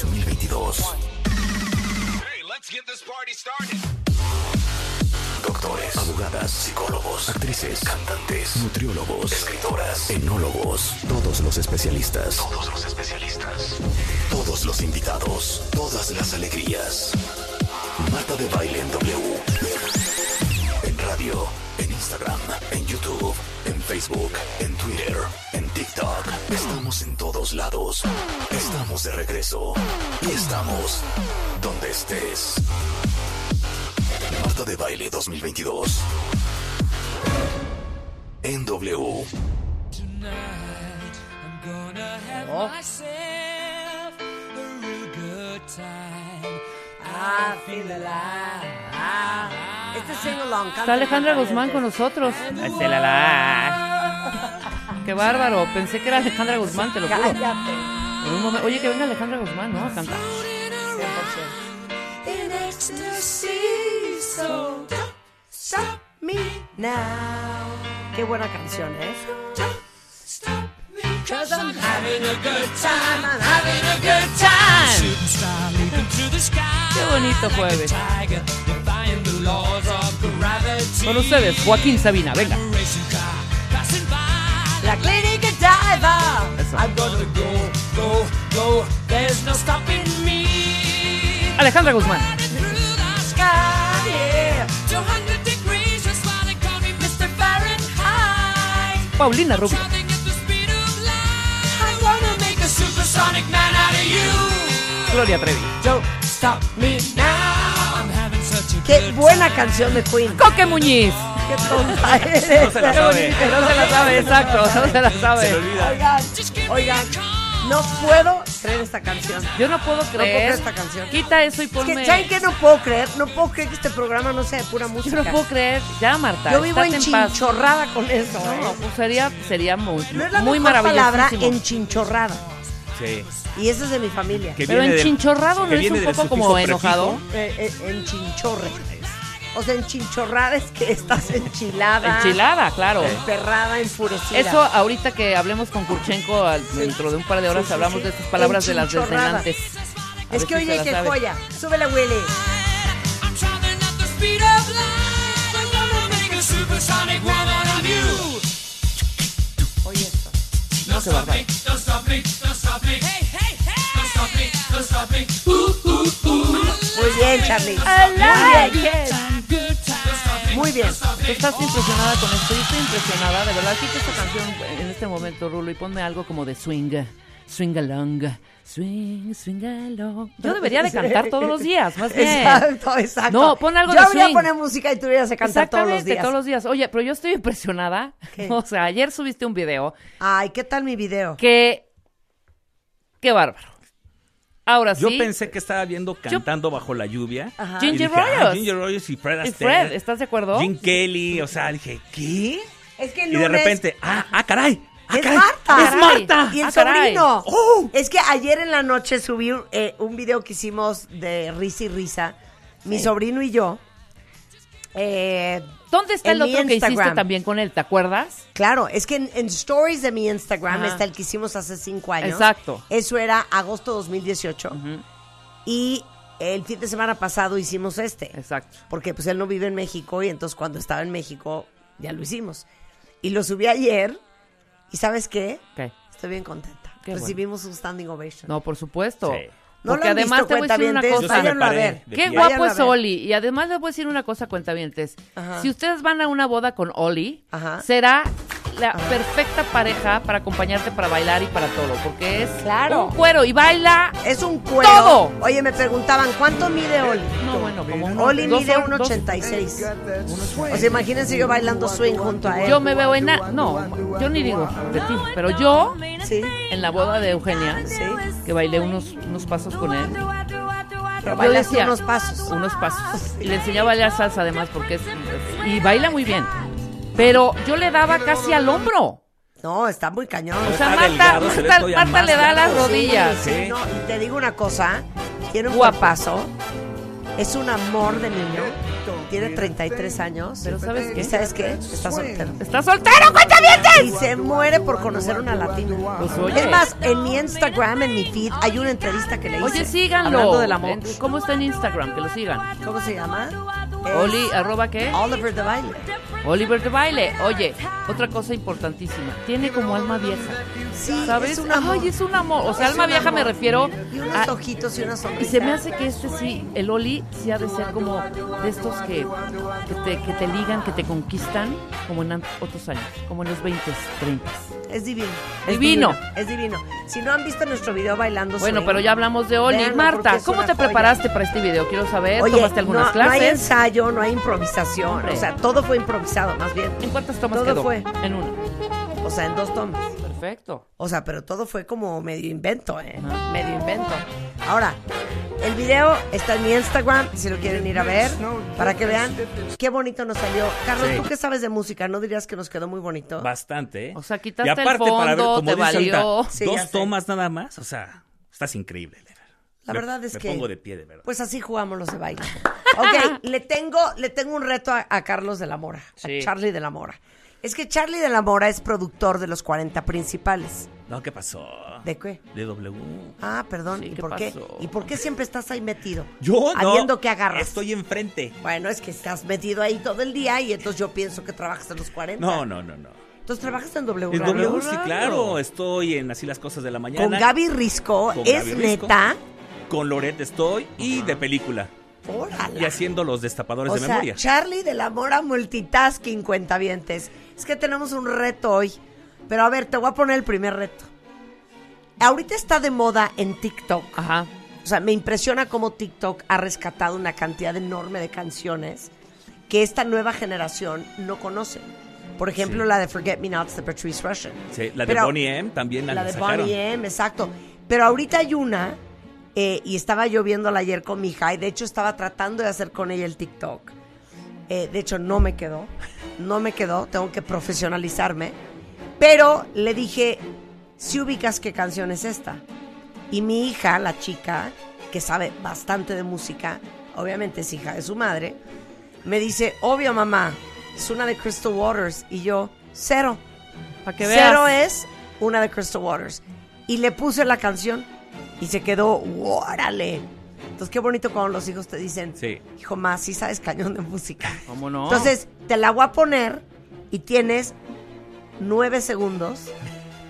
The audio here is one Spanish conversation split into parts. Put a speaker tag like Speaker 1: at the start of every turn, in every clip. Speaker 1: sonidos. Doctores, abogadas, psicólogos, actrices, cantantes, nutriólogos, escritoras, enólogos, todos los especialistas, todos los especialistas, todos los invitados, todas las alegrías. Marta de baile en W. En radio, en Instagram, en YouTube, en Facebook, en Twitter, en TikTok. Estamos en todos lados. Estamos de regreso y estamos donde estés. Marta de Baile 2022. En W.
Speaker 2: Tonight, I'm gonna have
Speaker 3: Oh.
Speaker 2: myself a real good time. I feel alive.
Speaker 4: Este sing along.
Speaker 3: Está Alejandra Guzmán con nosotros.
Speaker 5: Hacela la.
Speaker 3: Qué bárbaro. Pensé que era Alejandra Guzmán, te lo juro.
Speaker 4: Cállate.
Speaker 3: Por un momen- Oye, que venga Alejandra Guzmán, ¿no? A cantar.
Speaker 4: 100%.
Speaker 2: In ecstasy, so don't stop me now.
Speaker 4: Qué buena canción, ¿eh?
Speaker 2: Don't stop me. Cause I'm having a good time. I'm having a good time. Shooting star leaping through the sky.
Speaker 3: Qué bonito
Speaker 2: like a
Speaker 3: jueves.
Speaker 2: tiger, defying the laws of gravity.
Speaker 3: Con ustedes, Joaquín Sabina, venga.
Speaker 2: Racing car passing by.
Speaker 4: La clínica diva.
Speaker 2: I'm gonna go, go, go. There's no stopping me.
Speaker 3: Alejandra Guzmán.
Speaker 2: Riding through the sky, yeah. 200 degrees, that's why they call me Mr. Fahrenheit.
Speaker 3: Paulina Rubio.
Speaker 2: Traveling at the speed of light. I'm gonna make a supersonic man out of you.
Speaker 3: Gloria Trevi.
Speaker 2: Don't stop me now. I'm having such a
Speaker 4: Qué
Speaker 2: good
Speaker 4: buena canción de Queen.
Speaker 3: Coque Muñiz.
Speaker 4: Qué tonta eres.
Speaker 5: No se la
Speaker 3: Qué
Speaker 5: sabe.
Speaker 3: bonito. No se la sabe, exacto. No se la
Speaker 5: Se le
Speaker 3: sabe.
Speaker 5: olvida.
Speaker 4: Oigan, oigan, no puedo creer esta canción.
Speaker 3: Yo no puedo
Speaker 4: puedo creer
Speaker 3: creer.
Speaker 4: esta canción.
Speaker 3: Quita eso y
Speaker 4: Es que,
Speaker 3: ponme.
Speaker 4: ¿saben qué no puedo creer? No puedo creer que este programa no sea de pura
Speaker 3: Yo
Speaker 4: música.
Speaker 3: no puedo creer. Ya, Marta.
Speaker 4: Yo vivo
Speaker 3: estate en paz.
Speaker 4: enchinchorrada con eso, ¿eh?
Speaker 3: No, pues sería, sería muy,
Speaker 4: No es la
Speaker 3: muy
Speaker 4: mejor palabra
Speaker 3: maravillosísimo.
Speaker 4: enchinchorrada.
Speaker 5: Sí.
Speaker 4: Y eso es de mi familia.
Speaker 5: Que
Speaker 3: Pero
Speaker 5: viene del-
Speaker 3: enchinchorrado
Speaker 5: que
Speaker 3: no es
Speaker 5: viene
Speaker 3: un
Speaker 5: del
Speaker 3: poco como
Speaker 5: sufijo prefijo.
Speaker 3: enojado.
Speaker 4: Eh, eh, enchinchorre. O sea, enchinchorrada es que estás enchilada.
Speaker 3: Enchilada, claro.
Speaker 4: Emperrada, enfurecida.
Speaker 3: Eso ahorita que hablemos con Kurchenko al- dentro de un par de horas
Speaker 4: Sí, sí,
Speaker 3: hablamos
Speaker 4: sí.
Speaker 3: de estas palabras de las
Speaker 4: Enchinchorrada.
Speaker 3: desdenantes. A
Speaker 4: Es
Speaker 3: ver
Speaker 4: que
Speaker 3: si se
Speaker 4: oye,
Speaker 3: la
Speaker 4: qué
Speaker 3: sabe.
Speaker 4: joya. Súbele, Willy.
Speaker 2: I'm traveling at the speed of light. I'm gonna make a supersonic man out of you.
Speaker 4: Oye esto.
Speaker 2: Don't stop me, don't stop me, don't stop me. Hey, hey, hey! Don't stop me, don't stop me. Ooh, ooh,
Speaker 4: uh,
Speaker 2: ooh.
Speaker 4: Muy bien, Charlie. Muy bien. Muy bien.
Speaker 3: Estás impresionada con esto, yo estoy impresionada, de verdad. Quita esta canción en este momento, Rulo, y ponme algo como de swing, swing along, swing, swing along. Yo debería de cantar todos los días, más bien.
Speaker 4: Exacto, exacto.
Speaker 3: No, pon algo
Speaker 4: Yo
Speaker 3: de
Speaker 4: debería
Speaker 3: swing.
Speaker 4: poner música y tú deberías de cantar todos los
Speaker 3: Exactamente,
Speaker 4: días.
Speaker 3: todos los días. Oye, pero yo estoy impresionada.
Speaker 4: ¿Qué?
Speaker 3: O sea, ayer subiste un video
Speaker 4: Ay, ¿qué tal mi video?
Speaker 3: que... ¡Qué bárbaro! Ahora
Speaker 5: Yo
Speaker 3: sí,
Speaker 5: pensé que estaba viendo cantando bajo la lluvia.
Speaker 4: Ajá.
Speaker 5: y
Speaker 3: Ginger
Speaker 5: dije, ah,
Speaker 3: Rogers.
Speaker 5: Ginger Rogers y Fred
Speaker 3: Y
Speaker 5: Astaire.
Speaker 3: Fred, ¿estás de acuerdo?
Speaker 5: Jim Kelly. O sea, dije, ¿qué?
Speaker 4: Es que el
Speaker 5: Y de
Speaker 4: lunes-
Speaker 5: repente, ah, ah, caray. ah,
Speaker 4: Es
Speaker 5: caray,
Speaker 4: Marta.
Speaker 5: Es Marta.
Speaker 4: Y el
Speaker 3: Ah, caray.
Speaker 4: sobrino.
Speaker 5: ¡Oh!
Speaker 4: Es que ayer en la noche subí un, eh, un video que hicimos de risa y risa, mi sobrino y yo. Eh,
Speaker 3: ¿Dónde está
Speaker 4: en
Speaker 3: el
Speaker 4: mi
Speaker 3: otro que hiciste
Speaker 4: Instagram.
Speaker 3: también con él? ¿Te acuerdas?
Speaker 4: Claro, es que en, en stories de mi Instagram
Speaker 3: Ajá.
Speaker 4: está el que hicimos hace cinco años.
Speaker 3: Exacto.
Speaker 4: Eso era agosto 2018. Y el fin de semana pasado hicimos este.
Speaker 3: Exacto.
Speaker 4: Porque pues él no vive en México y entonces cuando estaba en México ya lo hicimos. Y lo subí ayer. ¿Y sabes qué?
Speaker 3: Ok.
Speaker 4: Estoy bien contenta.
Speaker 3: Qué
Speaker 4: Recibimos un standing ovation.
Speaker 3: No, por supuesto.
Speaker 5: Sí.
Speaker 4: No
Speaker 3: Porque
Speaker 4: lo han
Speaker 3: además
Speaker 4: visto,
Speaker 3: te voy a decir una
Speaker 4: cuentavientes,
Speaker 3: cosa.
Speaker 4: Váyanlo a
Speaker 5: Yo sí me
Speaker 4: ver.
Speaker 5: paré.
Speaker 3: Qué
Speaker 5: Vayan
Speaker 3: guapo
Speaker 4: a
Speaker 3: es
Speaker 4: ver.
Speaker 3: Oli. Y además les voy a decir una cosa, cuentavientes.
Speaker 4: Ajá.
Speaker 3: Si ustedes van a una boda con Oli,
Speaker 4: Ajá.
Speaker 3: será la perfecta pareja para acompañarte para bailar y para todo. Porque es
Speaker 4: Claro.
Speaker 3: un cuero y baila.
Speaker 4: Es un cuero.
Speaker 3: ¡Todo!
Speaker 4: Oye, me preguntaban, ¿cuánto mide Oli?
Speaker 3: No, bueno, como un-
Speaker 4: Oli
Speaker 3: dos-
Speaker 4: mide
Speaker 3: dos-
Speaker 4: 1,86. O sea, imagínense yo bailando swing junto a él.
Speaker 3: Yo me veo en. a- No, yo ni digo de ti. Pero yo,
Speaker 4: Sí.
Speaker 3: en la boda de Eugenia,
Speaker 4: Ah, Sí.
Speaker 3: que bailé unos, unos pasos con él.
Speaker 4: Pero
Speaker 3: Yo
Speaker 4: bailaste
Speaker 3: decía,
Speaker 4: unos pasos. Ah,
Speaker 3: Unos pasos. Y le enseñaba a bailar salsa además porque es... Y baila muy bien. Pero yo le daba casi al hombro.
Speaker 4: No, está muy cañón.
Speaker 3: O sea,
Speaker 5: Está
Speaker 3: Marta,
Speaker 5: delgado, se ve
Speaker 3: Marta,
Speaker 5: todavía
Speaker 3: Marta
Speaker 5: más
Speaker 3: le da a las
Speaker 5: delgado.
Speaker 3: rodillas.
Speaker 4: Sí,
Speaker 5: Sí.
Speaker 4: no, y te digo una cosa, tiene un
Speaker 3: Guapa.
Speaker 4: guapazo. Es un amor de niño. Tiene 33 años.
Speaker 3: Pero ¿sabes qué?
Speaker 4: ¿Y sabes qué? Está soltero.
Speaker 3: ¡Está soltero, cuentavientes!
Speaker 4: Y se muere por conocer una latina.
Speaker 3: Pues, oye.
Speaker 4: Es más, en mi Instagram, en mi feed, hay una entrevista que le hice.
Speaker 3: Oye, síganlo.
Speaker 4: Hablando del amor.
Speaker 3: Eh, ¿Cómo está en Instagram? Que lo sigan.
Speaker 4: ¿Cómo se llama? Es
Speaker 3: Oli, arroba qué?
Speaker 4: Oliver de Baile.
Speaker 3: Oliver de baile. Oye, otra cosa importantísima. Tiene como alma vieja.
Speaker 4: Sí,
Speaker 3: ¿Sabes?
Speaker 4: es un amor.
Speaker 3: Ay, es un amor. O sea,
Speaker 4: Es
Speaker 3: alma
Speaker 4: un
Speaker 3: vieja me
Speaker 4: amor.
Speaker 3: refiero
Speaker 4: Y unos
Speaker 3: a,
Speaker 4: ojitos y una sonrisa.
Speaker 3: Y se me hace que este sí, el Oli sí ha de ser como de estos que, que, te, que te ligan, que te conquistan, como en an- otros años, como en los 20, 30.
Speaker 4: Es divino.
Speaker 3: Divino.
Speaker 4: Es divino. Si no han visto nuestro video bailando
Speaker 3: Bueno,
Speaker 4: swing,
Speaker 3: pero ya hablamos de Oli.
Speaker 4: Véanlo, porque
Speaker 3: Marta,
Speaker 4: es
Speaker 3: ¿cómo
Speaker 4: una
Speaker 3: te
Speaker 4: joya.
Speaker 3: preparaste para este video? Quiero saber,
Speaker 4: Oye,
Speaker 3: ¿tomaste algunas
Speaker 4: no, no hay
Speaker 3: clases?
Speaker 4: ensayo, no hay improvisación.
Speaker 3: Hombre.
Speaker 4: O sea, todo fue improvisado, más bien.
Speaker 3: ¿En cuántas tomas
Speaker 4: Todo
Speaker 3: quedó?
Speaker 4: fue.
Speaker 3: En una.
Speaker 4: O sea, en dos tomas.
Speaker 3: Perfecto. Ah.
Speaker 4: O sea, pero todo fue como medio invento, ¿eh?
Speaker 3: Ajá.
Speaker 4: Medio invento. Ahora, el video está en mi Instagram, si lo quieren ir a ver, para que vean qué bonito nos salió. Carlos,
Speaker 5: Sí.
Speaker 4: ¿tú qué sabes de música? ¿No dirías que nos quedó muy bonito?
Speaker 5: Bastante. ¿eh?
Speaker 3: O sea, quitaste
Speaker 5: y
Speaker 3: el
Speaker 5: aparte, para ver,
Speaker 3: fondo,
Speaker 5: como
Speaker 3: te
Speaker 5: dice ahorita,
Speaker 3: valió.
Speaker 4: Sí, ya sé.
Speaker 5: dos tomas nada más. O sea, estás increíble, Elena.
Speaker 4: La
Speaker 5: Me-
Speaker 4: verdad es
Speaker 5: me
Speaker 4: que.
Speaker 5: pongo de pie, de verdad.
Speaker 4: Pues así jugamos los de baile. Ok, le tengo, le tengo un reto a, a Carlos de la Mora,
Speaker 3: Sí.
Speaker 4: a Charlie de la Mora. Es que Charlie de la Mora es productor de los 40 principales.
Speaker 5: No, ¿qué pasó?
Speaker 4: ¿De qué?
Speaker 5: De W.
Speaker 4: Ah, perdón,
Speaker 3: Sí,
Speaker 4: ¿y
Speaker 3: ¿qué
Speaker 4: por qué?
Speaker 3: pasó?
Speaker 4: ¿Y por qué siempre estás ahí metido?
Speaker 5: Yo no.
Speaker 4: Habiendo que agarras.
Speaker 5: Estoy enfrente.
Speaker 4: Bueno, es que estás metido ahí todo el día y entonces yo pienso que trabajas en los 40.
Speaker 5: No, no, no, no.
Speaker 4: Entonces trabajas en W.
Speaker 5: En
Speaker 4: Radio?
Speaker 5: W, sí, claro. Estoy en Así las cosas de la mañana.
Speaker 4: Con Gaby Risco,
Speaker 5: Con
Speaker 4: Oh, es
Speaker 5: Gaby Risco.
Speaker 4: neta.
Speaker 5: Con Loret estoy y de película.
Speaker 4: Órale.
Speaker 5: Y haciendo los destapadores
Speaker 4: o
Speaker 5: de
Speaker 4: sea,
Speaker 5: memoria.
Speaker 4: Charlie de la Mora multitasking, cuentavientes. Es que tenemos un reto hoy. Pero a ver, te voy a poner el primer reto. Ahorita está de moda en TikTok.
Speaker 3: Ajá.
Speaker 4: O sea, me impresiona cómo TikTok ha rescatado una cantidad enorme de canciones que esta nueva generación no conoce. Por ejemplo,
Speaker 5: Sí.
Speaker 4: la de Forget Me Nots de Patrice Russian.
Speaker 5: Sí, la de
Speaker 4: Pero-
Speaker 5: Bonnie M también la,
Speaker 4: La de
Speaker 5: sacaron.
Speaker 4: Bonnie M, exacto. Pero ahorita hay una, eh, y estaba yo viéndola ayer con mi hija, y de hecho estaba tratando de hacer con ella el TikTok. Eh, de hecho, no me quedó. No me quedó, tengo que profesionalizarme. Pero le dije, si ubicas qué canción es esta. Y mi hija, la chica, que sabe bastante de música, obviamente es hija de su madre, me dice, obvio mamá, es una de Crystal Waters. Y yo, cero.
Speaker 3: Para que veas.
Speaker 4: Cero es una de Crystal Waters. Y le puse la canción y se quedó, órale. Entonces, qué bonito cuando los hijos te dicen,
Speaker 5: Sí.
Speaker 4: hijo más, sí sabes cañón de música.
Speaker 3: ¿Cómo no?
Speaker 4: Entonces, te la voy a poner y tienes nueve segundos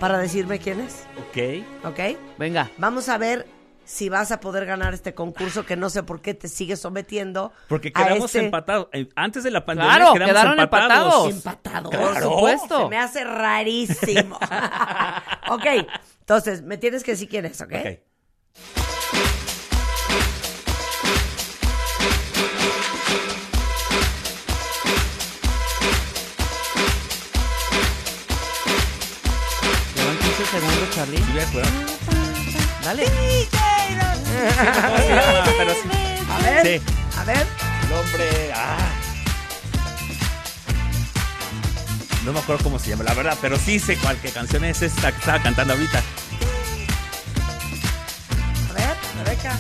Speaker 4: para decirme quién es,
Speaker 5: Ok.
Speaker 4: ¿ok?
Speaker 3: Venga.
Speaker 4: Vamos a ver si vas a poder ganar este concurso que no sé por qué te sigues sometiendo.
Speaker 5: Porque
Speaker 4: a
Speaker 5: quedamos
Speaker 4: este-
Speaker 5: empatados. Eh, Antes de la pandemia
Speaker 3: Claro,
Speaker 5: quedamos
Speaker 3: quedaron
Speaker 5: empatados.
Speaker 3: empatados.
Speaker 4: Empatados.
Speaker 5: Claro.
Speaker 3: Por supuesto.
Speaker 4: Se me hace rarísimo. ok, entonces, me tienes que decir quién es, ¿ok?
Speaker 5: Ok.
Speaker 3: Llevan 15 segundos, Charlie.
Speaker 5: Sí, ¿verdad?
Speaker 3: Dale.
Speaker 5: Ah, pero sí.
Speaker 4: A ver,
Speaker 5: Sí.
Speaker 4: a ver.
Speaker 5: El hombre. ah. No me acuerdo cómo se llama, la verdad, pero sí sé cuál qué canción es esta que estaba cantando ahorita.
Speaker 4: A ver, Rebeca.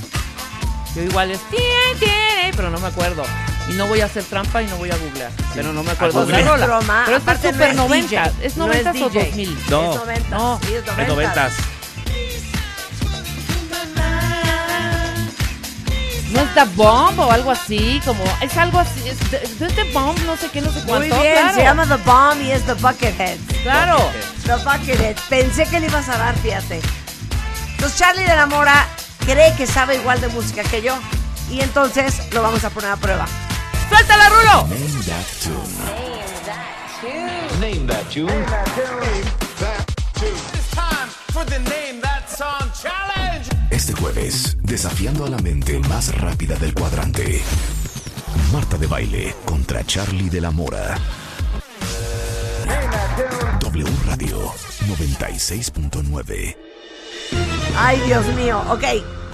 Speaker 3: Yo igual es. "Tien, tiene", Pero no me acuerdo. Y no voy a hacer trampa y no voy a googlear. Pero no me acuerdo de la
Speaker 5: googlear.
Speaker 3: rola.
Speaker 4: Pues, Broma,
Speaker 3: Pero esto es
Speaker 4: aparte no
Speaker 3: super
Speaker 4: es
Speaker 3: 90.
Speaker 4: DJ,
Speaker 3: ¿Es
Speaker 4: no es
Speaker 3: 90 o
Speaker 4: DJ.
Speaker 3: 2000?
Speaker 5: No.
Speaker 4: Es 90.
Speaker 3: No,
Speaker 4: sí, es 90.
Speaker 5: Es noventas.
Speaker 3: ¿No es The Bomb o algo así? Como, es algo así, es, The- es The Bomb, no sé qué, no sé cuánto.
Speaker 4: Muy bien,
Speaker 3: claro,
Speaker 4: se llama The Bomb y es The Buckethead.
Speaker 3: Claro.
Speaker 4: The Buckethead. Pensé que le ibas a dar, fíjate. Entonces, Charlie de la Mora cree que sabe igual de música que yo. Y entonces lo vamos a poner a prueba.
Speaker 3: ¡Suéltala, Rulo!
Speaker 1: Name that tune.
Speaker 6: Name that tune.
Speaker 7: It's time for the Name That Song Challenge!
Speaker 1: Este jueves, desafiando a la mente más rápida del cuadrante. Marta de baile contra Charlie de la Mora. W Radio 96.9.
Speaker 4: Ay, Dios mío. Ok,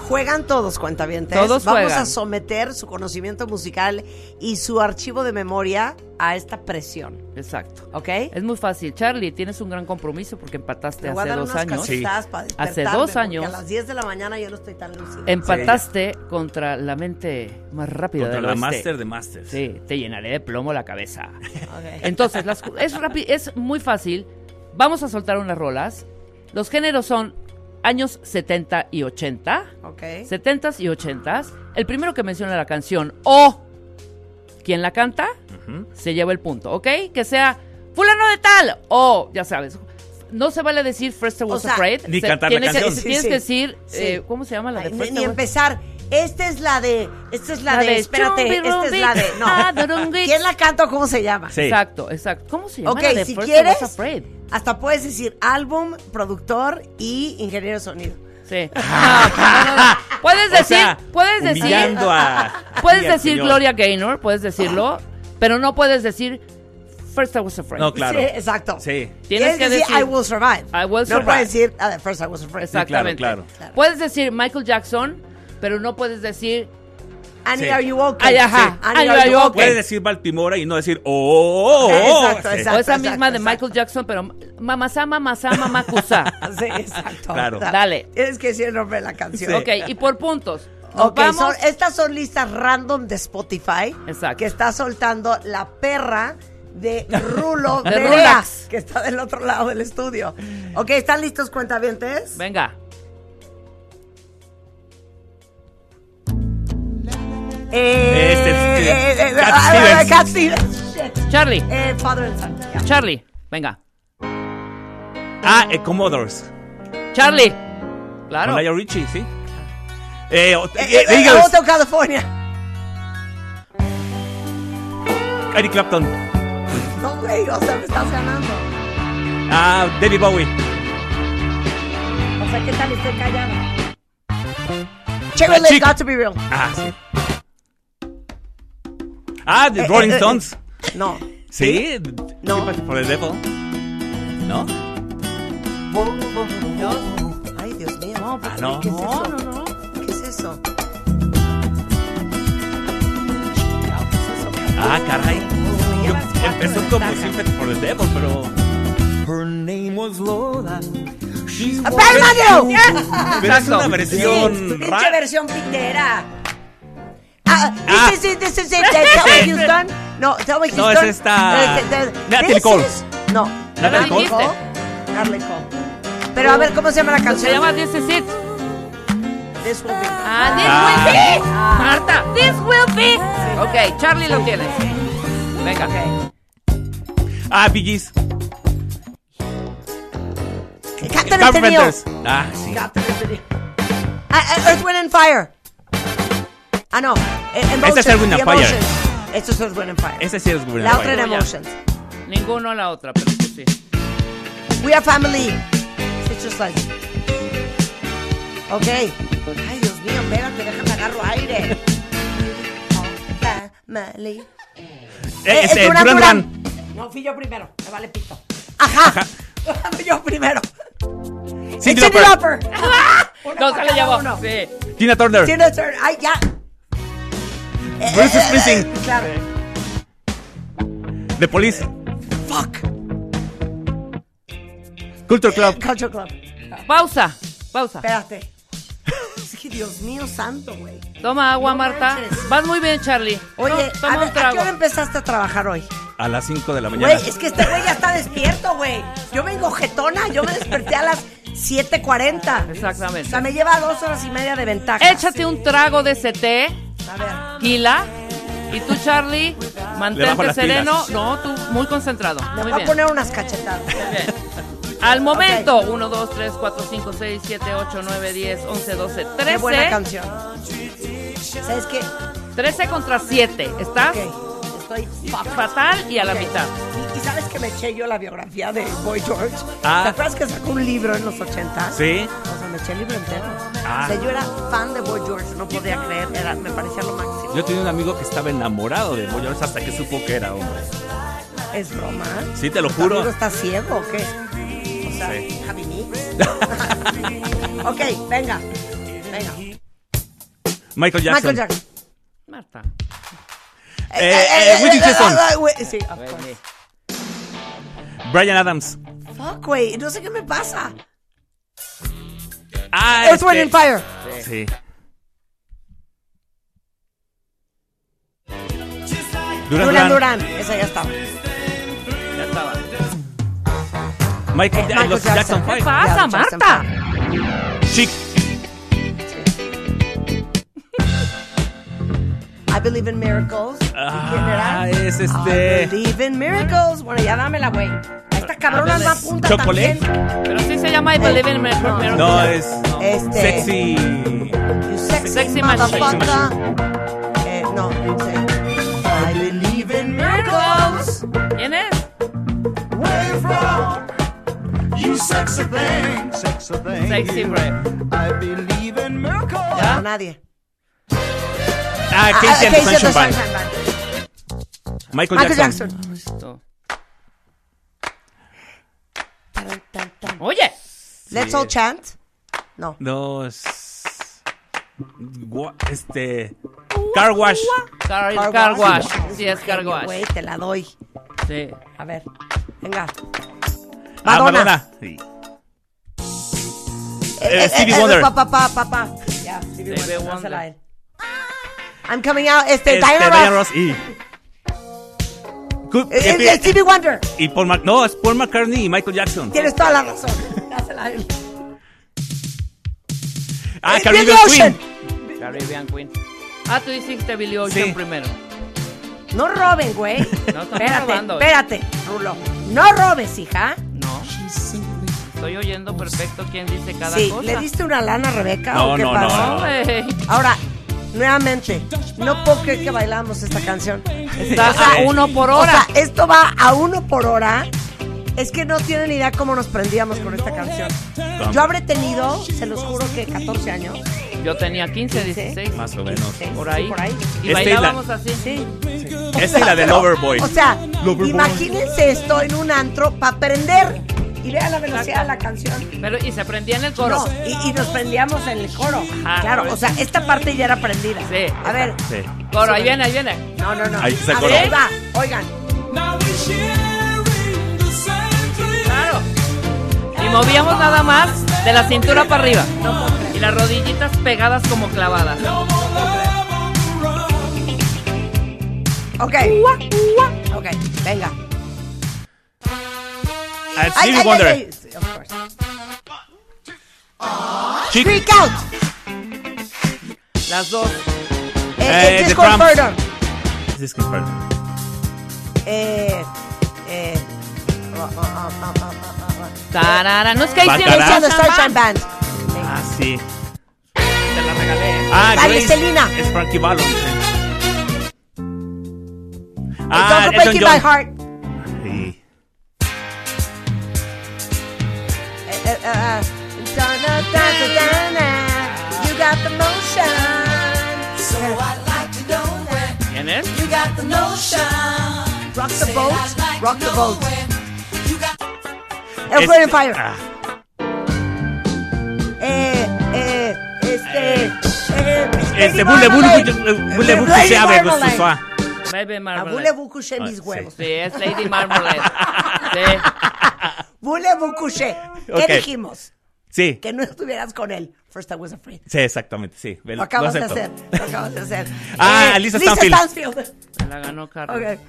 Speaker 4: Juegan todos, cuentavientes.
Speaker 3: Todos
Speaker 4: Vamos
Speaker 3: juegan.
Speaker 4: a someter su conocimiento musical y su archivo de memoria a esta presión,
Speaker 3: Exacto.
Speaker 4: ¿ok?
Speaker 3: Es muy fácil. Charlie, tienes un gran compromiso porque empataste
Speaker 4: Te voy a
Speaker 3: hace
Speaker 4: dar
Speaker 3: dos
Speaker 4: unas
Speaker 3: años.
Speaker 4: cachetas para
Speaker 3: Hace
Speaker 4: despertarme,
Speaker 3: dos
Speaker 4: porque
Speaker 3: años.
Speaker 4: A las 10 de la mañana yo no estoy tan lúcida.
Speaker 3: Empataste contra la mente más rápida
Speaker 5: Contra
Speaker 3: del
Speaker 5: la
Speaker 3: oeste.
Speaker 5: Master de Masters.
Speaker 3: Sí, te llenaré de plomo la cabeza.
Speaker 4: Ok.
Speaker 3: Entonces, las cu- es, rapi- es muy fácil. Vamos a soltar unas rolas. Los géneros son años 70 y 80.
Speaker 4: Ok.
Speaker 3: 70s y 80s. El primero que menciona la canción o quien la canta se lleva el punto, ¿ok? Que sea fulano de tal o ya sabes. No se vale decir First I
Speaker 4: O
Speaker 3: Was
Speaker 4: sea,
Speaker 3: Afraid.
Speaker 5: Ni
Speaker 3: se-
Speaker 5: cantar la
Speaker 3: tienes Que,
Speaker 5: canción.
Speaker 3: tienes
Speaker 4: Sí,
Speaker 3: que
Speaker 4: sí.
Speaker 3: decir,
Speaker 4: Sí.
Speaker 3: eh, ¿cómo se llama la de
Speaker 4: Ay, ni,
Speaker 3: First I
Speaker 4: ni
Speaker 3: Was-
Speaker 4: empezar. Esta es la de. Esta es la,
Speaker 3: La
Speaker 4: de,
Speaker 3: de
Speaker 4: Espérate,
Speaker 3: Chumbi
Speaker 4: esta es la de.
Speaker 3: Rumbi, ah,
Speaker 4: No.
Speaker 3: Dorungi.
Speaker 4: ¿Quién la canta o cómo se llama?
Speaker 5: Sí.
Speaker 3: Exacto, exacto. ¿Cómo se llama
Speaker 4: Ok,
Speaker 3: la de
Speaker 4: si
Speaker 3: First I
Speaker 4: quieres-
Speaker 3: Was Afraid?
Speaker 4: Hasta puedes decir álbum, productor y ingeniero de sonido.
Speaker 3: Sí. No, no, no, no. Puedes
Speaker 5: O
Speaker 3: decir,
Speaker 5: sea,
Speaker 3: puedes decir,
Speaker 5: humillando a-
Speaker 3: puedes
Speaker 5: aquí al
Speaker 3: decir
Speaker 5: señor.
Speaker 3: Gloria Gaynor, puedes decirlo, pero no puedes decir First I Was Afraid.
Speaker 5: No, claro.
Speaker 4: Sí, exacto.
Speaker 5: Sí.
Speaker 3: Tienes que decir
Speaker 4: I will survive.
Speaker 3: I will
Speaker 4: no
Speaker 3: survive.
Speaker 4: puedes decir ah, first I was afraid.
Speaker 5: claro,
Speaker 3: Exactamente.
Speaker 5: claro.
Speaker 4: Claro.
Speaker 3: Puedes decir Michael Jackson, pero no puedes decir
Speaker 4: Annie,
Speaker 5: Sí.
Speaker 4: are you okay?
Speaker 3: Ay, ajá.
Speaker 4: Annie,
Speaker 3: Ay,
Speaker 4: are,
Speaker 3: are
Speaker 4: you
Speaker 3: you
Speaker 4: okay?
Speaker 3: okay?
Speaker 5: Puedes decir Baltimora y no decir oh, oh, oh.
Speaker 4: Exacto,
Speaker 5: Sí.
Speaker 4: exacto.
Speaker 3: o esa misma de
Speaker 4: exacto.
Speaker 3: Michael Jackson, pero mamazá, mamazá, mamacusa.
Speaker 4: Sí, exacto.
Speaker 5: Claro.
Speaker 4: Exacto.
Speaker 3: Dale.
Speaker 4: Tienes que decir el nombre de la canción.
Speaker 5: Sí.
Speaker 3: Ok, y por puntos. Nos
Speaker 4: Ok,
Speaker 3: vamos.
Speaker 4: son- estas son listas random de Spotify.
Speaker 3: Exacto.
Speaker 4: Que está soltando la perra de Rulo
Speaker 3: De
Speaker 4: Berea,
Speaker 3: Rulax.
Speaker 4: que está del otro lado del estudio. Ok, ¿están listos, cuentavientes?
Speaker 3: Venga.
Speaker 4: Eh,
Speaker 5: Este es-
Speaker 4: eh, eh,
Speaker 5: Cat
Speaker 4: ah,
Speaker 5: Stevens.
Speaker 4: Cat Stevens. Shit.
Speaker 3: Charlie,
Speaker 4: Eh, Father and Son. ya.
Speaker 3: Charlie, venga.
Speaker 5: Ah, eh, Commodores.
Speaker 3: Charlie. Claro.
Speaker 5: Con Lionel Richie, sí. Eh, o-
Speaker 4: Eh, eh,
Speaker 5: eh, Eagles,
Speaker 4: Hotel California.
Speaker 5: Eric Clapton.
Speaker 4: No, güey, o sea, me estás ganando.
Speaker 5: Ah, David Bowie.
Speaker 4: O sea, ¿qué tal estoy callada? Chevrolet,
Speaker 5: Chic.
Speaker 4: got to be real.
Speaker 5: Ah, sí. Ah, The
Speaker 4: Eh,
Speaker 5: Rolling
Speaker 4: eh, eh,
Speaker 5: Stones.
Speaker 4: No.
Speaker 5: Sí.
Speaker 4: No.
Speaker 5: Sympathy For the Devil. ¿No?
Speaker 4: Ay, Dios mío. No,
Speaker 5: Ah, no.
Speaker 4: ¿Qué es
Speaker 3: No,
Speaker 4: eso?
Speaker 3: no, no.
Speaker 4: ¿Qué es eso?
Speaker 5: Ah, caray. Yo em, empezó como Sympathy for the Devil, pero.
Speaker 8: Her name was Lola. She's
Speaker 4: ¡Permanio!
Speaker 5: Pero es una
Speaker 4: Ah. Sí, tu
Speaker 5: versión
Speaker 4: pinche
Speaker 5: rara.
Speaker 4: versión pitera. Ah,
Speaker 5: Ah.
Speaker 4: this is it, this is it, that's how
Speaker 5: Ese.
Speaker 4: Houston. No, that's how Houston.
Speaker 5: No, es esta-
Speaker 4: No, es- es-
Speaker 5: Natalie
Speaker 4: this
Speaker 5: Cole.
Speaker 4: is- No.
Speaker 5: Natalie
Speaker 3: Cole.
Speaker 4: Natalie Cole. Pero a ver, ¿cómo se llama la canción?
Speaker 3: Se llama This Is It.
Speaker 4: This Will Be.
Speaker 3: Ah, This
Speaker 5: Ah.
Speaker 3: Will Be. Marta, This Will Be. Ok, Charlie lo tienes. Venga.
Speaker 5: Ah, Bee Gees.
Speaker 4: Captain Antonio.
Speaker 5: Carpenters. Ah, sí.
Speaker 4: Captain Antonio. Ah, ah, Earth, Wind and Fire. Ah, no. eh, Emotions.
Speaker 5: Earth, Wind and
Speaker 4: The
Speaker 5: Fire.
Speaker 4: Emotions. Esto es Earth, Wind and Fire.
Speaker 5: Ese sí es bueno.
Speaker 4: La otra era
Speaker 3: Fire.
Speaker 4: Emotions.
Speaker 3: Ninguno a la otra, pero tú sí.
Speaker 4: We are family. It's just like. Ok. Ay, Dios mío, espérate, déjame agarro aire. Family.
Speaker 5: Eh,
Speaker 4: Eh,
Speaker 5: este,
Speaker 4: Duran
Speaker 5: Duran
Speaker 4: Duran.
Speaker 5: Duran.
Speaker 4: No, fui yo primero. Me vale pito. Ajá. Fui yo primero.
Speaker 5: Cindy
Speaker 4: Cindy
Speaker 5: Lauper.
Speaker 4: Lauper.
Speaker 3: No, se
Speaker 4: para
Speaker 3: le
Speaker 4: cada
Speaker 3: llevó.
Speaker 4: uno.
Speaker 3: Sí.
Speaker 5: Tina Turner.
Speaker 4: Tina Turner. Ay, ya. Eh,
Speaker 5: Bruce
Speaker 4: eh,
Speaker 5: Springsteen.
Speaker 4: eh, Claro.
Speaker 5: The Police.
Speaker 4: Fuck.
Speaker 5: Culture Club.
Speaker 4: Culture Club.
Speaker 3: Pausa, pausa.
Speaker 4: Espérate. Es que Dios mío santo, güey.
Speaker 3: Toma agua,
Speaker 4: No
Speaker 3: Marta.
Speaker 4: manches.
Speaker 3: Vas muy bien, Charlie.
Speaker 4: Oye,
Speaker 3: To- toma
Speaker 4: a ver,
Speaker 3: un
Speaker 4: ¿a qué
Speaker 3: trago.
Speaker 4: hora empezaste a trabajar hoy?
Speaker 5: A las 5 de la mañana.
Speaker 4: Güey, es que este güey ya está despierto, güey. Yo vengo jetona, yo me desperté a las 7.40.
Speaker 3: Exactamente.
Speaker 4: O sea, me lleva dos horas y media de ventaja.
Speaker 3: Échate un trago de ese té,
Speaker 4: A ver,
Speaker 3: Kila. Y tú, Charlie,
Speaker 5: bajo
Speaker 3: mantente
Speaker 5: las
Speaker 3: sereno.
Speaker 5: pilas.
Speaker 3: No, tú muy concentrado.
Speaker 4: me
Speaker 3: Muy
Speaker 4: voy a
Speaker 3: bien.
Speaker 4: poner unas cachetadas.
Speaker 3: muy bien. Al momento, 1, 2, 3, 4, 5, 6, 7, 8, 9, 10, 11, 12,
Speaker 4: Qué buena
Speaker 3: 13.
Speaker 4: canción. ¿Sabes qué?
Speaker 3: 13 contra 7. ¿Estás?
Speaker 4: Ok, estoy fatal.
Speaker 3: Fatal y a la
Speaker 4: Ok.
Speaker 3: mitad.
Speaker 4: Y, y sabes que me eché yo la biografía de Boy George.
Speaker 5: Ah.
Speaker 4: ¿Te acuerdas que sacó un libro en los 80?
Speaker 5: Sí.
Speaker 4: O sea, me eché el libro entero.
Speaker 5: Ah.
Speaker 4: O sea, yo era fan de Boy George, no podía creer, era- me parecía lo máximo.
Speaker 5: Yo tenía un amigo que estaba enamorado de Boy George hasta que supo que era hombre.
Speaker 4: Es broma.
Speaker 5: Sí, te lo
Speaker 4: ¿Tu
Speaker 5: juro.
Speaker 4: amigo está ciego o qué? O sea,
Speaker 5: Sí.
Speaker 4: Javi Mix. ok, venga. Venga.
Speaker 5: Michael Jackson.
Speaker 4: Michael Jackson.
Speaker 3: Marta.
Speaker 5: Eh, eh, Whitney Houston.
Speaker 4: ah, ah, güey, Sí, of course.
Speaker 5: Brian Adams.
Speaker 4: Fuck, güey. No sé qué me pasa.
Speaker 5: Ah,
Speaker 4: Earth,
Speaker 5: este-
Speaker 4: Wind and Fire.
Speaker 5: Sí. Duran
Speaker 4: Duran
Speaker 5: Duran.
Speaker 4: Duran. Esa ya estaba.
Speaker 5: Ya estaba. Michael,
Speaker 4: Eh,
Speaker 5: Ja-
Speaker 4: Michael
Speaker 5: los
Speaker 4: Jackson.
Speaker 5: Jackson,
Speaker 3: ¿Qué
Speaker 5: Five.
Speaker 3: pasa,
Speaker 4: Ya, Jackson
Speaker 3: Marta?
Speaker 5: Chic.
Speaker 4: I believe in miracles. ¿Y ¿Quién
Speaker 5: Ah,
Speaker 4: era?
Speaker 5: es
Speaker 4: I
Speaker 5: este.
Speaker 4: believe in miracles. Bueno, ya dámela, güey. A Esta cabrona no apunta
Speaker 5: Chocolate.
Speaker 4: también.
Speaker 3: Pero sí se llama I Believe in Mir- Miracles.
Speaker 5: No, es.
Speaker 4: Eh, Este.
Speaker 5: Sexy.
Speaker 4: You sexy,
Speaker 3: Sexy machine.
Speaker 4: motherfucker. Eh, no, no sé. I believe in miracles.
Speaker 3: ¿Quién es? Sexy Red.
Speaker 4: No, nadie.
Speaker 5: Ah,
Speaker 4: Ah,
Speaker 5: Casey
Speaker 4: Casey and
Speaker 5: and the
Speaker 4: the
Speaker 5: Sunshine Band.
Speaker 4: Sunshine Band.
Speaker 5: Michael
Speaker 4: Michael
Speaker 5: Jackson.
Speaker 4: Jackson.
Speaker 3: Esto. Oye.
Speaker 4: Let's all chant. No.
Speaker 5: No, es. Gua- Este. Car Wash.
Speaker 3: Car,
Speaker 4: Car
Speaker 3: car
Speaker 4: wash.
Speaker 3: wash. Sí, es car
Speaker 4: Güey,
Speaker 3: wash.
Speaker 4: te la doy.
Speaker 3: Sí.
Speaker 4: A ver, venga.
Speaker 5: Ah,
Speaker 4: Madonna.
Speaker 5: Madonna. Sí.
Speaker 4: Eh, eh,
Speaker 5: Stevie
Speaker 4: eh,
Speaker 5: Wonder.
Speaker 4: Papá, papá, papá. Ya, Stevie Wonder.
Speaker 3: Wonder.
Speaker 4: dásela a él. I'm coming out. Este,
Speaker 5: Este,
Speaker 4: Diana
Speaker 5: Diana
Speaker 4: Ross.
Speaker 5: Ross y. Good-
Speaker 4: Eh, eh, Stevie Wonder.
Speaker 5: y Paul Mac- no, es Paul McCartney y Michael Jackson.
Speaker 4: Tienes toda la razón. Dásela a él.
Speaker 5: Ah,
Speaker 4: eh,
Speaker 5: Caribbean
Speaker 4: Billy Ocean.
Speaker 5: Queen.
Speaker 3: Caribbean Queen. Ah, tú dijiste Billy Ocean
Speaker 5: Sí.
Speaker 3: primero.
Speaker 4: No roben, güey.
Speaker 3: No, estamos
Speaker 4: espérate,
Speaker 3: robando.
Speaker 4: espérate, Rulo. No robes, hija.
Speaker 3: No. Estoy oyendo perfecto quién dice cada
Speaker 4: Sí,
Speaker 3: cosa.
Speaker 4: ¿le diste una lana a Rebeca
Speaker 5: No,
Speaker 4: o qué
Speaker 5: no, no,
Speaker 4: pasó?
Speaker 5: no.
Speaker 3: No, güey.
Speaker 4: Ahora, nuevamente, no puedo creer que bailamos esta canción.
Speaker 3: Está a uno por
Speaker 4: O
Speaker 3: hora.
Speaker 4: sea, esto va a uno por hora. Es que no tienen idea cómo nos prendíamos con esta canción.
Speaker 5: ¿Cómo?
Speaker 4: Yo habré tenido, se los juro que 14 años.
Speaker 3: Yo tenía 15, 16.
Speaker 5: Más o menos.
Speaker 4: ¿eh?
Speaker 3: Por ahí.
Speaker 4: Por ahí.
Speaker 3: Y
Speaker 5: Esta
Speaker 3: bailábamos así.
Speaker 4: Sí.
Speaker 5: Esta y la de
Speaker 4: pero,
Speaker 5: Loverboy.
Speaker 4: O sea,
Speaker 5: Loverboy.
Speaker 4: imagínense esto en un antro para aprender y vean la velocidad de la canción.
Speaker 3: Pero, y se aprendía en el coro.
Speaker 4: No, y, y nos prendíamos en el coro.
Speaker 3: Ajá,
Speaker 4: claro,
Speaker 3: por
Speaker 4: o sea, esta parte ya era prendida.
Speaker 3: Sí.
Speaker 4: A ver,
Speaker 5: Sí.
Speaker 3: Coro, ahí viene, ahí viene.
Speaker 4: no, no, no.
Speaker 5: Ahí está el
Speaker 4: A
Speaker 5: coro.
Speaker 4: ver, ahí va, oigan.
Speaker 3: Claro. Y movíamos nada más de la cintura para arriba. Y las rodillitas pegadas como clavadas.
Speaker 4: Ok. Ok, venga.
Speaker 5: Ah,
Speaker 4: Ay,
Speaker 5: Stevie
Speaker 4: ay,
Speaker 5: Wonder.
Speaker 4: ay, ay. Sí, of course.
Speaker 5: Chic.
Speaker 4: Freak out.
Speaker 3: Las dos.
Speaker 4: Eh,
Speaker 5: Eh,
Speaker 4: eh,
Speaker 5: The
Speaker 4: Disco
Speaker 5: Cramps.
Speaker 4: Inferno.
Speaker 5: This is perfect.
Speaker 4: Eh, eh. ah, ah, ah, ah, ah, ah, ah.
Speaker 3: Tarara. No es que ahí sí
Speaker 5: Bacará.
Speaker 4: Son The
Speaker 3: no
Speaker 4: Sunshine Band.
Speaker 5: Ah, sí.
Speaker 3: Te la regalé.
Speaker 5: Ah,
Speaker 4: Dale,
Speaker 5: Grace.
Speaker 4: Selena.
Speaker 5: Es Frankie Ballon. sí.
Speaker 4: Don't go
Speaker 5: Ah, Elton
Speaker 4: breaking
Speaker 5: John.
Speaker 4: my heart.
Speaker 5: Sí.
Speaker 4: Eh, eh, eh, eh. Da, da, da, da, da, da. You got the motion. So I like to know that
Speaker 3: ¿Quién es?
Speaker 4: you got the notion. Rock the boat, rock the boat. Earth, Wind
Speaker 5: Este-
Speaker 4: and Fire.
Speaker 5: Ah,
Speaker 4: Eh, eh, este. Eh, Lady
Speaker 5: Este, Bule Bule
Speaker 4: Marmalade.
Speaker 5: Bule- Bule
Speaker 4: Eh,
Speaker 5: Bule
Speaker 4: Lady
Speaker 5: se abre con su
Speaker 4: Marmalade. Ah,
Speaker 5: suá.
Speaker 3: Baby
Speaker 4: A
Speaker 3: Marmalade.
Speaker 4: Bule Bucuché mis
Speaker 5: Ah, sí.
Speaker 4: huevos.
Speaker 3: Sí, es Lady Marmalade. Sí.
Speaker 4: Bule Bucuché. ¿Qué
Speaker 5: Ok.
Speaker 4: dijimos?
Speaker 5: Sí.
Speaker 4: Que no estuvieras con él. First I was afraid.
Speaker 5: Sí, exactamente, sí. Ve,
Speaker 4: Lo acabas de
Speaker 5: acepto.
Speaker 4: hacer. Lo acabas de hacer. Eh,
Speaker 5: Ah, Lisa Stanfield.
Speaker 3: Te la ganó Carlos.
Speaker 4: Ok.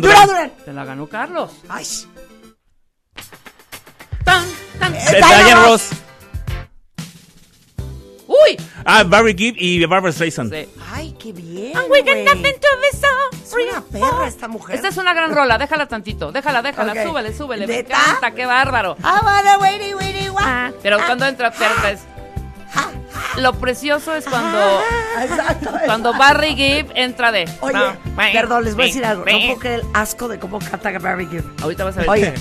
Speaker 4: Duran
Speaker 5: Duran.
Speaker 4: Duran.
Speaker 3: Te la ganó Carlos.
Speaker 4: Ay.
Speaker 3: Tan, tan.
Speaker 5: Eh,
Speaker 4: Diana
Speaker 5: Diana
Speaker 4: Ross.
Speaker 5: Ross.
Speaker 3: ¡Uy!
Speaker 5: Ah, Barry Gibb y Barbara Streisand.
Speaker 3: Sí.
Speaker 4: Ay, qué bien.
Speaker 3: And we can
Speaker 4: güey.
Speaker 3: tap into the song.
Speaker 4: Es una perra esta mujer.
Speaker 3: Esta es una gran rola, déjala tantito, déjala, déjala,
Speaker 4: Ok.
Speaker 3: súbele, súbele, me
Speaker 4: ¿Neta?
Speaker 3: encanta, qué bárbaro.
Speaker 4: Ah, bueno, güey, güey, guau.
Speaker 3: Pero cuando entra Perta es- Lo precioso es cuando
Speaker 4: Ah. Exacto.
Speaker 3: cuando Barry Gibb entra de.
Speaker 4: Oye,
Speaker 3: No, bang,
Speaker 4: perdón, les voy a
Speaker 3: bang,
Speaker 4: decir algo. No
Speaker 3: bang.
Speaker 4: puedo creer el asco de cómo canta Barry Gibb.
Speaker 3: Ahorita vas a ver.
Speaker 4: Oye,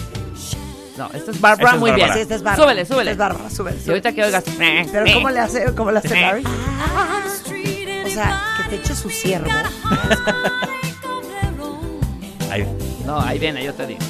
Speaker 3: No, esto es Bárbara,
Speaker 5: Esto es
Speaker 3: muy bien.
Speaker 5: Bárbara.
Speaker 4: sí, esta es Bárbara.
Speaker 3: Súbele, súbele.
Speaker 4: Esta es Bárbara, súbele.
Speaker 3: Y ahorita que oigas. bang,
Speaker 4: Pero
Speaker 3: bang.
Speaker 4: ¿cómo le hace, cómo le hace
Speaker 3: Sí.
Speaker 4: Barry? Ah. O sea, que te eche su ciervo.
Speaker 3: Ah.
Speaker 5: Ahí.
Speaker 3: No, ahí viene, yo te digo.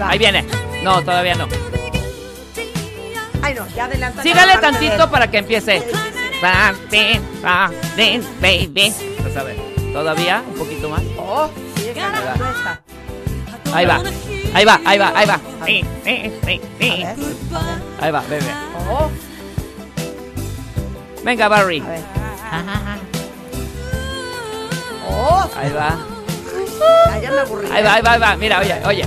Speaker 4: va.
Speaker 3: Ahí viene. No, todavía no.
Speaker 4: Ay, no, ya adelanta.
Speaker 3: Sígale
Speaker 4: la parte de-
Speaker 3: tantito para que empiece. Something, something, baby.
Speaker 5: Pues, a ver.
Speaker 3: Todavía un poquito más.
Speaker 4: Oh, sí, esa no está.
Speaker 3: Ahí va. Ahí va, ahí va, ahí va. Sí, sí, sí, sí.
Speaker 4: A ver,
Speaker 3: Ahí va, bebé.
Speaker 4: oh,
Speaker 3: Venga, Barry.
Speaker 4: a ver. Oh,
Speaker 3: Ahí va.
Speaker 4: ya, ya me aburrí.
Speaker 3: Ahí va, ahí va, ahí va. Mira, oye, oye.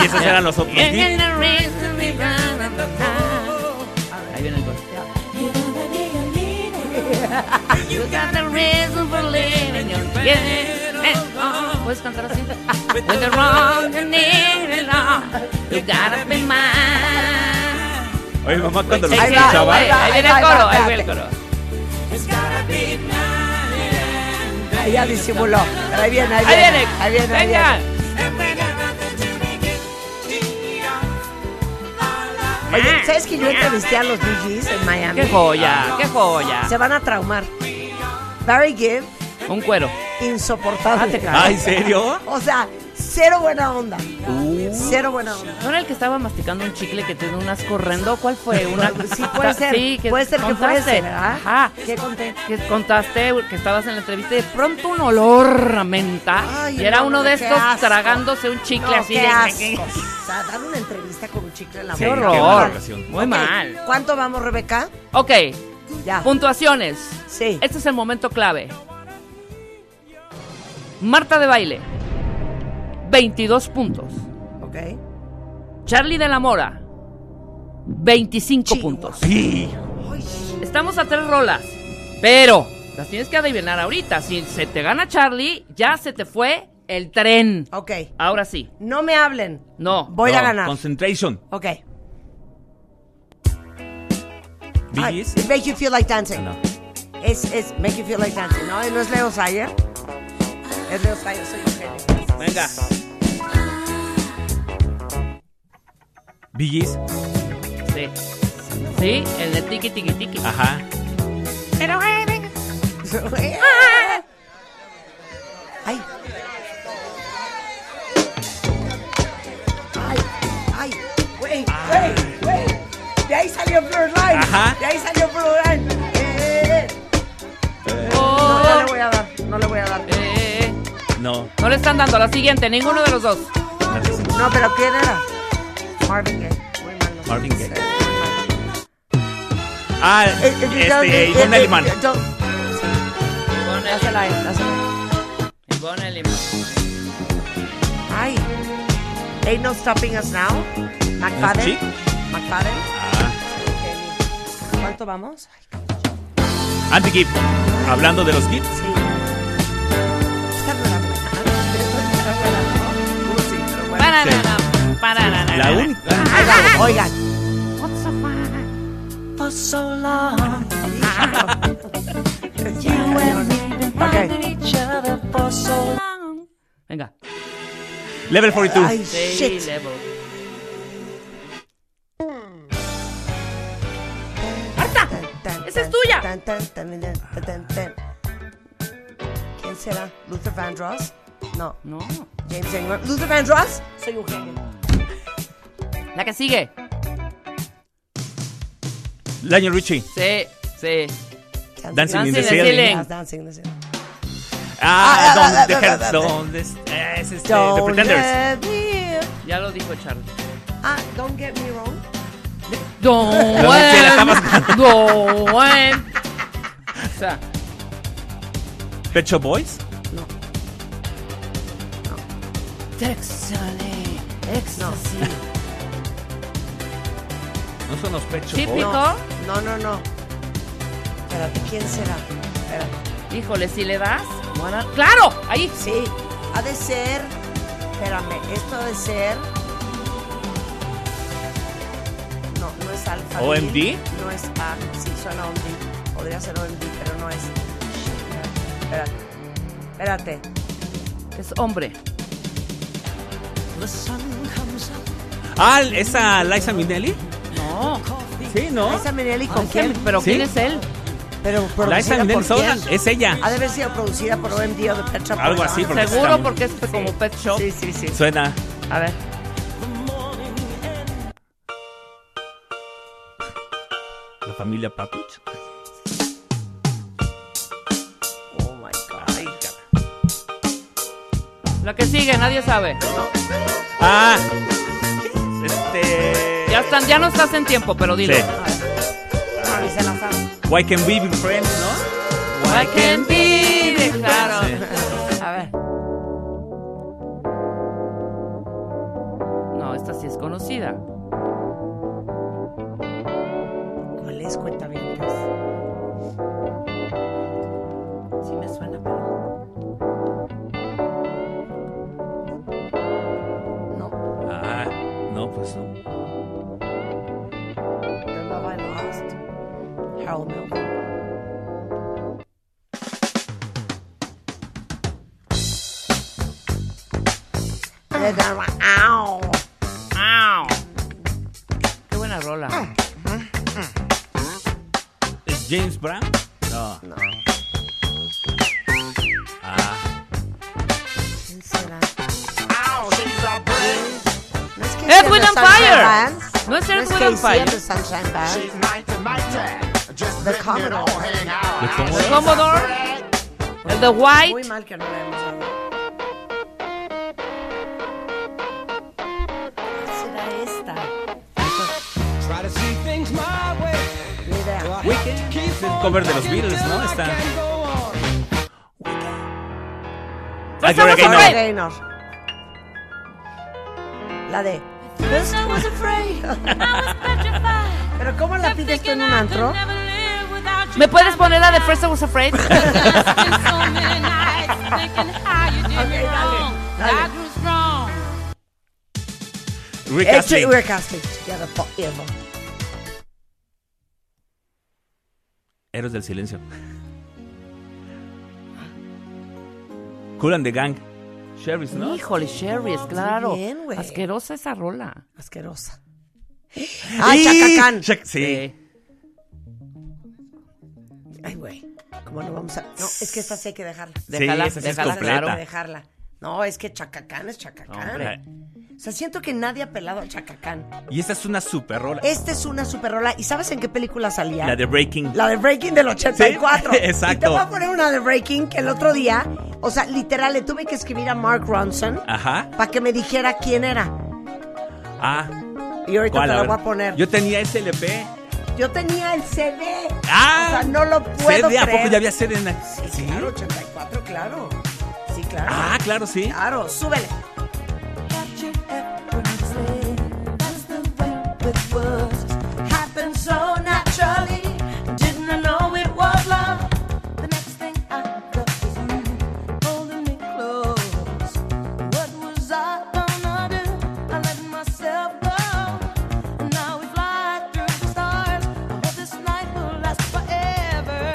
Speaker 5: Y esos eran los otros hits.
Speaker 3: Ahí viene el coro. ¿Puedes cantar así? With the wrong and near and wrong, you gotta be mine.
Speaker 5: Oye, mamá, cuando los
Speaker 4: Ahí va,
Speaker 5: escuchaba.
Speaker 4: ahí va.
Speaker 3: Ahí viene el coro, ahí
Speaker 4: espérate.
Speaker 3: viene el coro.
Speaker 4: Ahí ya disimuló. Pero ahí viene, ahí
Speaker 3: Ahí
Speaker 4: viene.
Speaker 3: viene,
Speaker 4: Ahí viene, ahí viene.
Speaker 3: venga.
Speaker 4: Oye, ¿sabes que yo entrevisté a los DJs en Miami?
Speaker 3: Qué joya, qué joya.
Speaker 4: Se van a traumar. Barry Gibb,
Speaker 3: Un cuero.
Speaker 4: insoportable.
Speaker 5: Ah, ¿en serio?
Speaker 4: o sea, cero buena onda.
Speaker 3: Uh.
Speaker 4: Cero buena onda.
Speaker 3: ¿No era el que estaba masticando un chicle que tenía un asco horrendo? ¿Cuál fue? Una...
Speaker 4: Sí, puede ser.
Speaker 3: Sí,
Speaker 4: puede ser que puede
Speaker 3: contaste.
Speaker 4: ser, ¿verdad?
Speaker 3: Ajá.
Speaker 4: ¿Qué conté?
Speaker 3: que contaste que estabas en la entrevista y de pronto un olor a menta.
Speaker 4: Ay,
Speaker 3: y era
Speaker 4: no,
Speaker 3: uno
Speaker 4: no,
Speaker 3: de
Speaker 4: qué
Speaker 3: estos
Speaker 4: asco.
Speaker 3: tragándose un
Speaker 4: No,
Speaker 3: chicle así
Speaker 4: qué
Speaker 3: de.
Speaker 4: asco. O sea, dar una entrevista con un chicle en la
Speaker 5: Sí,
Speaker 3: ¡Qué
Speaker 4: boca.
Speaker 5: qué mala
Speaker 3: horror!
Speaker 5: ocasión.
Speaker 3: Muy
Speaker 4: Ok,
Speaker 3: mal.
Speaker 4: ¿Cuánto vamos, Rebeca?
Speaker 3: Ok,
Speaker 4: ¿Ah? Ya.
Speaker 3: puntuaciones.
Speaker 4: Sí.
Speaker 3: Este es el momento clave. Marta de baile, 22 puntos.
Speaker 4: Ok.
Speaker 3: Charlie de la Mora, 25
Speaker 4: Chihuahua.
Speaker 3: puntos.
Speaker 5: Sí.
Speaker 4: Ay, sí.
Speaker 3: Estamos a tres rolas, pero las tienes que adivinar ahorita. Si se te gana Charlie, ya se te fue el tren.
Speaker 4: Ok.
Speaker 3: Ahora sí.
Speaker 4: No me hablen.
Speaker 3: No.
Speaker 4: Voy a
Speaker 5: No,
Speaker 4: ganar.
Speaker 5: Concentration.
Speaker 4: Ok. Ay,
Speaker 5: Billys.
Speaker 4: Make You Feel Like Dancing.
Speaker 5: No.
Speaker 4: Es, es Make You Feel Like Dancing, ¿no? ¿No es Leo Sayer? Es Leo Sayer, soy Eugenio.
Speaker 5: Venga. Billys.
Speaker 3: Sí. Sí, el de tiki tiki tiki.
Speaker 5: Ajá.
Speaker 4: eh, Ay. Ay, ay, güey, güey, güey. De ahí salió Blur Line.
Speaker 5: Ajá.
Speaker 4: De ahí salió Blur Line. Eh, eh, eh. No, no le voy a dar, no le voy a dar.
Speaker 3: Eh, eh, eh.
Speaker 5: No.
Speaker 3: No le están dando a la siguiente, ninguno de los dos.
Speaker 4: No, pero ¿quién era? Marvin Gaye. Muy malo.
Speaker 5: Marvin Gaye. Ah,
Speaker 4: Eh, eh, yo-
Speaker 5: este,
Speaker 4: eh,
Speaker 5: Ivonne
Speaker 4: eh,
Speaker 5: Elliman.
Speaker 4: eh, yo-
Speaker 3: Ivonne
Speaker 4: Dásela a
Speaker 3: Elliman.
Speaker 4: él, dásela.
Speaker 3: Ivonne Elliman.
Speaker 4: Ay. Ain't no stopping us now. McFadden.
Speaker 5: chic?
Speaker 4: McFadden.
Speaker 5: Ah,
Speaker 4: ¿Cuánto vamos?
Speaker 5: Andy Gibb. Hablando de los Gibbs.
Speaker 4: Sí. Esta no era buena. Esta no era buena, ¿no? Uh, sí, pero bueno.
Speaker 3: Paranana, paranana.
Speaker 5: La única.
Speaker 4: Ahí va, Ah, Oigan. Ok.
Speaker 3: Venga.
Speaker 5: Level 42.
Speaker 4: Ay,
Speaker 3: Sí,
Speaker 4: shit.
Speaker 3: level. ¡Esa es tuya!
Speaker 4: Tan, tan, tan, tan, tan, tan, tan. ¿Quién será? ¿Luther Vandross? No.
Speaker 3: No.
Speaker 4: James Ingram. ¿Luther Vandross? Soy un genio.
Speaker 3: La que sigue.
Speaker 5: Lionel Richie.
Speaker 3: Sí, sí.
Speaker 5: Dancing in
Speaker 3: Dancing in
Speaker 5: the
Speaker 3: the
Speaker 5: Ceiling.
Speaker 3: Ceiling.
Speaker 4: Yes, Dancing in the Ceiling.
Speaker 5: Ah,
Speaker 4: ah,
Speaker 5: ¿dónde?
Speaker 4: ah, ah,
Speaker 5: ¿Dónde? Es este, The
Speaker 4: Don't
Speaker 5: Pretenders.
Speaker 4: get me-
Speaker 3: Ya lo dijo Charlie.
Speaker 4: Ah, don't get me wrong.
Speaker 3: Don
Speaker 5: No, sí, la estabas
Speaker 3: Don O sea,
Speaker 5: Pecho Boys.
Speaker 2: eh,
Speaker 3: Texale, ecstasy.
Speaker 5: No son los Pecho
Speaker 3: Típico.
Speaker 5: Boys.
Speaker 4: No, no, no, no. Espérate, ¿quién será? Espérate.
Speaker 3: Híjole, si le das. bueno, ¡Claro! Ahí.
Speaker 4: Sí, ha de ser. Espérame, esto ha de ser. No, no es alfa.
Speaker 5: ¿OMD?
Speaker 4: Bill, No es A. Sí, suena OMD. Podría ser OMD, pero no es. Espérate. Espérate.
Speaker 3: Es hombre.
Speaker 5: Ah, ¿esa Liza Minnelli?
Speaker 3: No.
Speaker 5: Sí, ¿no?
Speaker 4: Liza Minnelli con
Speaker 3: Ay,
Speaker 4: quién?
Speaker 3: ¿Pero
Speaker 5: ¿Sí?
Speaker 3: quién es él?
Speaker 4: Pero producida
Speaker 5: Liza Minnelli
Speaker 4: por
Speaker 5: sola,
Speaker 4: quién?
Speaker 5: es ella.
Speaker 4: Ha de haber sido producida por OMD o de Pet Shop
Speaker 5: Algo
Speaker 4: Boys,
Speaker 5: así,
Speaker 4: ¿no?
Speaker 5: Porque
Speaker 3: Seguro
Speaker 5: está-
Speaker 3: porque es como Pet Shop.
Speaker 4: Sí, sí, sí.
Speaker 5: Suena.
Speaker 3: A ver.
Speaker 5: La familia Papuch.
Speaker 4: Oh my God.
Speaker 5: Ay, cara.
Speaker 3: La que sigue, nadie sabe.
Speaker 5: Ah. Este.
Speaker 3: Ya, están, ya no estás en tiempo, pero dilo.
Speaker 5: Sí.
Speaker 4: No, ni se la sabe.
Speaker 5: Why can we be friends, ¿no?
Speaker 3: I can be. Claro. A ver. No, esta sí es conocida.
Speaker 4: ¿Cuál es? Cuentavientes. Sí me suena, pero... No,
Speaker 5: Ah, no, pues no.
Speaker 4: The Love I Lost. Harold Melvin. Ow.
Speaker 3: ¡Au! Qué buena rola.
Speaker 2: Mm,
Speaker 5: ¿Es James Brown? No. Ah,
Speaker 4: ¿Quién será? No es que
Speaker 3: Earth,
Speaker 4: sea
Speaker 3: Wind and
Speaker 4: de
Speaker 3: Eh,
Speaker 4: Sunshine
Speaker 3: Fire.
Speaker 4: Bands.
Speaker 3: No es Earth,
Speaker 4: que
Speaker 3: Wind and
Speaker 4: sea
Speaker 3: Fire.
Speaker 4: de Sunshine Bands. The Commodore.
Speaker 5: ¿de cómo?
Speaker 3: The Commodore. El The
Speaker 4: Muy
Speaker 3: White.
Speaker 4: mal que no la hemos hablado. ¿Cuál será esta?
Speaker 8: Try to see things my way.
Speaker 4: Ni idea.
Speaker 5: Wicked. Es el cover de los Beatles, ¿no? Está.
Speaker 3: Pues
Speaker 5: You're a
Speaker 3: estamos
Speaker 5: Gaynor.
Speaker 3: afraid.
Speaker 4: Gaynor. La de.
Speaker 2: First I was afraid, I was petrified.
Speaker 4: ¿Pero cómo la pides tú en un antro?
Speaker 2: Never live without you.
Speaker 3: ¿Me puedes poner la de First I Was Afraid?
Speaker 2: Spent so many nights thinking how you did me
Speaker 4: Okay, dale,
Speaker 2: wrong.
Speaker 4: dale.
Speaker 2: I grew strong.
Speaker 5: Rick
Speaker 4: Actually,
Speaker 5: Astley.
Speaker 4: Este, we're casting together forever.
Speaker 5: Héroes del silencio. Cool and the Gang. Sherry's, ¿no?
Speaker 3: Híjole, Sherry, es claro.
Speaker 4: bien, güey.
Speaker 3: Asquerosa esa rola.
Speaker 4: Asquerosa. ¡Ay, Ah, Chacacán!
Speaker 5: Chac- sí.
Speaker 3: Eh,
Speaker 4: Ay, güey. ¿Cómo no vamos a.? No, es que esta sí hay que dejarla.
Speaker 3: déjala,
Speaker 5: esa sí es
Speaker 3: déjala,
Speaker 5: completa.
Speaker 4: Hay que
Speaker 3: claro.
Speaker 4: dejarla. No, es que Chacacán es Chacacán.
Speaker 5: Hombre.
Speaker 4: O sea, siento que nadie ha apelado al Chacacán.
Speaker 5: Y esta es una super rola.
Speaker 4: Esta es una super rola. ¿Y sabes en qué película salía?
Speaker 5: La de Breaking.
Speaker 4: Este La de Breaking del 84.
Speaker 5: Sí, exacto.
Speaker 4: Y te voy a poner una de Breaking que el otro día, o sea, literal, le tuve que escribir a Mark Ronson
Speaker 5: Ajá.
Speaker 4: para que me dijera quién era.
Speaker 5: Ah.
Speaker 4: Y ahorita
Speaker 5: ¿Cuál?
Speaker 4: te la
Speaker 5: ver.
Speaker 4: voy a poner. Yo,
Speaker 5: Yo tenía SLP.
Speaker 4: tenía el CD.
Speaker 5: Ah.
Speaker 4: o sea, no lo puedo
Speaker 5: CD, ¿a poco
Speaker 4: creer.
Speaker 5: ya había CD en la...
Speaker 4: Sí, claro, 84, claro. Sí, claro.
Speaker 5: Ah, claro, sí.
Speaker 4: Claro, súbele.
Speaker 2: Happened so naturally, didn't I know it was love? The next thing I got was you holding me close. What was I gonna do? I let myself go, and now we fly through the stars. I hope this night will last forever.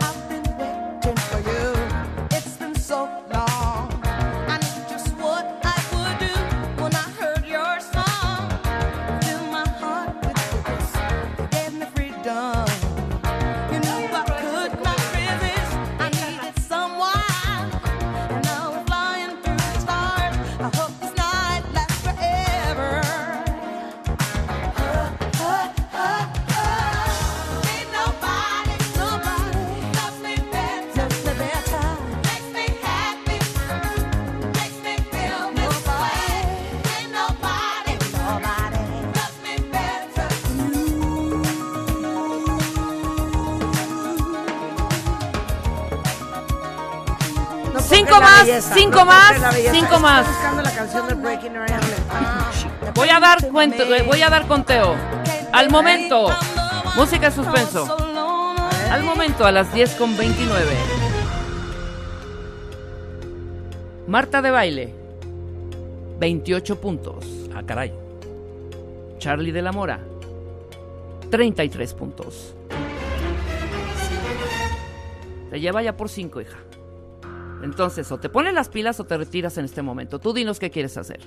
Speaker 2: I've been waiting for you. It's been so long. I knew just what I would do when I heard your song. Fill my heart with purpose. You gave me freedom. You knew I could not resist. I needed someone, and now we're flying through the stars. I hope this night lasts forever.
Speaker 4: No
Speaker 3: Cinco
Speaker 4: toques la
Speaker 3: más, cinco
Speaker 4: toques
Speaker 3: más,
Speaker 4: la belleza.
Speaker 3: cinco
Speaker 4: Estoy
Speaker 3: más. Ah,
Speaker 4: buscando la canción de Breaking Ah, Around.
Speaker 3: Voy a dar cuento, eh, voy a dar conteo. Al momento. Música de suspenso. Al momento, a las 10 con 29. Marta de baile. 28 puntos.
Speaker 5: Ah, caray.
Speaker 3: Charlie de la Mora. 33 puntos. Te lleva ya por 5, hija. Entonces, o te pones las pilas o te retiras en este momento. Tú dinos qué quieres hacer.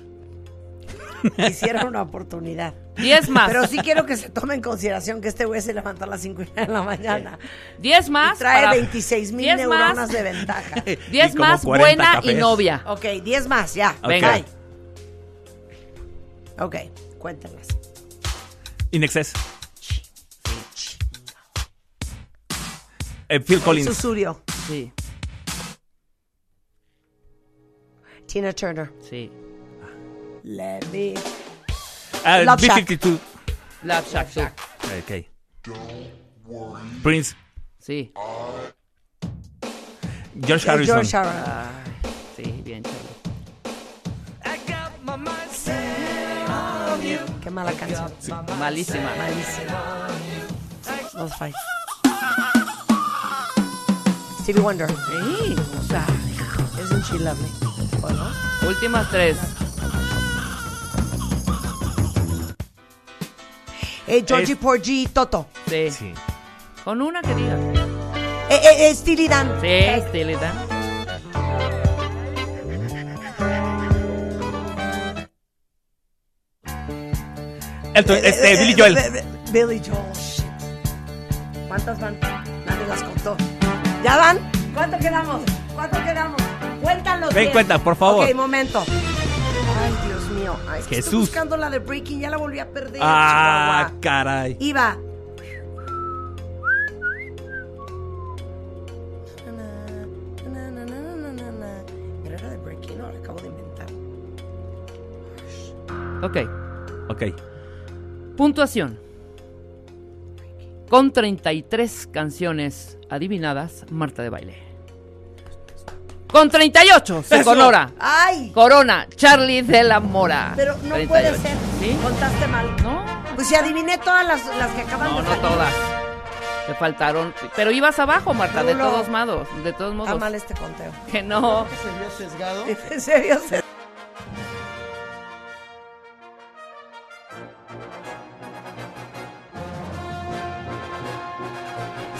Speaker 4: Quisiera una oportunidad.
Speaker 3: Diez más.
Speaker 4: Pero sí quiero que se tome en consideración que este güey se levantó a las 5 de la mañana.
Speaker 3: Diez más.
Speaker 4: Y trae
Speaker 3: para-
Speaker 4: 26 mil
Speaker 3: diez más.
Speaker 4: neuronas de ventaja.
Speaker 3: Diez
Speaker 5: Y como
Speaker 3: más,
Speaker 5: 40
Speaker 3: buena y
Speaker 5: cafés.
Speaker 3: novia.
Speaker 4: Ok, 10 más, ya.
Speaker 3: Venga.
Speaker 4: Bye. Ok, cuéntalas.
Speaker 5: In Excess. Eh, Phil Collins.
Speaker 4: Susurio.
Speaker 3: Sí,
Speaker 4: Tina Turner.
Speaker 3: sí.
Speaker 4: Let me.
Speaker 5: Ah,
Speaker 4: Love
Speaker 5: B52.
Speaker 3: Love Shack, sí.
Speaker 5: Ok. Prince.
Speaker 3: Sí,
Speaker 5: George Harrison.
Speaker 4: Eh, George Harrison.
Speaker 3: sí, bien, Charlie.
Speaker 4: Qué mala canción.
Speaker 3: Malísima.
Speaker 4: Malísima. Los Five. Stevie Wonder.
Speaker 3: Sí, o sea,
Speaker 4: Isn't she lovely? Bueno.
Speaker 3: últimas tres.
Speaker 4: Eh, Georgie Porgy Toto.
Speaker 3: Sí.
Speaker 5: Sí.
Speaker 3: Con una que digas.
Speaker 4: Eh, eh, eh, Steely Dan.
Speaker 3: Sí, Steely Dan.
Speaker 5: Elton,
Speaker 4: Eh,
Speaker 5: este,
Speaker 4: eh,
Speaker 5: Billy
Speaker 4: eh,
Speaker 5: Joel.
Speaker 4: eh, eh, Billy Joel. shit. ¿Cuántas van? Nadie las contó. ¿Ya van? ¿Cuánto quedamos? ¿Cuánto quedamos? Cuéntanos.
Speaker 5: Ven,
Speaker 4: bien.
Speaker 5: cuenta, por favor.
Speaker 4: Ok, momento. Ay, Dios mío. Ay, es que Estoy
Speaker 5: Jesús.
Speaker 4: buscando la de Breaking, ya la volví a perder.
Speaker 5: Ah,
Speaker 4: eh, Chihuahua.
Speaker 5: caray.
Speaker 4: Iba. Pero era de Breaking, no, la acabo de inventar.
Speaker 3: Ok.
Speaker 5: Ok.
Speaker 3: Puntuación. Con 33 canciones adivinadas, Marta de baile. Con 38, se conora.
Speaker 4: ¡Ay!
Speaker 3: Corona, Charlie de la Mora.
Speaker 4: Pero no
Speaker 3: 38.
Speaker 4: puede ser.
Speaker 3: ¿Sí?
Speaker 4: Contaste mal.
Speaker 3: No,
Speaker 4: Pues si adiviné todas las, las que acaban
Speaker 3: no,
Speaker 4: de
Speaker 3: no todas. Te faltaron. Pero ibas abajo, Marta, de
Speaker 4: Rulo.
Speaker 3: todos modos. De todos
Speaker 4: Está
Speaker 3: modos.
Speaker 4: mal este conteo.
Speaker 3: Que no.
Speaker 4: En serio, se-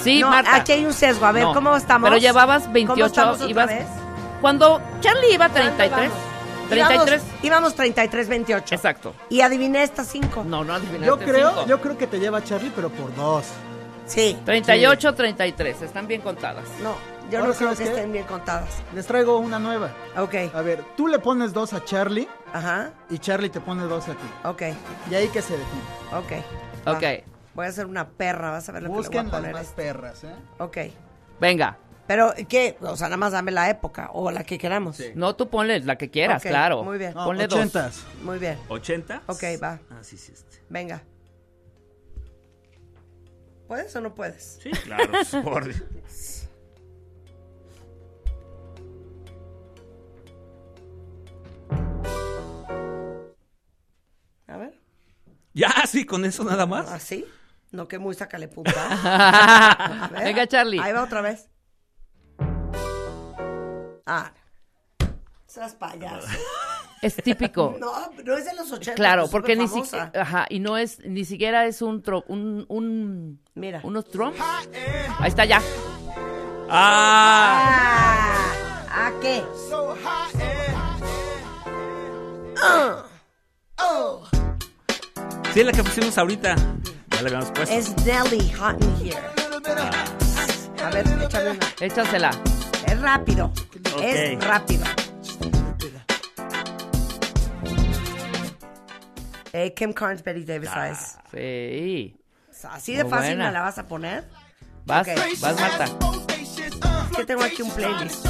Speaker 3: Sí,
Speaker 4: no,
Speaker 3: Marta.
Speaker 4: aquí hay un sesgo. A ver,
Speaker 3: No.
Speaker 4: ¿cómo estamos?
Speaker 3: Pero llevabas 28.
Speaker 4: ¿Cómo estamos otra
Speaker 3: ibas-
Speaker 4: vez?
Speaker 3: Cuando Charlie iba 33.
Speaker 4: vamos?
Speaker 3: 33.
Speaker 4: Íbamos, íbamos 33, 28.
Speaker 3: Exacto.
Speaker 4: Y adiviné estas cinco.
Speaker 3: No, no adivinaste.
Speaker 9: Yo creo,
Speaker 3: cinco.
Speaker 9: yo creo que te lleva Charlie, pero por dos.
Speaker 4: Sí.
Speaker 3: 38, 33. Están bien contadas.
Speaker 4: No, yo no
Speaker 9: Ahora,
Speaker 4: creo
Speaker 9: ¿sabes
Speaker 4: que
Speaker 9: qué?
Speaker 4: estén bien contadas.
Speaker 9: Les traigo una nueva.
Speaker 4: Ok.
Speaker 9: A ver, tú le pones dos a Charlie
Speaker 4: Ajá.
Speaker 9: y Charlie te pone dos a ti.
Speaker 4: Ok.
Speaker 9: Y ahí que se define.
Speaker 4: Ok. Va.
Speaker 3: Ok.
Speaker 4: Voy a hacer una perra, vas a ver lo
Speaker 9: Busquen
Speaker 4: que le
Speaker 9: las
Speaker 4: voy a poner.
Speaker 9: más perras, ¿eh?
Speaker 4: Ok.
Speaker 3: Venga.
Speaker 4: Pero, ¿qué? O sea, nada más dame la época o la que queramos.
Speaker 3: No, tú ponle la que quieras,
Speaker 4: Ok,
Speaker 3: claro.
Speaker 4: muy bien. No,
Speaker 3: Ponle dos.
Speaker 9: ochentas.
Speaker 4: Muy bien.
Speaker 5: ¿80?
Speaker 4: Ok, va.
Speaker 5: Ah, sí, sí. Este.
Speaker 4: Venga. ¿Puedes o no puedes?
Speaker 5: Sí, claro. por-
Speaker 4: A ver.
Speaker 5: ya, sí, con eso nada más.
Speaker 4: ¿Así? No, que muy sácale punta. A ver.
Speaker 3: Venga, Charlie.
Speaker 4: Ahí va otra vez. Ah. Esas payasas.
Speaker 3: Es típico.
Speaker 4: No, no es de los 80.
Speaker 3: Claro,
Speaker 4: pues,
Speaker 3: porque ni
Speaker 4: superfamosa.
Speaker 3: siquiera, ajá, y no es, ni siquiera es un, tro- un, un-
Speaker 4: Mira.
Speaker 3: unos trumps.
Speaker 5: eh.
Speaker 3: Ahí está ya.
Speaker 5: Ah,
Speaker 4: Ah, ¿A qué?
Speaker 5: sí, la que pusimos ahorita. Ya la habíamos puesto.
Speaker 4: Es Nelly Hot in Here. A ver, échame una.
Speaker 3: Échasela.
Speaker 4: Es rápido.
Speaker 5: Ok.
Speaker 4: Es rápido. Eh, Kim Carnes, Betty Davis Eyes.
Speaker 3: Ah, Sí.
Speaker 4: Así de
Speaker 3: muy
Speaker 4: fácil
Speaker 3: buena.
Speaker 4: me la vas a poner.
Speaker 3: Vas,
Speaker 4: Ok.
Speaker 3: vas, Marta.
Speaker 4: Es que tengo aquí un playlist.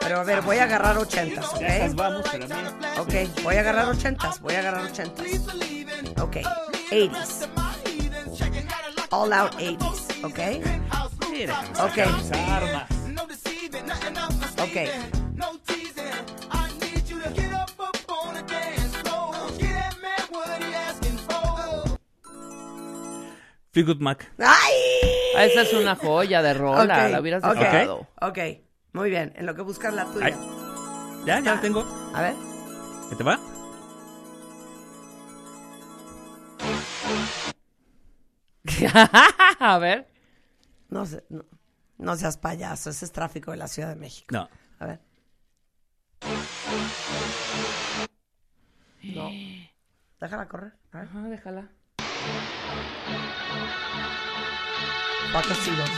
Speaker 4: Pero a ver, voy a agarrar ochentas, ¿ok?
Speaker 5: vamos, pero bien.
Speaker 4: Ok, voy a agarrar ochentas, voy a agarrar ochentas. Ok, 80s. All out 80s, ¿ok?
Speaker 5: Mira,
Speaker 4: Ok,
Speaker 5: arma.
Speaker 4: ok.
Speaker 5: Feel Good Mac.
Speaker 4: ¡Ay!
Speaker 3: Ah, Esa es una joya de rola.
Speaker 4: Ok,
Speaker 3: La hubieras
Speaker 4: ok,
Speaker 3: dejado.
Speaker 4: ok, muy bien. En lo que buscas la tuya. Ah,
Speaker 5: Ay. Ya, ya la tengo.
Speaker 4: A ver.
Speaker 5: ¿Qué te va?
Speaker 3: A ver.
Speaker 4: No sé. no. No seas payaso, ese es tráfico de la Ciudad de México.
Speaker 5: No.
Speaker 4: A ver. No. Déjala correr. A ver.
Speaker 3: Ajá, déjala.
Speaker 4: Cuatro siglos.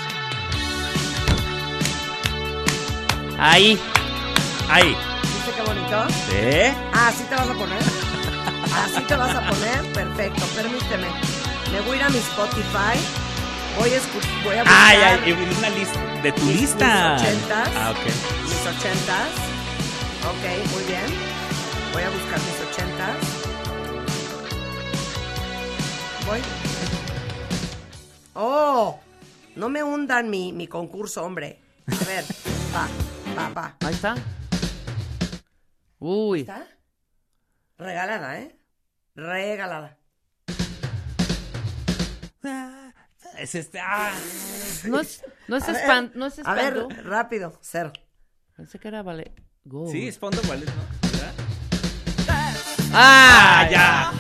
Speaker 5: Ahí. Ahí.
Speaker 4: ¿Viste qué bonito?
Speaker 5: ¿Eh?
Speaker 4: Así te vas a poner. Así te vas a poner. Perfecto, permíteme. Me voy a ir a mi Spotify. Voy a, escu- voy a buscar
Speaker 5: Ay, ay, y una lista. De tu
Speaker 4: Mis-
Speaker 5: lista.
Speaker 4: mis ochentas.
Speaker 5: Ah, ok.
Speaker 4: mis ochentas. Ok, muy bien. Voy a buscar mis ochentas. Voy. Oh, no me hundan mi, mi concurso, hombre. A ver, va, va, va.
Speaker 3: Ahí está. Uy.
Speaker 4: ¿Está? Regalada, ¿eh? Regalada.
Speaker 5: Es este. Ah.
Speaker 3: No es, no es
Speaker 4: A ver,
Speaker 3: espan- no es
Speaker 4: A
Speaker 3: espanto.
Speaker 4: ver, rápido, cero.
Speaker 3: Pensé que era vale. Go.
Speaker 5: Sí, es fondo wallet, ¿no? ¿Verdad?
Speaker 3: Ah,
Speaker 5: Ah, ya.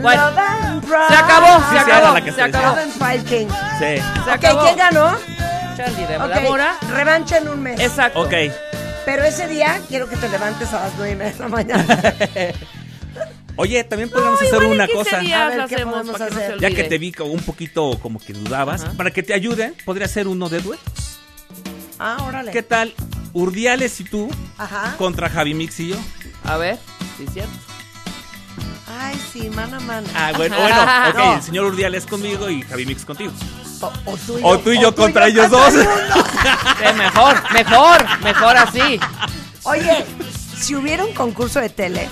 Speaker 3: Bueno,
Speaker 4: Love and pride.
Speaker 3: se acabó,
Speaker 5: Sí,
Speaker 3: se
Speaker 5: sí, era la
Speaker 3: acabó,
Speaker 5: que
Speaker 3: se
Speaker 5: estoy
Speaker 4: Love
Speaker 3: acabó.
Speaker 4: and pride king.
Speaker 5: Sí.
Speaker 3: Se
Speaker 4: Ok,
Speaker 3: acabó.
Speaker 4: ¿quién ganó?
Speaker 3: Charlie de la
Speaker 4: Ok,
Speaker 3: Mora.
Speaker 4: Revancha en un mes.
Speaker 3: Exacto.
Speaker 5: Ok.
Speaker 4: Pero ese día quiero que te levantes a las nueve y media de la mañana.
Speaker 5: Oye, también podríamos hacer
Speaker 3: Igual en
Speaker 5: una
Speaker 3: 15
Speaker 5: cosa.
Speaker 3: días
Speaker 4: A ver,
Speaker 3: lo
Speaker 4: ¿qué
Speaker 3: hacemos
Speaker 4: podemos
Speaker 3: para que no se
Speaker 4: hacer?
Speaker 5: Ya
Speaker 3: olvide.
Speaker 5: que te vi como un poquito como que dudabas,
Speaker 3: Ajá.
Speaker 5: para que te ayude, podría ser uno de duetos.
Speaker 4: ah, órale.
Speaker 5: ¿Qué tal? Urdiales y tú
Speaker 4: Ajá.
Speaker 5: contra Javi Mix y yo.
Speaker 3: A ver, sí, es cierto.
Speaker 4: Ay, sí, man a man.
Speaker 5: Ah, bueno,
Speaker 3: Ajá.
Speaker 5: bueno, ok,
Speaker 4: No.
Speaker 5: el señor Urdiales conmigo y Javi Mix contigo.
Speaker 4: O, tú
Speaker 5: O tú y yo contra ellos dos.
Speaker 3: Sí, mejor, mejor, mejor así.
Speaker 4: Oye, si hubiera un concurso de tele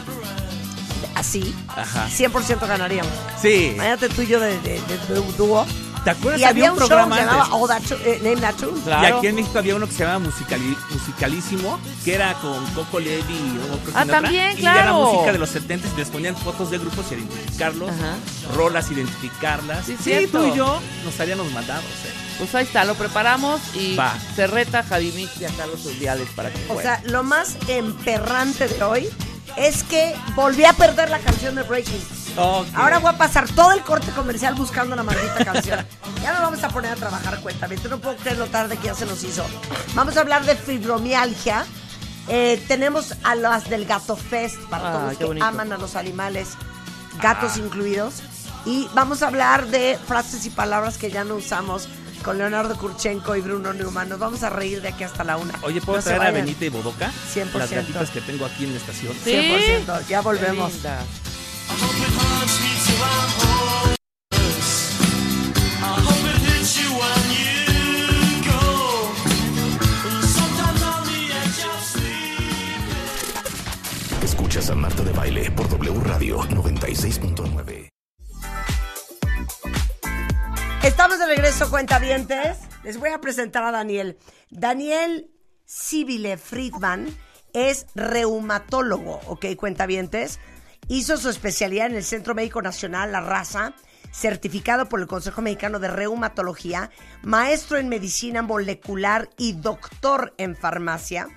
Speaker 4: así,
Speaker 5: Ajá.
Speaker 4: 100% ganaríamos.
Speaker 5: Sí.
Speaker 4: Imagínate tú y yo de, de- de- de un dúo.
Speaker 5: ¿Te acuerdas?
Speaker 4: Y había un, programa show que se
Speaker 5: antes?
Speaker 4: llamaba Oh, That Tune- eh, Name That Tune.
Speaker 5: Y
Speaker 3: Claro.
Speaker 5: aquí en México había uno que se llamaba Musicali- Musicalísimo, que era con Coco Levi y no creo que
Speaker 3: Ah,
Speaker 5: sin otra.
Speaker 3: también,
Speaker 5: Y era
Speaker 3: claro.
Speaker 5: música de los 70 y les ponían fotos de grupos y identificarlos,
Speaker 3: Ajá.
Speaker 5: rolas, identificarlas.
Speaker 3: Sí,
Speaker 5: tú
Speaker 3: cierto.
Speaker 5: y yo nos haríamos mandados, ¿eh?
Speaker 3: Pues ahí está, lo preparamos y
Speaker 5: Va.
Speaker 3: se reta Javi Mix y a Carlos Urdiales para que
Speaker 4: O
Speaker 3: jueguen.
Speaker 4: sea, lo más emperrante de hoy es que volví a perder la canción de Breaking.
Speaker 5: Ok.
Speaker 4: Ahora voy a pasar todo el corte comercial buscando la maldita canción. Ya nos vamos a poner a trabajar cuenta. No puedo creer lo tarde que ya se nos hizo. Vamos a hablar de fibromialgia. Eh, tenemos a las del Gato Fest para
Speaker 3: Ah,
Speaker 4: todos los
Speaker 3: qué
Speaker 4: que
Speaker 3: bonito. Ah.
Speaker 4: aman a los animales, gatos incluidos. Y vamos a hablar de frases y palabras que ya no usamos con Leonardo Kurchenko y Bruno Neumann. Nos vamos a reír de aquí hasta la una.
Speaker 5: Oye, ¿puedo
Speaker 4: No se
Speaker 5: traer a
Speaker 4: vayan.
Speaker 5: Benita y Bodoca?
Speaker 4: 100%.
Speaker 5: Las gatitas que tengo aquí en la estación.
Speaker 3: Sí.
Speaker 4: 100%. Ya
Speaker 3: Qué
Speaker 4: volvemos.
Speaker 3: linda.
Speaker 1: Escuchas a Marta de Baile por W Radio 96.9.
Speaker 4: Estamos de regreso, cuentavientes. Les voy a presentar a Daniel. Daniel Sibile Friedman es reumatólogo, ok, cuentavientes. Hizo su especialidad en el Centro Médico Nacional La Raza, certificado por el Consejo Mexicano de Reumatología, maestro en medicina molecular y doctor en farmacia.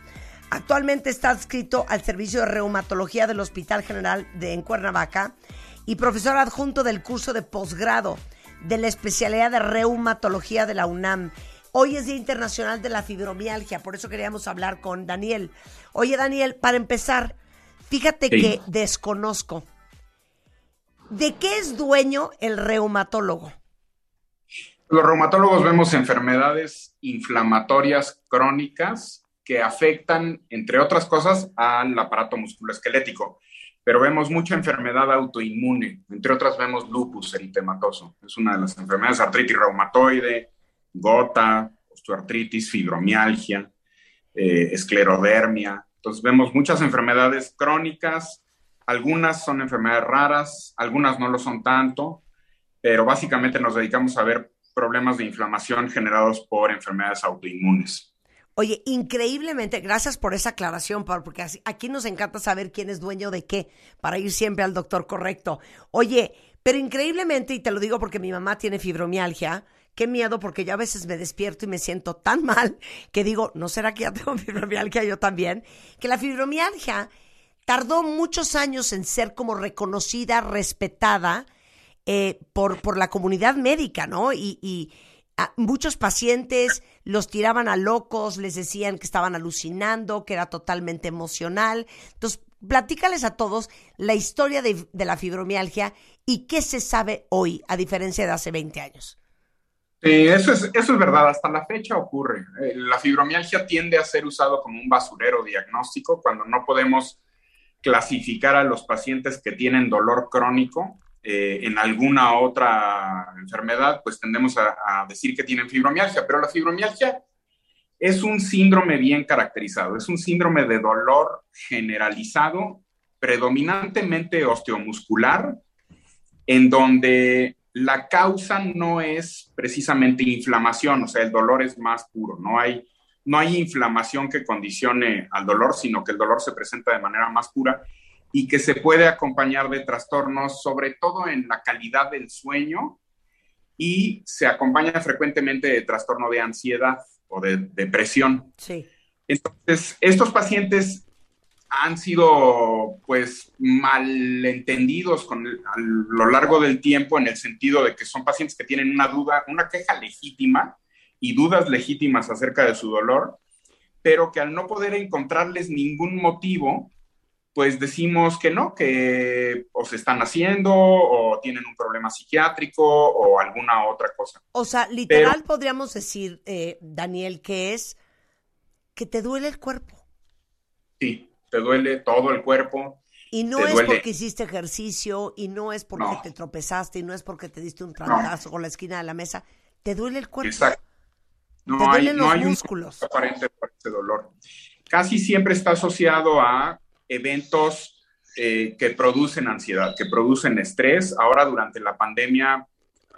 Speaker 4: Actualmente está adscrito al servicio de reumatología del Hospital General de en Cuernavaca y profesor adjunto del curso de posgrado de la especialidad de reumatología de la UNAM. Hoy es Día Internacional de la Fibromialgia, por eso queríamos hablar con Daniel. Oye, Daniel, para empezar, fíjate que desconozco. ¿De qué es dueño el reumatólogo?
Speaker 10: Los reumatólogos vemos enfermedades inflamatorias crónicas que afectan, entre otras cosas, al aparato musculoesquelético, pero vemos mucha enfermedad autoinmune, entre otras vemos lupus eritematoso, es una de las enfermedades, artritis reumatoide, gota, osteoartritis, fibromialgia, eh, esclerodermia, entonces vemos muchas enfermedades crónicas, algunas son enfermedades raras, algunas no lo son tanto, pero básicamente nos dedicamos a ver problemas de inflamación generados por enfermedades autoinmunes.
Speaker 4: Oye, increíblemente, gracias por esa aclaración, Pablo, porque así- aquí nos encanta saber quién es dueño de qué para ir siempre al doctor correcto. Oye, pero increíblemente, y te lo digo porque mi mamá tiene fibromialgia, qué miedo, porque yo a veces me despierto y me siento tan mal que digo, ¿no será que ya tengo fibromialgia yo también? Que la fibromialgia tardó muchos años en ser como reconocida, respetada eh, por, por la comunidad médica, ¿no? Y, y a muchos pacientes los tiraban a locos, les decían que estaban alucinando, que era totalmente emocional. Entonces, platícales a todos la historia de, de la fibromialgia y qué se sabe hoy, a diferencia de hace 20 años.
Speaker 10: Sí, eso es, eso es verdad, hasta la fecha ocurre. Eh, La fibromialgia tiende a ser usado como un basurero diagnóstico cuando no podemos clasificar a los pacientes que tienen dolor crónico eh, en alguna otra enfermedad, pues tendemos a, a decir que tienen fibromialgia, pero la fibromialgia es un síndrome bien caracterizado, es un síndrome de dolor generalizado, predominantemente osteomuscular, en donde la causa no es precisamente inflamación, o sea, el dolor es más puro, no hay, no hay inflamación que condicione al dolor, sino que el dolor se presenta de manera más pura y que se puede acompañar de trastornos, sobre todo en la calidad del sueño, y se acompaña frecuentemente de trastorno de ansiedad o de depresión.
Speaker 4: Sí.
Speaker 10: Entonces, estos pacientes han sido pues malentendidos con el- a lo largo del tiempo en el sentido de que son pacientes que tienen una duda, una queja legítima y dudas legítimas acerca de su dolor, pero que al no poder encontrarles ningún motivo, pues decimos que no, que o se están haciendo o tienen un problema psiquiátrico o alguna otra cosa.
Speaker 4: O sea, literal podríamos decir, eh, Daniel, que es que te duele el cuerpo.
Speaker 10: Sí, te duele todo el cuerpo,
Speaker 4: Y no
Speaker 10: Te
Speaker 4: es
Speaker 10: duele.
Speaker 4: porque hiciste ejercicio, y no es porque
Speaker 10: No.
Speaker 4: te tropezaste, y no es porque te diste un trancazo con la esquina de la mesa. Te duele el cuerpo.
Speaker 10: Exacto. No
Speaker 4: Te
Speaker 10: hay,
Speaker 4: duelen
Speaker 10: no
Speaker 4: los
Speaker 10: hay un
Speaker 4: músculos.
Speaker 10: motivo aparente para este dolor. Casi siempre está asociado a eventos eh, que producen ansiedad, que producen estrés. Ahora durante la pandemia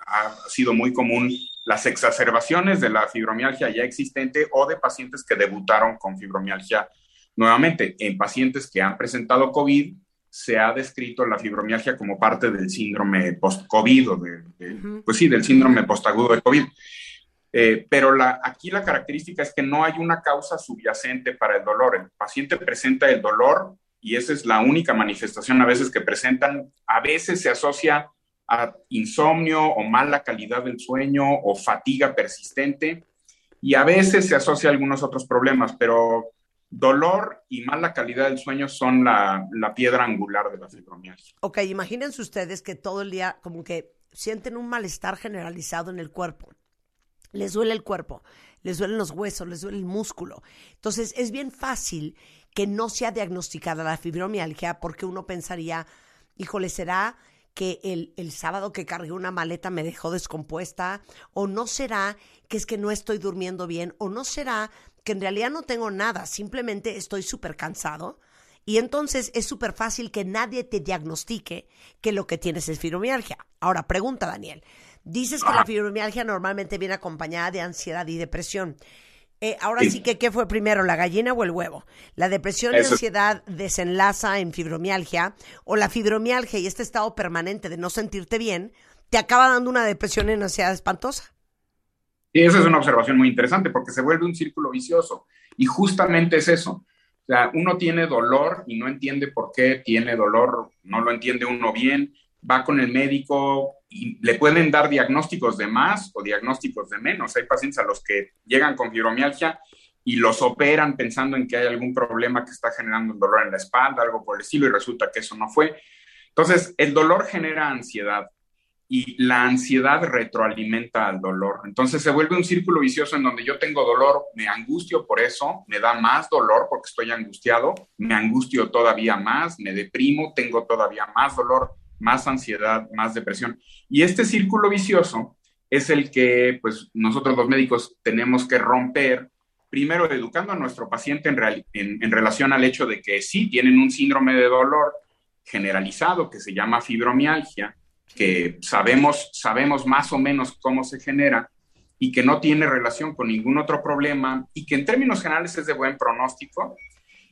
Speaker 10: ha sido muy común las exacerbaciones de la fibromialgia ya existente o de pacientes que debutaron con fibromialgia nuevamente. En pacientes que han presentado COVID se ha descrito la fibromialgia como parte del síndrome post-COVID o de- de- pues sí, del síndrome postagudo de COVID. Eh, pero la, aquí la característica es que no hay una causa subyacente para el dolor. El paciente presenta el dolor y esa es la única manifestación a veces que presentan. A veces se asocia a insomnio o mala calidad del sueño o fatiga persistente y a veces se asocia a algunos otros problemas, pero dolor y mala calidad del sueño son la, la piedra angular de la fibromialgia.
Speaker 4: Ok, imagínense ustedes que todo el día como que sienten un malestar generalizado en el cuerpo. Les duele el cuerpo, les duelen los huesos, les duele el músculo. Entonces es bien fácil que no sea diagnosticada la fibromialgia porque uno pensaría, híjole, ¿será que el, el sábado que cargué una maleta me dejó descompuesta? ¿O no será que es que no estoy durmiendo bien? ¿O no será que en realidad no tengo nada, simplemente estoy súper cansado? Y entonces es súper fácil que nadie te diagnostique que lo que tienes es fibromialgia. Ahora, pregunta, Daniel. Dices que la fibromialgia normalmente viene acompañada de ansiedad y depresión. Eh, ahora sí.
Speaker 10: Sí.
Speaker 4: que, ¿qué fue primero, la gallina o el huevo? ¿La depresión y
Speaker 10: Eso.
Speaker 4: ansiedad desenlaza en fibromialgia? ¿O la fibromialgia y este estado permanente de no sentirte bien te acaba dando una depresión y ansiedad espantosa?
Speaker 10: Y esa es una observación muy interesante porque se vuelve un círculo vicioso y justamente es eso. O sea, uno tiene dolor y no entiende por qué tiene dolor, no lo entiende uno bien, va con el médico y le pueden dar diagnósticos de más o diagnósticos de menos. Hay pacientes a los que llegan con fibromialgia y los operan pensando en que hay algún problema que está generando un dolor en la espalda, algo por el estilo, y resulta que eso no fue. Entonces, el dolor genera ansiedad y la ansiedad retroalimenta al dolor. Entonces se vuelve un círculo vicioso en donde yo tengo dolor, me angustio por eso, me da más dolor porque estoy angustiado, me angustio todavía más, me deprimo, tengo todavía más dolor, más ansiedad, más depresión. Y este círculo vicioso es el que pues nosotros los médicos tenemos que romper primero educando a nuestro paciente en, real- en- en relación al hecho de que sí tienen un síndrome de dolor generalizado que se llama fibromialgia, que sabemos, sabemos más o menos cómo se genera y que no tiene relación con ningún otro problema y que en términos generales es de buen pronóstico.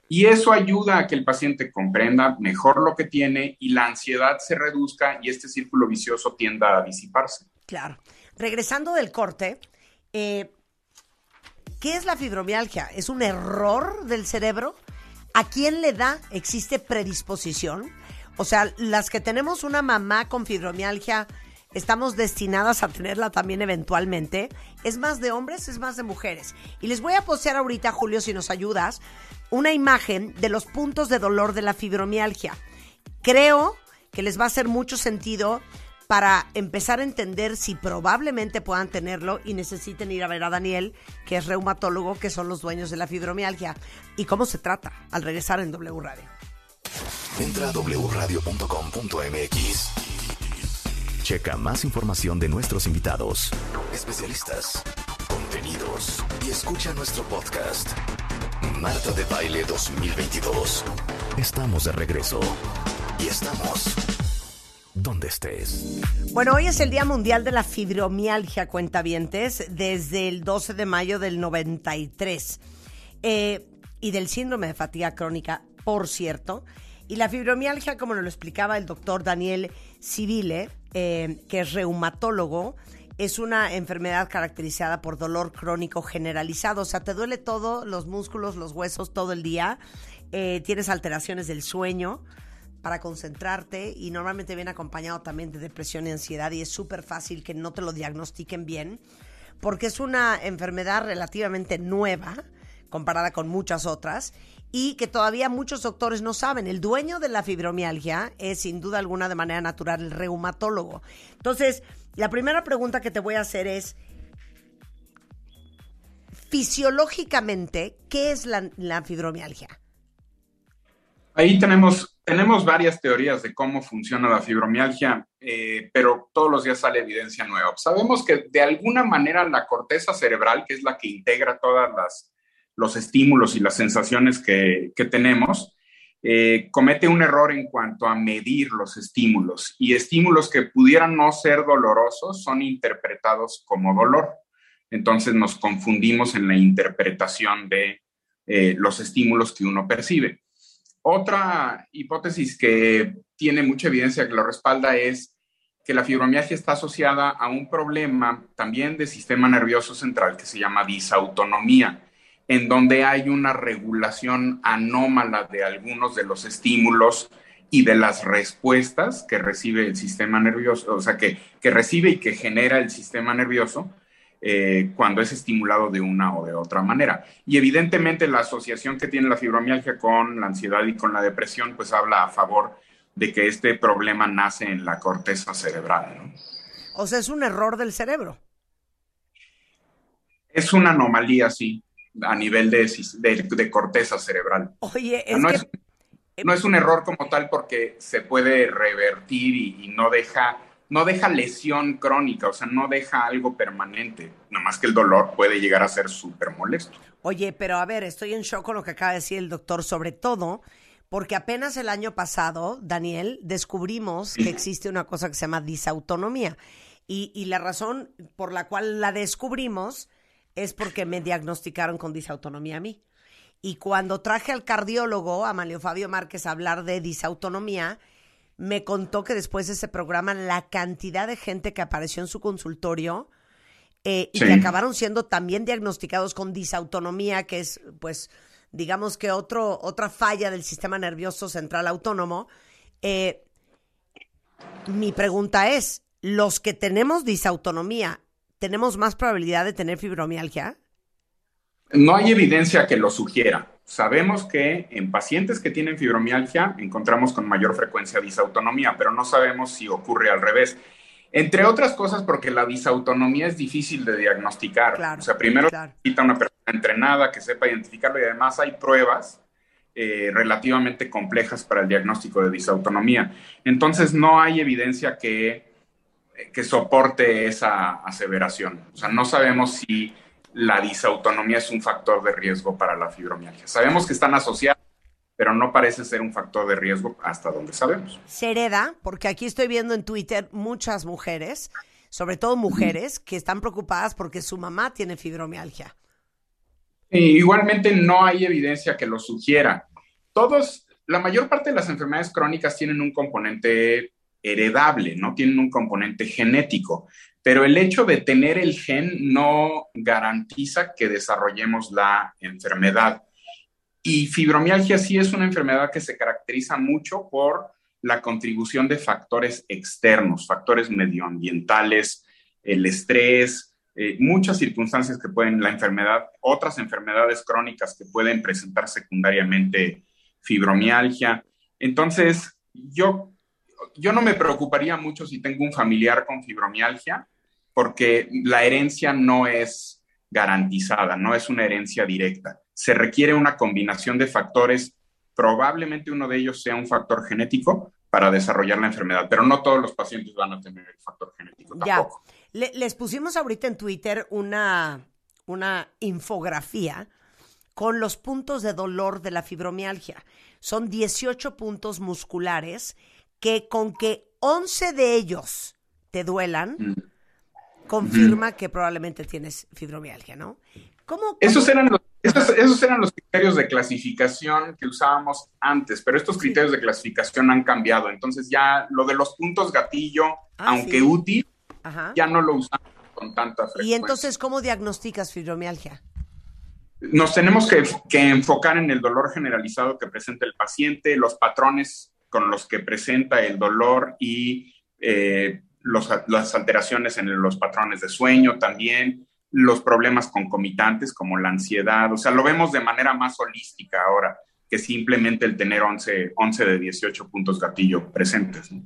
Speaker 10: Y eso ayuda a que el paciente comprenda mejor lo que tiene y la ansiedad se reduzca y este círculo vicioso tienda a disiparse.
Speaker 4: Claro. Regresando del corte, eh, ¿qué es la fibromialgia? ¿Es un error del cerebro? ¿A quién le da? ¿Existe predisposición? O sea, las que tenemos una mamá con fibromialgia, estamos destinadas a tenerla también eventualmente. Es más de hombres, es más de mujeres. Y les voy a postear ahorita, Julio, si nos ayudas, una imagen de los puntos de dolor de la fibromialgia. Creo que les va a hacer mucho sentido para empezar a entender si probablemente puedan tenerlo y necesiten ir a ver a Daniel, que es reumatólogo, que son los dueños de la fibromialgia, y cómo se trata al regresar en W Radio.
Speaker 1: Entra a wradio.com.mx. Checa más información de nuestros invitados, especialistas, contenidos y escucha nuestro podcast. Marta de Baile 2022. Estamos de regreso. Y estamos donde estés.
Speaker 4: Bueno, hoy es el Día Mundial de la Fibromialgia, cuentavientes, desde el 12 de mayo del 93. Eh, y del síndrome de fatiga crónica, por cierto. Y la fibromialgia, como nos lo explicaba el doctor Daniel Civile, eh, que es reumatólogo, es una enfermedad caracterizada por dolor crónico generalizado. O sea, te duele todo, los músculos, los huesos, todo el día. Eh, tienes alteraciones del sueño para concentrarte y normalmente viene acompañado también de depresión y ansiedad y es súper fácil que no te lo diagnostiquen bien porque es una enfermedad relativamente nueva comparada con muchas otras y que todavía muchos doctores no saben. El dueño de la fibromialgia es sin duda alguna de manera natural el reumatólogo. Entonces, la primera pregunta que te voy a hacer es, fisiológicamente, ¿qué es la, la fibromialgia?
Speaker 10: Ahí tenemos, tenemos varias teorías de cómo funciona la fibromialgia, eh, pero todos los días sale evidencia nueva. Sabemos que de alguna manera la corteza cerebral, que es la que integra todas las los estímulos y las sensaciones que, que tenemos, eh, comete un error en cuanto a medir los estímulos y estímulos que pudieran no ser dolorosos son interpretados como dolor. Entonces nos confundimos en la interpretación de eh, los estímulos que uno percibe. Otra hipótesis que tiene mucha evidencia que lo respalda es que la fibromialgia está asociada a un problema también de sistema nervioso central que se llama disautonomía en donde hay una regulación anómala de algunos de los estímulos y de las respuestas que recibe el sistema nervioso, o sea, que, que recibe y que genera el sistema nervioso eh, cuando es estimulado de una o de otra manera. Y evidentemente la asociación que tiene la fibromialgia con la ansiedad y con la depresión, pues habla a favor de que este problema nace en la corteza cerebral. ¿no?
Speaker 4: O sea, es un error del cerebro.
Speaker 10: Es una anomalía, sí a nivel de, de, de, corteza cerebral.
Speaker 4: Oye,
Speaker 10: es Ah, no, que... es, no, es, un error como tal porque se puede revertir y, y, no deja no deja lesión crónica, o sea, no deja algo permanente. Nada más que el dolor puede llegar a ser súper molesto.
Speaker 4: Oye, pero a ver, estoy en shock con lo que acaba de decir el doctor, sobre todo porque apenas el año pasado, Daniel, descubrimos que existe una cosa que se llama disautonomía. Y, y la razón por la cual la descubrimos es porque me diagnosticaron con disautonomía a mí. Y cuando traje al cardiólogo, a Manlio Fabio Márquez, a hablar de disautonomía, me contó que después de ese programa, la cantidad de gente que apareció en su consultorio eh, y
Speaker 10: Sí.
Speaker 4: que acabaron siendo también diagnosticados con disautonomía, que es, pues, digamos que otro, otra falla del sistema nervioso central autónomo. eh, mi pregunta es, ¿los que tenemos disautonomía tenemos más probabilidad de tener fibromialgia?
Speaker 10: No hay evidencia que lo sugiera. Sabemos que en pacientes que tienen fibromialgia encontramos con mayor frecuencia disautonomía, pero no sabemos si ocurre al revés. Entre otras cosas porque la disautonomía es difícil de diagnosticar.
Speaker 4: Claro,
Speaker 10: o sea, primero
Speaker 4: claro.
Speaker 10: necesita una persona entrenada que sepa identificarlo y además hay pruebas eh, relativamente complejas para el diagnóstico de disautonomía. Entonces no hay evidencia que que soporte esa aseveración. O sea, no sabemos si la disautonomía es un factor de riesgo para la fibromialgia. Sabemos que están asociadas, pero no parece ser un factor de riesgo hasta donde sabemos.
Speaker 4: Se hereda, porque aquí estoy viendo en Twitter muchas mujeres, sobre todo mujeres, que están preocupadas porque su mamá tiene fibromialgia.
Speaker 10: E igualmente, no hay evidencia que lo sugiera. Todos, la mayor parte de las enfermedades crónicas tienen un componente heredable, ¿no? Tienen un componente genético, pero el hecho de tener el gen no garantiza que desarrollemos la enfermedad. Y fibromialgia sí es una enfermedad que se caracteriza mucho por la contribución de factores externos, factores medioambientales, el estrés, eh, muchas circunstancias que pueden, la enfermedad, otras enfermedades crónicas que pueden presentar secundariamente fibromialgia. Entonces, yo, yo no me preocuparía mucho si tengo un familiar con fibromialgia, porque la herencia no es garantizada, no es una herencia directa. Se requiere una combinación de factores, probablemente uno de ellos sea un factor genético para desarrollar la enfermedad, pero no todos los pacientes van a tener el factor genético
Speaker 4: Ya.
Speaker 10: tampoco.
Speaker 4: Le- les pusimos ahorita en Twitter una, una infografía con los puntos de dolor de la fibromialgia. Son 18 puntos musculares que con que 11 de ellos te duelan,
Speaker 10: Mm.
Speaker 4: confirma que probablemente tienes fibromialgia, ¿no? ¿Cómo?
Speaker 10: Esos eran los esos, esos eran los criterios de clasificación que usábamos antes, pero estos criterios de clasificación han cambiado. Entonces ya lo de los puntos gatillo, aunque
Speaker 4: Ah, sí.
Speaker 10: útil,
Speaker 4: Ajá.
Speaker 10: ya no lo usamos con tanta frecuencia.
Speaker 4: Y entonces, ¿cómo diagnosticas fibromialgia?
Speaker 10: nos tenemos que, que enfocar en el dolor generalizado que presenta el paciente, los patrones con los que presenta el dolor y eh, los- las alteraciones en los patrones de sueño también, los problemas concomitantes como la ansiedad, o sea, lo vemos de manera más holística ahora que simplemente el tener 11, 11 de 18 puntos gatillo presentes. ¿no?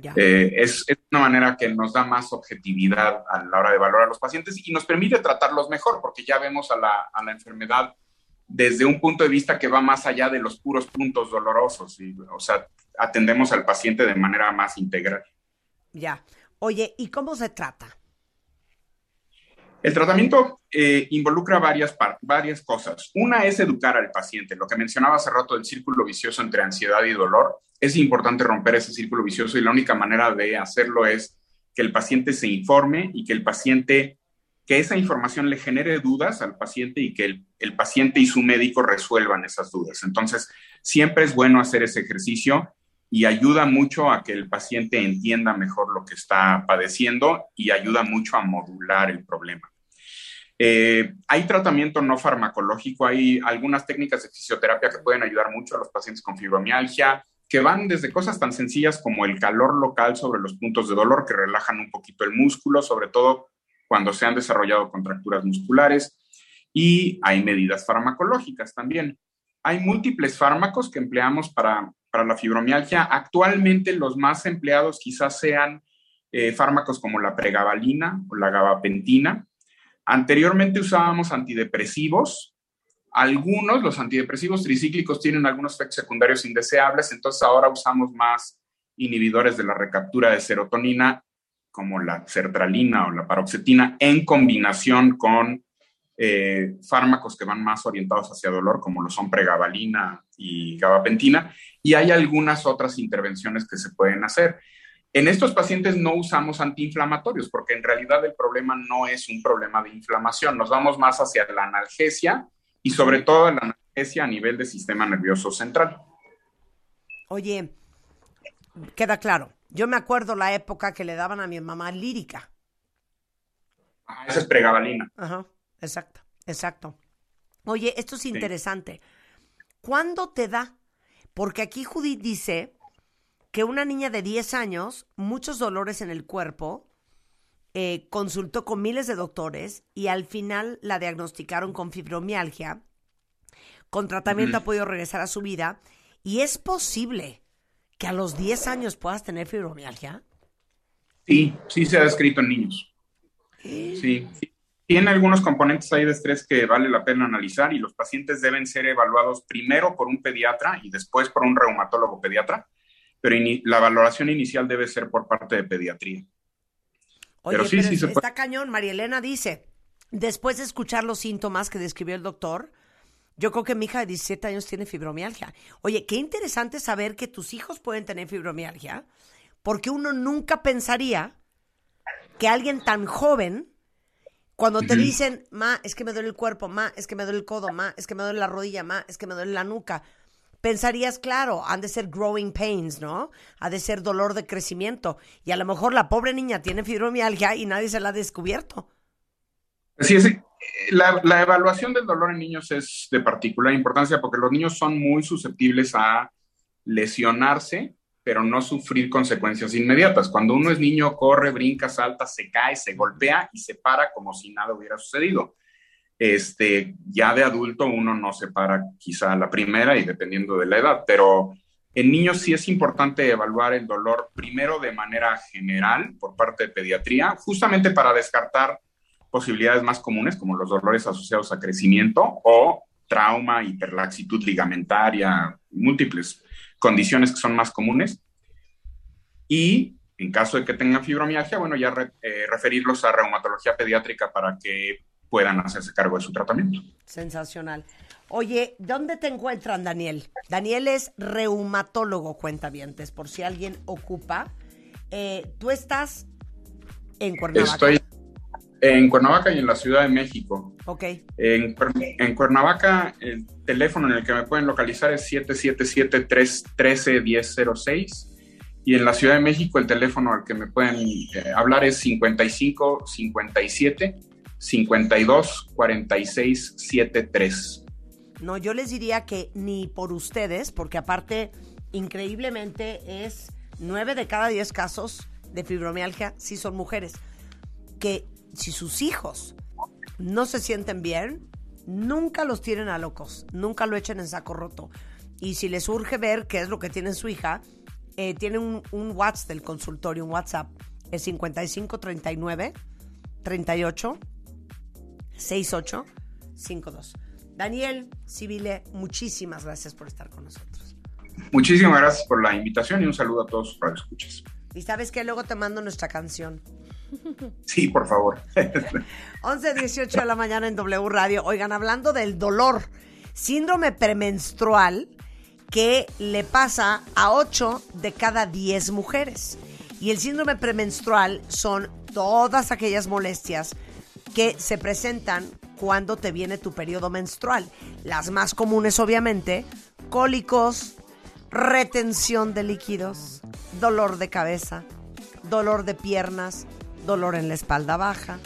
Speaker 4: Ya.
Speaker 10: Eh, es, es una manera que nos da más objetividad a la hora de valorar a los pacientes y nos permite tratarlos mejor, porque ya vemos a la, a la enfermedad desde un punto de vista que va más allá de los puros puntos dolorosos. y, o sea, atendemos al paciente de manera más integral.
Speaker 4: Ya. Oye, ¿y cómo se trata?
Speaker 10: El tratamiento eh, involucra varias, par- varias cosas. Una es educar al paciente. Lo que mencionaba hace rato del círculo vicioso entre ansiedad y dolor, es importante romper ese círculo vicioso y la única manera de hacerlo es que el paciente se informe y que el paciente, que esa información le genere dudas al paciente y que el, el paciente y su médico resuelvan esas dudas. Entonces, siempre es bueno hacer ese ejercicio y ayuda mucho a que el paciente entienda mejor lo que está padeciendo y ayuda mucho a modular el problema. Eh, hay tratamiento no farmacológico, hay algunas técnicas de fisioterapia que pueden ayudar mucho a los pacientes con fibromialgia, que van desde cosas tan sencillas como el calor local sobre los puntos de dolor, que relajan un poquito el músculo, sobre todo cuando se han desarrollado contracturas musculares, y hay medidas farmacológicas también. Hay múltiples fármacos que empleamos para, para la fibromialgia. Actualmente los más empleados quizás sean eh, fármacos como la pregabalina o la gabapentina. Anteriormente usábamos antidepresivos. Algunos, los antidepresivos tricíclicos, tienen algunos efectos secundarios indeseables, entonces ahora usamos más inhibidores de la recaptura de serotonina, como la sertralina o la paroxetina, en combinación con eh, fármacos que van más orientados hacia dolor, como lo son pregabalina y gabapentina, y hay algunas otras intervenciones que se pueden hacer. En estos pacientes no usamos antiinflamatorios porque en realidad el problema no es un problema de inflamación. Nos vamos más hacia la analgesia y sobre todo la analgesia a nivel del sistema nervioso central.
Speaker 4: Oye, queda claro. Yo me acuerdo la época que le daban a mi mamá lírica.
Speaker 10: Ah, Esa es pregabalina.
Speaker 4: Ajá, exacto, exacto. Oye, esto es
Speaker 10: Sí.
Speaker 4: interesante. ¿Cuándo te da? Porque aquí Judith dice que una niña de 10 años, muchos dolores en el cuerpo, eh, consultó con miles de doctores y al final la diagnosticaron con fibromialgia. Con tratamiento ha podido regresar a su vida. ¿Y es posible que a los 10 años puedas tener fibromialgia?
Speaker 10: Sí, sí se ha descrito en niños. Sí. Tiene algunos componentes ahí de estrés que vale la pena analizar y los pacientes deben ser evaluados primero por un pediatra y después por un reumatólogo pediatra, pero ini- la valoración inicial debe ser por parte de pediatría.
Speaker 4: Oye,
Speaker 10: Pero sí, sí
Speaker 4: es-
Speaker 10: se puede.
Speaker 4: está cañón. María Elena dice, después de escuchar los síntomas que describió el doctor, yo creo que mi hija de 17 años tiene fibromialgia. Oye, qué interesante saber que tus hijos pueden tener fibromialgia, porque uno nunca pensaría que alguien tan joven, cuando te
Speaker 10: Ujú.
Speaker 4: dicen, ma, es que me duele el cuerpo, ma, es que me duele el codo, ma, es que me duele la rodilla, ma, es que me duele la nuca, pensarías, claro, han de ser growing pains, ¿no? Ha de ser dolor de crecimiento. Y a lo mejor la pobre niña tiene fibromialgia y nadie se la ha descubierto.
Speaker 10: Sí, sí. La, la evaluación del dolor en niños es de particular importancia porque los niños son muy susceptibles a lesionarse pero no sufrir consecuencias inmediatas. Cuando uno es niño, corre, brinca, salta, se cae, se golpea y se para como si nada hubiera sucedido. Este, ya de adulto uno no se para quizá a la primera y dependiendo de la edad, pero en niños sí es importante evaluar el dolor primero de manera general por parte de pediatría, justamente para descartar posibilidades más comunes como los dolores asociados a crecimiento o trauma, hiperlaxitud ligamentaria, múltiples condiciones que son más comunes. Y en caso de que tengan fibromialgia, bueno, ya re- eh, referirlos a reumatología pediátrica para que puedan hacerse cargo de su tratamiento.
Speaker 4: Sensacional. Oye, ¿dónde te encuentran, Daniel? Daniel es reumatólogo, cuentavientes, por si alguien ocupa. Eh, Tú estás en Cuernavaca.
Speaker 10: Estoy en Cuernavaca y en la Ciudad de México.
Speaker 4: Ok.
Speaker 10: En, Cuer- en Cuernavaca, el teléfono en el que me pueden localizar es 777-313-1006. Y en la Ciudad de México, el teléfono al que me pueden eh, hablar es 55 57 52 46 73.
Speaker 4: No, yo les diría que ni por ustedes, porque aparte, increíblemente, es nueve de cada diez casos de fibromialgia sí son mujeres. Que si sus hijos no se sienten bien, nunca los tiren a locos, nunca lo echen en saco roto. Y si les urge ver qué es lo que tiene su hija, eh, tienen un, un WhatsApp del consultorio, un WhatsApp, es 5539 38 68 52. Daniel Civile, muchísimas gracias por estar con nosotros.
Speaker 10: Muchísimas gracias por la invitación y un saludo a todos sus radioescuchas.
Speaker 4: Y sabes que luego te mando nuestra canción.
Speaker 10: Sí, por favor.
Speaker 4: 11.18 de la mañana en W Radio. Oigan, hablando del dolor, síndrome premenstrual que le pasa a 8 de cada 10 mujeres. Y el síndrome premenstrual son todas aquellas molestias que se presentan cuando te viene tu periodo menstrual. Las más comunes, obviamente, cólicos, retención de líquidos, dolor de cabeza, dolor de piernas, dolor en la espalda baja.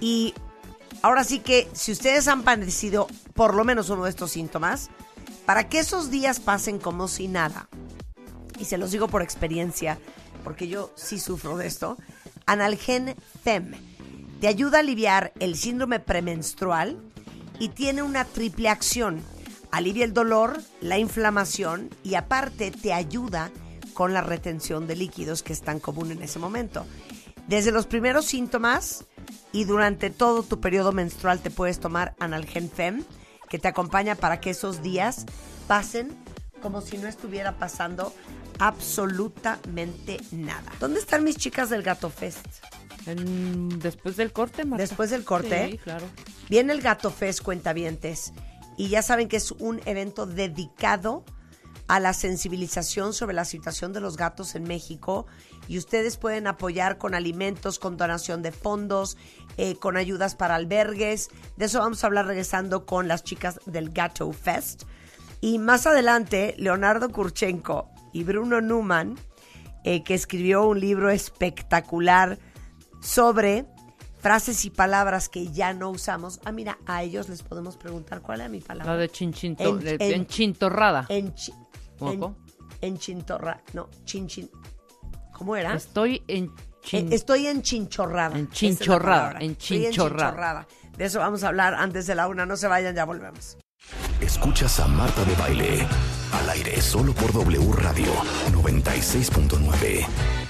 Speaker 4: Y ahora sí que si ustedes han padecido por lo menos uno de estos síntomas, para que esos días pasen como si nada, y se los digo por experiencia, porque yo sí sufro de esto, Analgen FEM te ayuda a aliviar el síndrome premenstrual y tiene una triple acción. Alivia el dolor, la inflamación y aparte te ayuda con la retención de líquidos que es tan común en ese momento. Desde los primeros síntomas y durante todo tu periodo menstrual te puedes tomar Analgen Fem, que te acompaña para que esos días pasen como si no estuviera pasando absolutamente nada. ¿Dónde están mis chicas del Gato Fest?
Speaker 3: después del corte, Marta.
Speaker 4: Después del corte.
Speaker 3: Sí, claro.
Speaker 4: Viene el Gato Fest Cuentavientes y ya saben que es un evento dedicado a la sensibilización sobre la situación de los gatos en México y ustedes pueden apoyar con alimentos, con donación de fondos, eh, con ayudas para albergues. De eso vamos a hablar regresando con las chicas del Gato Fest. Y más adelante, Leonardo Kurchenko y Bruno Newman, eh, que escribió un libro espectacular sobre frases y palabras que ya no usamos. Ah, mira, a ellos les podemos preguntar cuál es mi palabra.
Speaker 3: La de chinchinto,
Speaker 4: En-
Speaker 3: de-
Speaker 4: en-
Speaker 3: enchintorrada.
Speaker 4: Enchi- en-
Speaker 3: ¿Cómo?
Speaker 4: enchintorra- no, chinchin. ¿Cómo era?
Speaker 3: Estoy en
Speaker 4: Eh, estoy enchinchorrada. Esa es la
Speaker 3: Enchinchorrada,
Speaker 4: palabra. Estoy
Speaker 3: enchinchorrada.
Speaker 4: enchinchorrada. De eso vamos a hablar antes de la una. No se vayan, ya volvemos.
Speaker 1: Escuchas a Marta de Baile al aire solo por W Radio 96.9.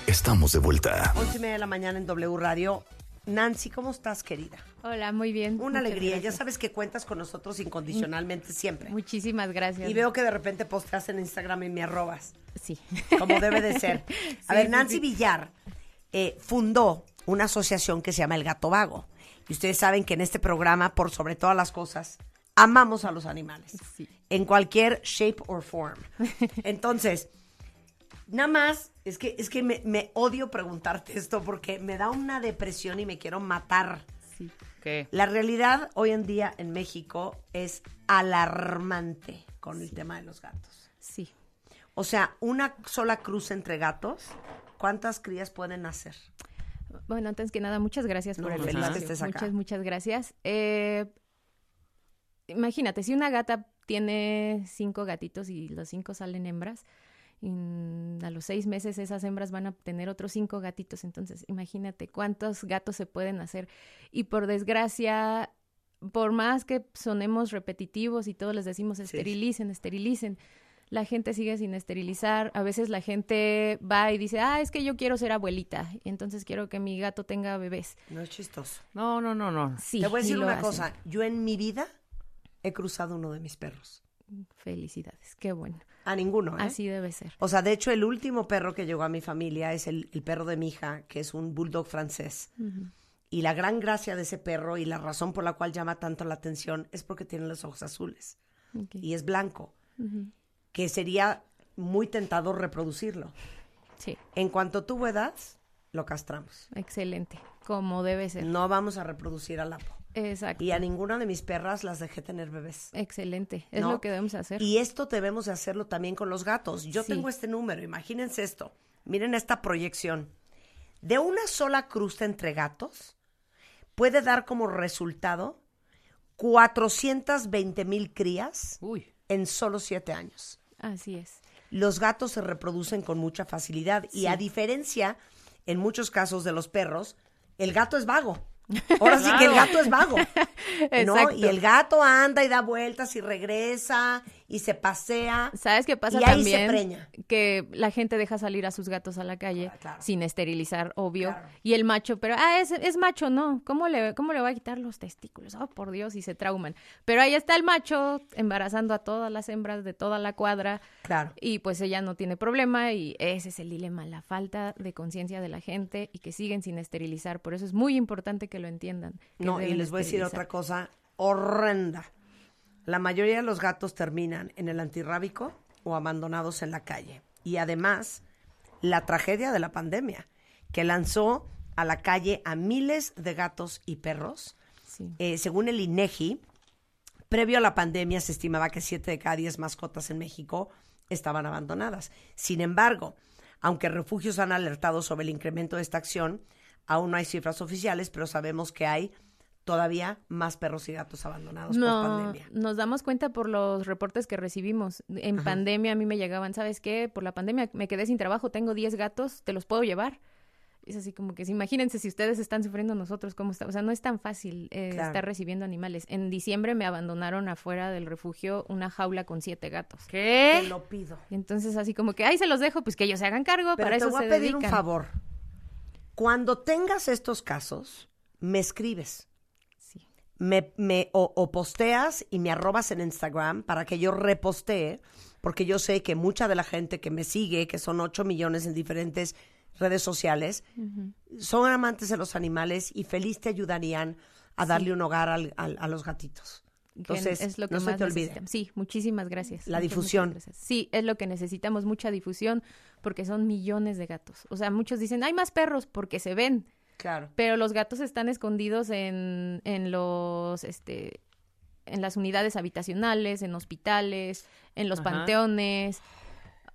Speaker 1: Estamos de vuelta.
Speaker 4: Once y media de la mañana en W Radio. Nancy, ¿cómo estás, querida?
Speaker 11: Hola, muy bien.
Speaker 4: Una
Speaker 11: muchas
Speaker 4: alegría. Ya
Speaker 11: gracias. Mm,
Speaker 4: sabes que cuentas con nosotros incondicionalmente siempre.
Speaker 11: Muchísimas gracias.
Speaker 4: Y veo que de repente posteas en Instagram y me arrobas.
Speaker 11: Sí.
Speaker 4: Como debe de ser.
Speaker 11: Sí,
Speaker 4: A ver,
Speaker 11: sí,
Speaker 4: Nancy
Speaker 11: sí.
Speaker 4: Villar eh, fundó una asociación que se llama El Gato Vago. Y ustedes saben que en este programa, por sobre todas las cosas, amamos a los animales. En cualquier shape or form. Entonces, nada más, es que, es que me, me odio preguntarte esto porque me da una depresión y me quiero matar.
Speaker 3: ¿Qué?
Speaker 4: La realidad hoy en día en México es alarmante con el tema de los gatos.
Speaker 11: Sí.
Speaker 4: O sea, una sola cruz entre gatos, ¿cuántas crías pueden hacer?
Speaker 11: Bueno, antes que nada, muchas gracias
Speaker 4: No,
Speaker 11: por el
Speaker 4: feliz que
Speaker 11: espacio.
Speaker 4: estés acá.
Speaker 11: Muchas, muchas gracias. Eh, imagínate, si una gata tiene cinco gatitos y los cinco salen hembras, en- a los seis meses esas hembras van a tener otros cinco gatitos. Entonces, imagínate cuántos gatos se pueden hacer. Y por desgracia, por más que sonemos repetitivos y todos les decimos esterilicen, esterilicen, la gente sigue sin esterilizar. A veces la gente va y dice, ah, es que yo quiero ser abuelita, y entonces quiero que mi gato tenga bebés.
Speaker 4: No es chistoso.
Speaker 3: No, no, no, no.
Speaker 11: Sí,
Speaker 4: Te voy a
Speaker 11: sí
Speaker 4: decir
Speaker 11: lo
Speaker 4: una
Speaker 11: hacen.
Speaker 4: cosa. Yo en mi vida he cruzado uno de mis perros.
Speaker 11: Felicidades, qué bueno.
Speaker 4: A ninguno, ¿eh?
Speaker 11: Así debe ser.
Speaker 4: O sea, de hecho, el último perro que llegó a mi familia es el, el perro de mi hija, que es un bulldog francés. Y la gran gracia de ese perro y la razón por la cual llama tanto la atención es porque tiene los ojos azules
Speaker 11: Ok.
Speaker 4: y es blanco,
Speaker 11: Ujú.
Speaker 4: que sería muy tentador reproducirlo.
Speaker 11: Sí.
Speaker 4: En cuanto tuvo edad, lo castramos.
Speaker 11: Excelente, como debe ser.
Speaker 4: No vamos a reproducir al apo.
Speaker 11: Exacto.
Speaker 4: Y a ninguna de mis perras las dejé tener bebés.
Speaker 11: Excelente, es
Speaker 4: ¿no?
Speaker 11: lo que debemos hacer.
Speaker 4: Y esto debemos de hacerlo también con los gatos. Yo
Speaker 11: Sí.
Speaker 4: tengo este número, imagínense esto. Miren esta proyección. De una sola crusta entre gatos puede dar como resultado 420 mil crías en solo siete años.
Speaker 11: Así es.
Speaker 4: Los gatos se reproducen con mucha facilidad y
Speaker 11: Sí.
Speaker 4: a diferencia, en muchos casos de los perros, el gato es vago. Ahora sí que el
Speaker 11: Claro.
Speaker 4: gato es vago. ¿no?
Speaker 11: Exacto.
Speaker 4: Y el gato anda y da vueltas y regresa y se pasea.
Speaker 11: ¿Sabes qué pasa
Speaker 4: Y ahí se
Speaker 11: también?
Speaker 4: preña. Ah,
Speaker 11: Que la gente deja salir a sus gatos a la calle sin esterilizar, obvio.
Speaker 4: Claro.
Speaker 11: Y el macho, pero, ah, es, es macho, no. ¿Cómo le, ¿Cómo le va a quitar los testículos? Oh, por Dios, y se trauman. Pero ahí está el macho embarazando a todas las hembras de toda la cuadra.
Speaker 4: Claro.
Speaker 11: Y pues ella no tiene problema y ese es el dilema, la falta de conciencia de la gente y que siguen sin esterilizar. Por eso es muy importante que lo entiendan. que
Speaker 4: No, y
Speaker 11: deben
Speaker 4: les voy a decir
Speaker 11: esterilizar.
Speaker 4: otra cosa horrenda. La mayoría de los gatos terminan en el antirrábico o abandonados en la calle. Y además, la tragedia de la pandemia, que lanzó a la calle a miles de gatos y perros.
Speaker 11: Sí.
Speaker 4: Eh, según el INEGI, previo a la pandemia se estimaba que 7 de cada 10 mascotas en México estaban abandonadas. Sin embargo, aunque refugios han alertado sobre el incremento de esta acción, aún no hay cifras oficiales, pero sabemos que hay todavía más perros y gatos abandonados por pandemia.
Speaker 11: Nos damos cuenta por los reportes que recibimos. En
Speaker 4: Ajá.
Speaker 11: pandemia a mí me llegaban, ¿sabes qué? Por la pandemia me quedé sin trabajo, tengo 10 gatos, ¿te los puedo llevar? Es así como que, sí, imagínense si ustedes están sufriendo nosotros, ¿cómo está? O sea, no es tan fácil eh,
Speaker 4: Claro.
Speaker 11: estar recibiendo animales. En diciembre me abandonaron afuera del refugio una jaula con siete gatos.
Speaker 4: Te lo pido.
Speaker 11: Y entonces así como que, ahí se los dejo, pues que ellos se hagan cargo,
Speaker 4: Pero
Speaker 11: para
Speaker 4: te
Speaker 11: eso
Speaker 4: voy
Speaker 11: se
Speaker 4: a pedir un
Speaker 11: dedican.
Speaker 4: favor. Cuando tengas estos casos, me escribes. Me, me- o, o posteas y me arrobas en Instagram para que yo repostee, porque yo sé que mucha de la gente que me sigue, que son 8 millones en diferentes redes sociales,
Speaker 11: Ujú.
Speaker 4: son amantes de los animales y feliz te ayudarían a darle un hogar al- al- a los gatitos.
Speaker 11: que
Speaker 4: Entonces,
Speaker 11: es lo que
Speaker 4: no se
Speaker 11: más
Speaker 4: te olvide.
Speaker 11: necesitamos. Sí, muchísimas gracias.
Speaker 4: La
Speaker 11: Muchas, muchas
Speaker 4: difusión.
Speaker 11: gracias. Sí, es lo que necesitamos, mucha difusión, porque son millones de gatos. O sea, muchos dicen, hay más perros porque se ven,
Speaker 4: Claro.
Speaker 11: pero los gatos están escondidos en, en los, este, en las unidades habitacionales, en hospitales, en los
Speaker 3: Ajá.
Speaker 11: panteones.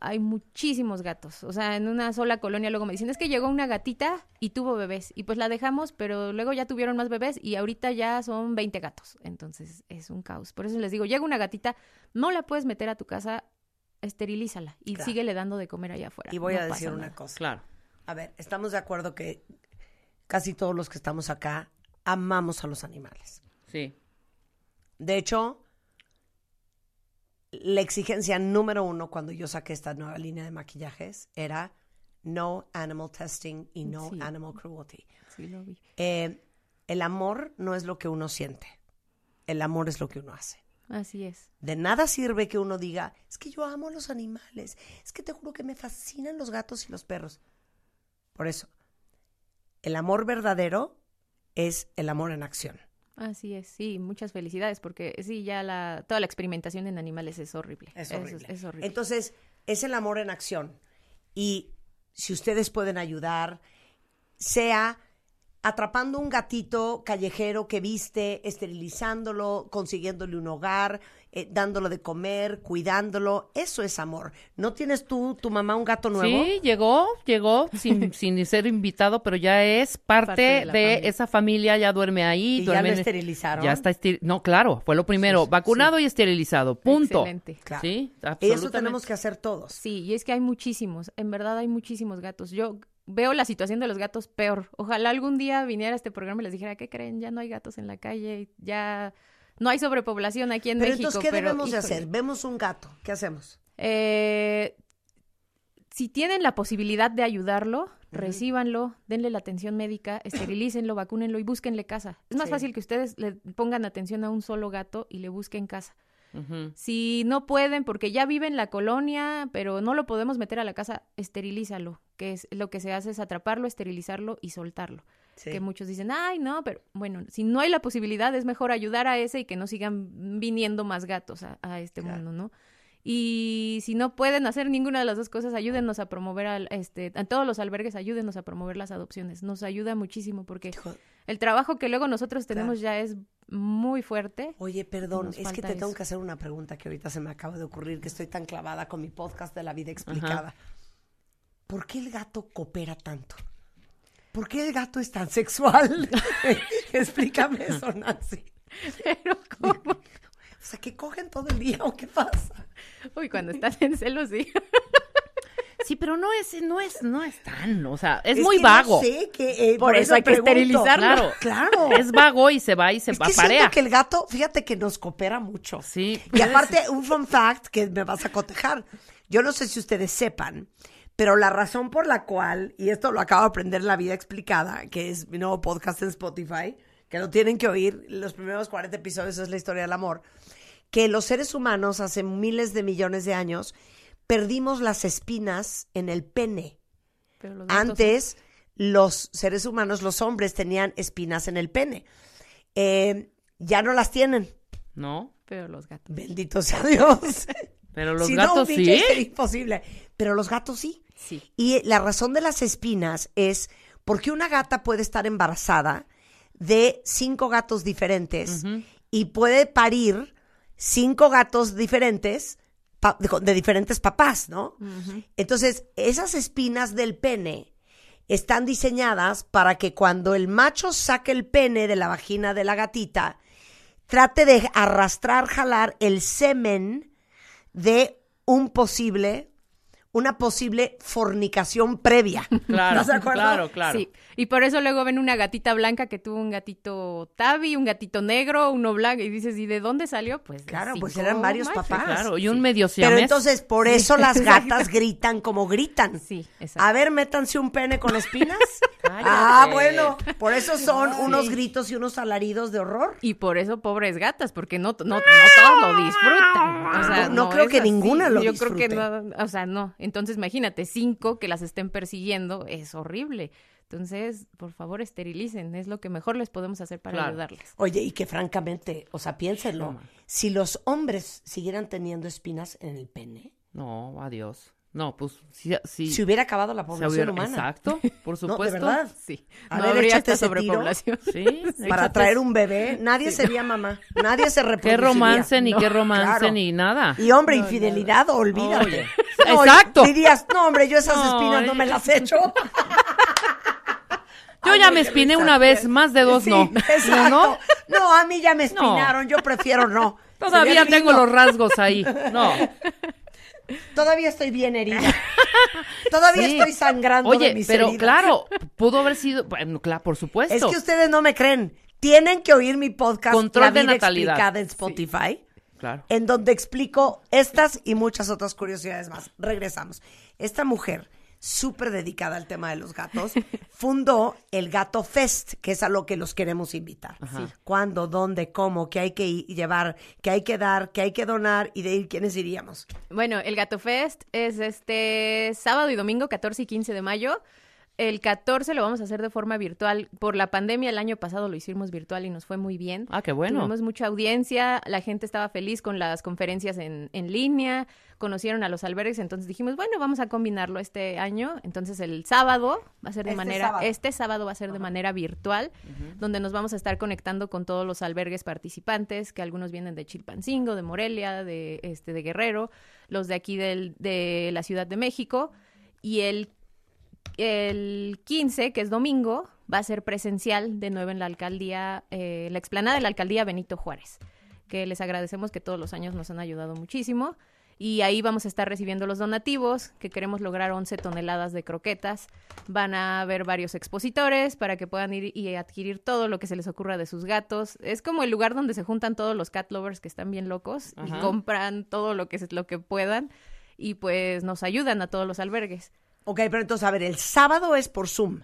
Speaker 11: Hay muchísimos gatos. O sea, en una sola colonia luego me dicen, es que llegó una gatita y tuvo bebés. Y pues la dejamos, pero luego ya tuvieron más bebés y ahorita ya son 20 gatos. Entonces es un caos. Por eso les digo, llega una gatita, no la puedes meter a tu casa, esterilízala y
Speaker 4: Claro.
Speaker 11: síguele dando de comer allá afuera.
Speaker 4: Y voy
Speaker 11: No
Speaker 4: a
Speaker 11: pasa
Speaker 4: decir una
Speaker 11: nada.
Speaker 4: cosa. Claro. A ver, estamos de acuerdo que casi todos los que estamos acá amamos a los animales.
Speaker 3: Sí.
Speaker 4: De hecho, la exigencia número uno cuando yo saqué esta nueva línea de maquillajes era no animal testing y no
Speaker 11: Sí.
Speaker 4: animal cruelty.
Speaker 11: Sí, lo vi.
Speaker 4: Eh, el amor no es lo que uno siente. El amor es lo que uno hace.
Speaker 11: Así es.
Speaker 4: De nada sirve que uno diga, es que yo amo los animales, es que te juro que me fascinan los gatos y los perros. Por eso, el amor verdadero es el amor en acción.
Speaker 11: Así es, sí, muchas felicidades, porque sí, ya la, toda la experimentación en animales es horrible.
Speaker 4: Es
Speaker 11: Eso
Speaker 4: horrible.
Speaker 11: es horrible.
Speaker 4: Entonces, es el amor en acción. Y si ustedes pueden ayudar, sea atrapando un gatito callejero que viste, esterilizándolo, consiguiéndole un hogar, eh, dándolo de comer, cuidándolo. Eso es amor. ¿No tienes tú, tu mamá, un gato nuevo?
Speaker 3: Sí, llegó, llegó sin, sin ser invitado, pero ya es parte,
Speaker 4: Parte
Speaker 3: de,
Speaker 4: de la familia.
Speaker 3: esa familia, ya duerme ahí.
Speaker 4: ¿Y ya
Speaker 3: duerme
Speaker 4: lo
Speaker 3: en- este-
Speaker 4: esterilizaron?
Speaker 3: Ya está estir- No, claro, fue lo primero, vacunado y esterilizado, punto.
Speaker 11: Excelente. Claro.
Speaker 3: Sí,
Speaker 11: Y
Speaker 3: absolutamente.
Speaker 11: eso tenemos
Speaker 4: que hacer todos.
Speaker 11: Sí, y es que hay muchísimos, en verdad hay muchísimos gatos. Yo veo la situación de los gatos peor. Ojalá algún día viniera a este programa y les dijera, ¿qué creen? Ya no hay gatos en la calle, ya no hay sobrepoblación aquí en
Speaker 4: Pero
Speaker 11: México.
Speaker 4: entonces, ¿qué debemos de
Speaker 11: híjole.
Speaker 4: hacer? Vemos un gato, ¿qué hacemos?
Speaker 11: Eh, si tienen la posibilidad de ayudarlo, recíbanlo, denle la atención médica, esterilícenlo, vacúnenlo y búsquenle casa. Es más
Speaker 12: Sí.
Speaker 11: fácil que ustedes le pongan atención a un solo gato y le busquen casa.
Speaker 3: Ujú.
Speaker 11: Si no pueden, porque ya vive en la colonia, pero no lo podemos meter a la casa, esterilízalo, que es lo que se hace es atraparlo, esterilizarlo y soltarlo.
Speaker 12: Sí.
Speaker 11: Que muchos dicen, ay, no, pero bueno, si no hay la posibilidad, es mejor ayudar a ese y que no sigan viniendo más gatos a, a este mundo, ¿no? Y si no pueden hacer ninguna de las dos cosas, ayúdenos a promover al, este, a todos los albergues, ayúdenos a promover las adopciones. Nos ayuda muchísimo porque el trabajo que luego nosotros tenemos ya es muy fuerte.
Speaker 4: Oye, perdón,
Speaker 11: Nos
Speaker 4: es que
Speaker 11: falta
Speaker 4: te tengo
Speaker 11: eso.
Speaker 4: que hacer una pregunta que ahorita se me acaba de ocurrir, que estoy tan clavada con mi podcast de la vida explicada. ¿Por qué el gato coopera tanto? ¿Por qué el gato es tan sexual? Explícame eso, Nancy.
Speaker 11: Pero
Speaker 4: ¿cómo? O sea, que cogen todo el día o qué pasa?
Speaker 11: Uy, cuando estás en celos, sí.
Speaker 3: Sí, pero no es, no es, no es tan, o sea, es,
Speaker 4: Es
Speaker 3: muy
Speaker 4: que no
Speaker 3: vago.
Speaker 4: sé, que, eh, Por por eso eso hay que pregunto. esterilizarlo.
Speaker 3: Claro,
Speaker 4: Claro.
Speaker 3: Es vago y se va y se
Speaker 4: Es
Speaker 3: va
Speaker 4: que
Speaker 3: parea.
Speaker 4: siento que el gato, fíjate que nos coopera mucho.
Speaker 3: Sí.
Speaker 4: Y aparte, un fun fact que me vas a cotejar. Yo no sé si ustedes sepan, pero la razón por la cual, y esto lo acabo de aprender en La Vida Explicada, que es mi nuevo podcast en Spotify, que lo tienen que oír, los primeros 40 episodios es la historia del amor, que los seres humanos hace miles de millones de años perdimos las espinas en el pene.
Speaker 11: Pero los gatos-
Speaker 4: Antes, los seres humanos, los hombres, tenían espinas en el pene. Eh, ya no las tienen.
Speaker 3: No,
Speaker 11: Pero los gatos.
Speaker 4: Bendito sea Dios.
Speaker 3: pero los
Speaker 4: Si no,
Speaker 3: gatos
Speaker 4: un
Speaker 3: sí.
Speaker 4: bicho sería imposible. Pero los gatos sí.
Speaker 3: Sí.
Speaker 4: Y la razón de las espinas es porque una gata puede estar embarazada de cinco gatos diferentes y puede parir cinco gatos diferentes pa- de, de diferentes papás, ¿no? Entonces, esas espinas del pene están diseñadas para que cuando el macho saque el pene de la vagina de la gatita, trate de arrastrar, jalar el semen de un posible, una posible fornicación previa.
Speaker 3: Claro,
Speaker 4: ¿Estás de acuerdo?
Speaker 11: Sí. Y por eso luego ven una gatita blanca que tuvo un gatito tabi, un gatito negro, uno blanco, y dices, ¿y de dónde salió? Pues de
Speaker 4: Claro, pues
Speaker 11: cinco
Speaker 4: eran varios
Speaker 11: machos.
Speaker 4: papás.
Speaker 3: claro, y un medio
Speaker 4: Pero
Speaker 3: siamés.
Speaker 4: entonces, por eso
Speaker 11: Sí.
Speaker 4: las
Speaker 11: Exacto.
Speaker 4: gatas gritan como gritan.
Speaker 11: Sí,
Speaker 4: A ver, métanse un pene con espinas. ah, bueno, por eso son unos gritos y unos alaridos de horror.
Speaker 11: Y por eso pobres gatas, porque no, no, no todos lo disfrutan. O sea,
Speaker 4: No, no creo
Speaker 11: es
Speaker 4: que
Speaker 11: así.
Speaker 4: ninguna lo
Speaker 11: Yo creo que
Speaker 4: disfrute.
Speaker 11: no, o sea, no. Entonces imagínate, cinco que las estén persiguiendo, es horrible. Entonces, por favor, esterilicen, es lo que mejor les podemos hacer para ayudarles.
Speaker 4: Oye, y que francamente, o sea, piénsenlo. Si los hombres siguieran teniendo espinas en el pene,
Speaker 3: No, adiós. No, pues sí, sí.
Speaker 4: se hubiera acabado la
Speaker 3: Se
Speaker 4: población
Speaker 3: hubiera-
Speaker 4: humana.
Speaker 3: Exacto, por
Speaker 4: No, de
Speaker 3: supuesto.
Speaker 4: verdad.
Speaker 11: Sí.
Speaker 4: A
Speaker 11: No
Speaker 4: ver,
Speaker 11: habría
Speaker 4: échate
Speaker 11: esta
Speaker 4: ese tiro
Speaker 11: sobrepoblación.
Speaker 3: Sí,
Speaker 4: Para
Speaker 3: échate
Speaker 4: traer
Speaker 3: ese-
Speaker 4: un bebé, nadie
Speaker 3: Sí.
Speaker 4: sería mamá, nadie se reproduciría.
Speaker 3: Qué romance, ni
Speaker 4: No,
Speaker 3: qué romance,
Speaker 4: claro.
Speaker 3: ni nada.
Speaker 4: Y hombre, infidelidad, olvídate.
Speaker 3: Oye,
Speaker 4: No,
Speaker 3: exacto.
Speaker 4: Dirías, no, hombre, yo esas
Speaker 3: No,
Speaker 4: espinas no me las he hecho.
Speaker 3: Yo ya me espiné una vez, más de dos
Speaker 4: Sí,
Speaker 3: no.
Speaker 4: exacto.
Speaker 3: ¿No?
Speaker 4: No, a mí ya me espinaron, yo prefiero no.
Speaker 3: Todavía
Speaker 4: Sería
Speaker 3: tengo
Speaker 4: lindo.
Speaker 3: los rasgos ahí. No.
Speaker 4: Todavía estoy bien herida. Todavía
Speaker 3: Sí.
Speaker 4: estoy sangrando de
Speaker 3: Oye,
Speaker 4: mis
Speaker 3: pero
Speaker 4: heridas.
Speaker 3: claro, pudo haber sido, bueno, claro, por supuesto.
Speaker 4: Es que ustedes no me creen. Tienen que oír mi podcast
Speaker 3: Control
Speaker 4: La
Speaker 3: de
Speaker 4: vida
Speaker 3: natalidad.
Speaker 4: explicada en Spotify,
Speaker 3: Claro.
Speaker 4: en donde explico estas y muchas otras curiosidades más. Regresamos. Esta mujer, súper dedicada al tema de los gatos, fundó el Gato Fest, que es a lo que los queremos invitar.
Speaker 3: Ajá. Sí.
Speaker 4: ¿Cuándo, dónde, cómo, qué hay que i- llevar, qué hay que dar, qué hay que donar y de ir quiénes iríamos?
Speaker 11: Bueno, el Gato Fest es este sábado y domingo 14 y 15 de mayo. El 14 lo vamos a hacer de forma virtual. Por la pandemia el año pasado lo hicimos virtual y nos fue muy bien.
Speaker 3: Ah, qué bueno.
Speaker 11: Tuvimos mucha audiencia, la gente estaba feliz con las conferencias en, en línea, conocieron a los albergues, entonces dijimos, bueno, vamos a combinarlo este año. Entonces el sábado va a ser de
Speaker 12: Este
Speaker 11: manera,
Speaker 12: sábado.
Speaker 11: este sábado va a ser de manera virtual, donde nos vamos a estar conectando con todos los albergues participantes, que algunos vienen de Chilpancingo, de Morelia, de, este, de Guerrero, los de aquí del- de la Ciudad de México. Y el el 15, que es domingo, va a ser presencial de nuevo en la alcaldía, eh, la explanada de la alcaldía Benito Juárez, que les agradecemos que todos los años nos han ayudado muchísimo. Y ahí vamos a estar recibiendo los donativos, que queremos lograr 11 toneladas de croquetas. Van a haber varios expositores para que puedan ir y adquirir todo lo que se les ocurra de sus gatos. Es como el lugar donde se juntan todos los cat lovers que están bien locos
Speaker 3: Ajá.
Speaker 11: y compran todo lo que, se- lo que puedan y pues nos ayudan a todos los albergues.
Speaker 4: Ok, pero entonces, a ver, el sábado es por Zoom.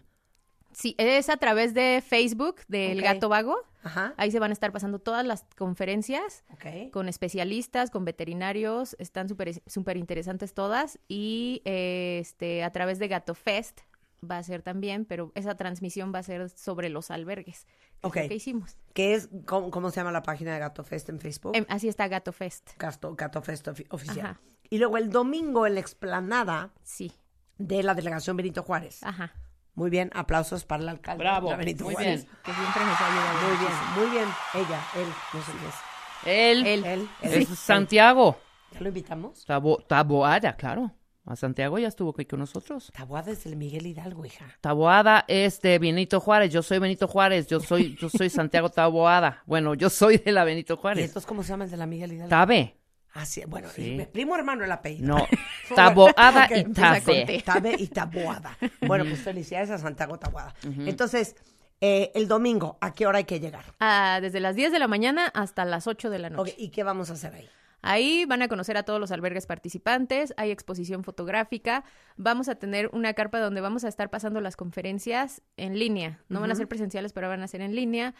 Speaker 11: Sí, es a través de Facebook del
Speaker 4: Ok.
Speaker 11: Gato Vago.
Speaker 4: Ajá.
Speaker 11: Ahí se van a estar pasando todas las conferencias
Speaker 4: Ok.
Speaker 11: con especialistas, con veterinarios. Están súper súper interesantes todas. Y eh, este a través de Gato Fest va a ser también, pero esa transmisión va a ser sobre los albergues. que es
Speaker 4: Ok.
Speaker 11: lo que hicimos.
Speaker 4: ¿Qué es, cómo, cómo se llama la página de Gato Fest en Facebook?
Speaker 11: Em, así está Gato Fest.
Speaker 4: Gato, Gato Fest ofi- oficial.
Speaker 11: Ajá.
Speaker 4: Y luego el domingo en la explanada
Speaker 11: sí.
Speaker 4: de la delegación Benito Juárez.
Speaker 11: Ajá.
Speaker 4: Muy bien, aplausos para el alcalde.
Speaker 3: Bravo,
Speaker 4: la Benito
Speaker 3: muy
Speaker 4: Juárez.
Speaker 3: bien.
Speaker 11: Que siempre nos ayuda
Speaker 4: Muy bien,
Speaker 11: muchísimo.
Speaker 4: muy bien. Ella, él, no sé quién es.
Speaker 3: Él.
Speaker 4: Él. Él.
Speaker 3: Es Santiago.
Speaker 4: ¿Ya lo invitamos?
Speaker 3: Tabo- Taboada, claro. A Santiago ya estuvo aquí con nosotros.
Speaker 4: Taboada es el Miguel Hidalgo, hija.
Speaker 3: Taboada es de Benito Juárez. Yo soy Benito Juárez. Yo soy, yo soy Santiago Taboada. Bueno, yo soy de la Benito
Speaker 4: ¿Y
Speaker 3: Juárez.
Speaker 4: entonces cómo se llama el de la Miguel Hidalgo?
Speaker 3: Tabe.
Speaker 4: Ah, sí, bueno,
Speaker 3: Sí.
Speaker 4: y mi primo hermano el apellido.
Speaker 3: No. Taboada
Speaker 4: Ok,
Speaker 3: y
Speaker 4: empieza con T.
Speaker 3: Tabe.
Speaker 4: Tabe y Taboada. Bueno, pues felicidades a Santiago Taboada. Entonces, eh, el domingo, ¿a qué hora hay que llegar?
Speaker 11: Ah, desde las 10 de la mañana hasta las 8 de la noche.
Speaker 4: Ok, ¿Y qué vamos a hacer ahí?
Speaker 11: Ahí van a conocer a todos los albergues participantes, hay exposición fotográfica, vamos a tener una carpa donde vamos a estar pasando las conferencias en línea. No van a ser
Speaker 12: Ujú.
Speaker 11: presenciales, pero van a ser en línea.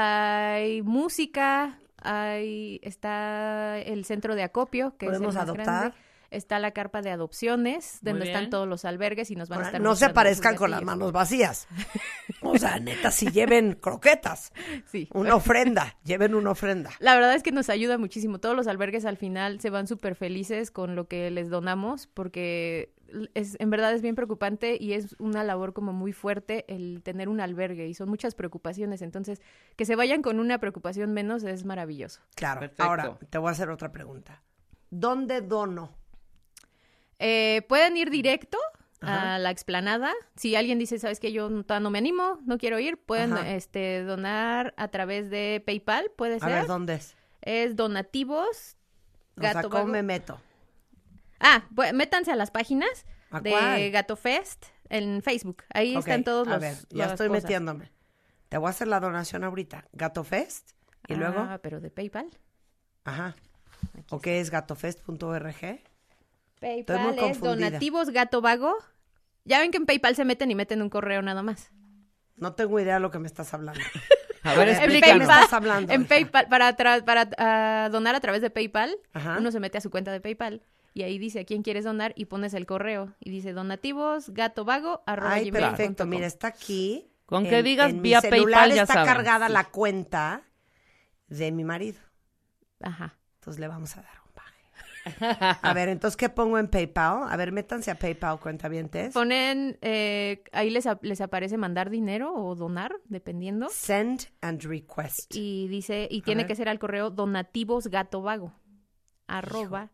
Speaker 11: Hay música, hay está el centro de acopio, que
Speaker 4: ¿Podemos
Speaker 11: es el más
Speaker 4: adoptar?
Speaker 11: grande. Está la carpa de adopciones,
Speaker 4: Muy
Speaker 11: donde están
Speaker 4: bien.
Speaker 11: todos los albergues y nos van a
Speaker 4: Ahora,
Speaker 11: estar
Speaker 4: no se
Speaker 11: mostrando sus
Speaker 4: parezcan con las
Speaker 11: gatillos.
Speaker 4: manos vacías. O sea, neta, si lleven croquetas.
Speaker 11: Sí.
Speaker 4: Una ofrenda. Lleven una ofrenda.
Speaker 11: La verdad es que nos ayuda muchísimo. Todos los albergues al final se van súper felices con lo que les donamos porque es, en verdad es bien preocupante y es una labor como muy fuerte el tener un albergue y son muchas preocupaciones. Entonces, que se vayan con una preocupación menos es maravilloso.
Speaker 4: Claro.
Speaker 11: Perfecto.
Speaker 4: Ahora, te voy a hacer otra pregunta. ¿Dónde dono?
Speaker 11: Eh, pueden ir directo
Speaker 4: Ajá.
Speaker 11: a la explanada. Si alguien dice, sabes que yo no, todavía no me animo, no quiero ir, pueden
Speaker 4: Ajá.
Speaker 11: este, donar a través de PayPal, puede
Speaker 4: A
Speaker 11: ser.
Speaker 4: ver, ¿dónde es?
Speaker 11: Es donativos.
Speaker 4: O sea,
Speaker 11: Gato
Speaker 4: ¿cómo
Speaker 11: Vago.
Speaker 4: me meto?
Speaker 11: Ah, pues, métanse a las páginas
Speaker 4: ¿A cuál?
Speaker 11: de Gato Fest en Facebook. Ahí
Speaker 4: Ok,
Speaker 11: están todos los.
Speaker 4: A ver, ya
Speaker 11: las
Speaker 4: estoy
Speaker 11: cosas.
Speaker 4: metiéndome. Te voy a hacer la donación ahorita. Gato Fest. Y luego,
Speaker 11: Ah, pero de PayPal.
Speaker 4: ajá. ¿O qué es gatofest.org? muy
Speaker 11: PayPal es
Speaker 4: confundida.
Speaker 11: donativos Gato Vago. Ya ven que en PayPal se meten y meten un correo nada más.
Speaker 4: No tengo idea de lo que me estás hablando.
Speaker 3: A ver,
Speaker 11: En
Speaker 3: explícanos.
Speaker 11: PayPal-
Speaker 4: estás hablando,
Speaker 11: En
Speaker 4: hija?
Speaker 11: PayPal, para, tra- para ah, donar a través de PayPal,
Speaker 4: Ajá.
Speaker 11: uno se mete a su cuenta de PayPal y ahí dice a quién quieres donar y pones el correo. Y dice donativos gato vago arroba
Speaker 4: Ay,
Speaker 11: gmail punto
Speaker 4: perfecto.
Speaker 11: com.
Speaker 4: Mira, está aquí.
Speaker 3: Con que digas
Speaker 4: en
Speaker 3: vía
Speaker 4: mi celular
Speaker 3: PayPal, ya
Speaker 4: está
Speaker 3: saben.
Speaker 4: cargada
Speaker 3: Sí.
Speaker 4: la cuenta de mi marido.
Speaker 11: Ajá.
Speaker 4: Entonces le vamos a dar un baje. A ver, entonces, ¿qué pongo en PayPal? A ver, métanse a PayPal, cuentavientes.
Speaker 11: Ponen, eh, ahí les, ap- les aparece mandar dinero o donar, dependiendo.
Speaker 4: Send and request.
Speaker 11: Y dice, y tiene
Speaker 4: ver.
Speaker 11: que ser al correo donativosgatovago, arroba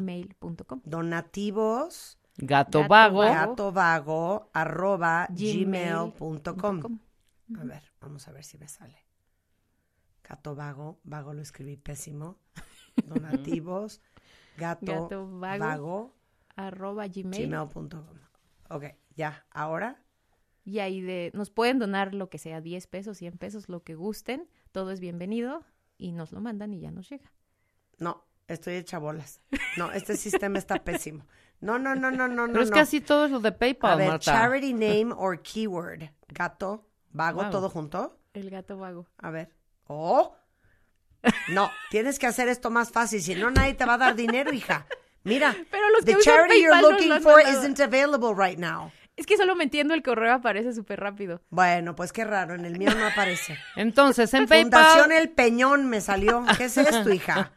Speaker 11: gmail.com.
Speaker 4: Donativos.
Speaker 3: Gato vago.
Speaker 4: Gato vago, arroba
Speaker 11: Gmail
Speaker 4: gmail.com. A ver, vamos a ver si me sale. Gato vago, vago lo escribí pésimo. Donativos, gato,
Speaker 11: Gato
Speaker 4: vago,
Speaker 11: vago, arroba gmail.
Speaker 4: gmail.com. Ok, ya, ahora.
Speaker 11: Y ahí de, nos pueden donar lo que sea, 10 pesos, 100 pesos, lo que gusten. Todo es bienvenido y nos lo mandan y ya nos llega.
Speaker 4: No, estoy hecha bolas. No, este sistema está pésimo. No, no, no, no, no, no.
Speaker 3: Pero es que
Speaker 4: no.
Speaker 3: así todo es lo de PayPal,
Speaker 4: A ver,
Speaker 3: Marta.
Speaker 4: charity name or keyword. Gato, vago,
Speaker 3: Vago.
Speaker 4: todo junto.
Speaker 11: El gato vago.
Speaker 4: A ver. Oh. No, tienes que hacer esto más fácil, si no nadie te va a dar dinero, hija. Mira,
Speaker 11: Pero los
Speaker 4: the
Speaker 11: que usan
Speaker 4: charity you're
Speaker 11: PayPal no
Speaker 4: looking
Speaker 11: lo han
Speaker 4: for
Speaker 11: mandado.
Speaker 4: isn't available right now.
Speaker 11: Es que solo me entiendo el correo aparece súper rápido.
Speaker 4: Bueno, pues qué raro, en el mío no aparece.
Speaker 3: Entonces, en
Speaker 4: Fundación
Speaker 3: PayPal.
Speaker 4: El Peñón me salió. ¿Qué es esto, hija?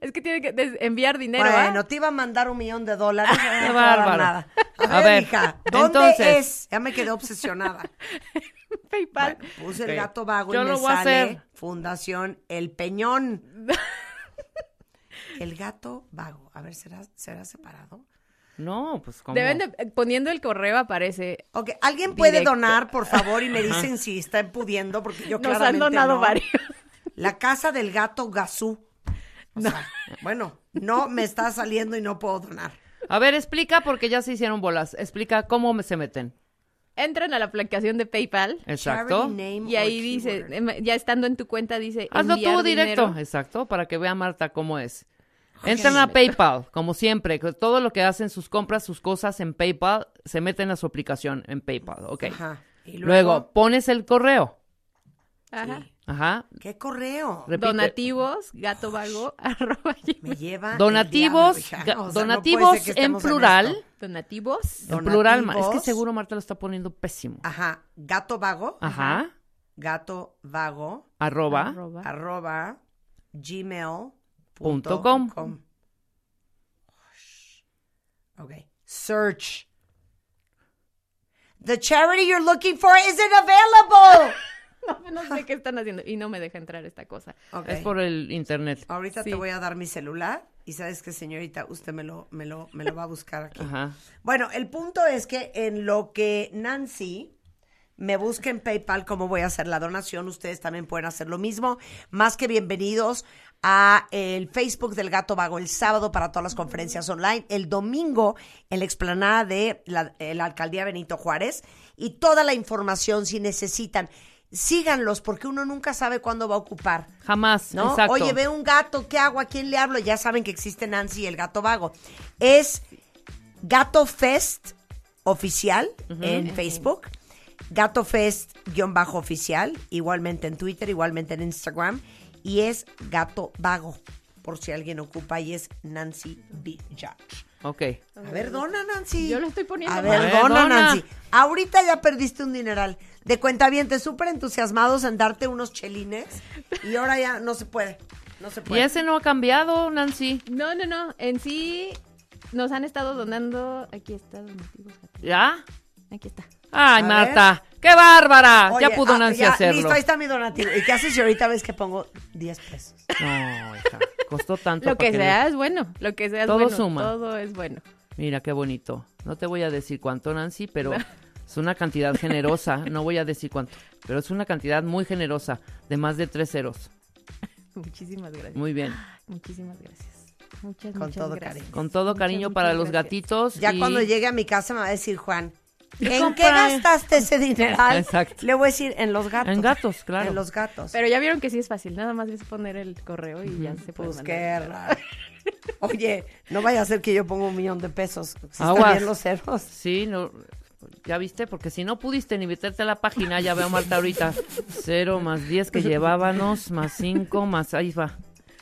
Speaker 11: Es que tiene que des- enviar dinero. ¿ah?
Speaker 4: Bueno, te iba a mandar un millón de dólares. no te
Speaker 3: Qué
Speaker 4: va a dar
Speaker 3: bárbaro.
Speaker 4: Ah, nada.
Speaker 3: A
Speaker 4: A
Speaker 3: ver,
Speaker 4: ver, hija, ¿dónde
Speaker 3: entonces.
Speaker 4: es? Ya me quedé obsesionada.
Speaker 11: PayPal.
Speaker 4: Puse el
Speaker 3: Ok.
Speaker 4: gato vago
Speaker 3: Yo
Speaker 4: y me
Speaker 3: lo voy a
Speaker 4: sale
Speaker 3: hacer.
Speaker 4: Fundación El Peñón. El gato vago. A ver, ¿será, será separado?
Speaker 3: No, pues como.
Speaker 11: Deben de- poniendo el correo aparece.
Speaker 4: Ok, ¿alguien puede
Speaker 11: Directo.
Speaker 4: donar, por favor? Y me
Speaker 11: Ajá.
Speaker 4: dicen si están pudiendo, porque yo
Speaker 11: Nos han
Speaker 4: claramente
Speaker 11: donado
Speaker 4: no.
Speaker 11: varios.
Speaker 4: La casa del gato Gazú. O sea, bueno, no me está saliendo y no puedo donar.
Speaker 3: A ver, explica porque ya se hicieron bolas. Explica cómo me se meten.
Speaker 11: Entran a la aplicación de PayPal.
Speaker 3: Exacto.
Speaker 11: Y ahí dice, em, ya estando en tu cuenta dice.
Speaker 3: Hazlo
Speaker 11: enviar
Speaker 3: tú directo.
Speaker 11: dinero.
Speaker 3: Exacto, para que vea Marta cómo es. Entran a PayPal, como siempre, que todo lo que hacen sus compras, sus cosas en PayPal, se meten a su aplicación en PayPal, ok.
Speaker 4: Ajá. ¿Y
Speaker 3: luego?
Speaker 4: luego?
Speaker 3: pones el correo,
Speaker 11: Ajá.
Speaker 3: ajá.
Speaker 4: ¿Qué correo?
Speaker 3: Repite.
Speaker 11: Donativos, gato vago, arroba
Speaker 4: Me lleva.
Speaker 3: Donativos,
Speaker 4: diablo, hija.
Speaker 3: ga-
Speaker 4: O sea, no puede
Speaker 3: donativos
Speaker 4: ser que
Speaker 3: en
Speaker 4: estemos en
Speaker 3: plural,
Speaker 4: esto.
Speaker 11: Donativos.
Speaker 3: en plural, ma- es que
Speaker 4: Donativos.
Speaker 3: seguro Marta lo está poniendo pésimo.
Speaker 4: Ajá. Gato vago.
Speaker 3: Ajá.
Speaker 4: Gato vago.
Speaker 3: Arroba.
Speaker 4: Arroba. Gmail.
Speaker 3: Punto com.
Speaker 4: Ok. Search. The charity you're looking for isn't available.
Speaker 11: No, no sé qué están haciendo. Y no me deja entrar esta cosa.
Speaker 4: Ok.
Speaker 3: Es por el internet.
Speaker 4: Ahorita
Speaker 11: Sí.
Speaker 4: te voy a dar mi celular y sabes que señorita, usted me lo, me lo, me lo va a buscar aquí.
Speaker 3: Ajá.
Speaker 4: Bueno, el punto es que en lo que Nancy me busca en PayPal cómo voy a hacer la donación, ustedes también pueden hacer lo mismo. Más que bienvenidos a el Facebook del Gato Vago el sábado para todas las conferencias online, el domingo en la explanada de la, eh, la alcaldía Benito Juárez y toda la información si necesitan. Síganlos porque uno nunca sabe cuándo va a ocupar.
Speaker 3: Jamás,
Speaker 4: ¿no?
Speaker 3: exacto.
Speaker 4: Oye, veo un gato, ¿qué hago? ¿A quién le hablo? Ya saben que existe Nancy y el gato vago. Es Gato Fest oficial en Facebook, Gato Fest guión bajo oficial, igualmente en Twitter, igualmente en Instagram, y es Gato Vago, por si alguien ocupa, y es Nancy B. Judge.
Speaker 3: Ok.
Speaker 4: A ver, dona Nancy.
Speaker 11: Yo lo estoy poniendo.
Speaker 4: A
Speaker 11: mal.
Speaker 4: ver, dona, Nancy. Ahorita ya perdiste un dineral. De cuentavientes súper entusiasmados en darte unos chelines y ahora ya no se puede. No se
Speaker 3: Y
Speaker 4: puede.
Speaker 3: ese no ha cambiado, Nancy.
Speaker 11: No, no, no. En sí nos han estado donando. Aquí está donativos. gato.
Speaker 3: ¿Ya?
Speaker 11: Aquí está.
Speaker 3: Ay,
Speaker 4: A
Speaker 3: Marta, qué bárbara. ya
Speaker 4: Oye,
Speaker 3: pudo
Speaker 4: ah,
Speaker 3: Nancy
Speaker 4: ya,
Speaker 3: hacerlo.
Speaker 4: Listo, ahí está mi donativo. ¿Y qué haces si ahorita ves que pongo 10 pesos?
Speaker 3: No, hija, costó tanto.
Speaker 11: Lo
Speaker 3: para
Speaker 11: que sea es bueno. Lo que sea es
Speaker 3: Todo
Speaker 11: bueno.
Speaker 3: suma.
Speaker 11: Todo es bueno.
Speaker 3: Mira, qué bonito. No te voy a decir cuánto, Nancy, pero es una cantidad generosa. No voy a decir cuánto, pero es una cantidad muy generosa, de más de tres ceros.
Speaker 11: Muchísimas gracias.
Speaker 3: Muy bien.
Speaker 11: Muchísimas gracias. Muchas,
Speaker 4: Con
Speaker 11: muchas
Speaker 4: todo
Speaker 11: gracias.
Speaker 3: Con todo
Speaker 11: Muchas,
Speaker 3: cariño
Speaker 11: muchas
Speaker 3: para los
Speaker 11: gracias.
Speaker 3: gatitos.
Speaker 4: Ya
Speaker 3: y-
Speaker 4: cuando llegue a mi casa me va a decir, Juan, ¿en
Speaker 3: Compré.
Speaker 4: qué gastaste ese dineral?
Speaker 3: pues". Exacto.
Speaker 4: Le voy a decir, en los gatos.
Speaker 3: En gatos, claro.
Speaker 4: En los gatos.
Speaker 11: Pero ya vieron que sí es fácil. Nada más es poner el correo y ya se puede
Speaker 4: pues
Speaker 11: mandar.
Speaker 4: qué raro. Oye, no vaya a ser que yo ponga un millón de pesos. Si están
Speaker 3: Aguas.
Speaker 4: bien los ceros.
Speaker 3: Sí, no. Ya viste, porque si no pudiste ni meterte a la página, ya veo Marta ahorita. Cero más diez que llevábamos, más cinco, más ahí va.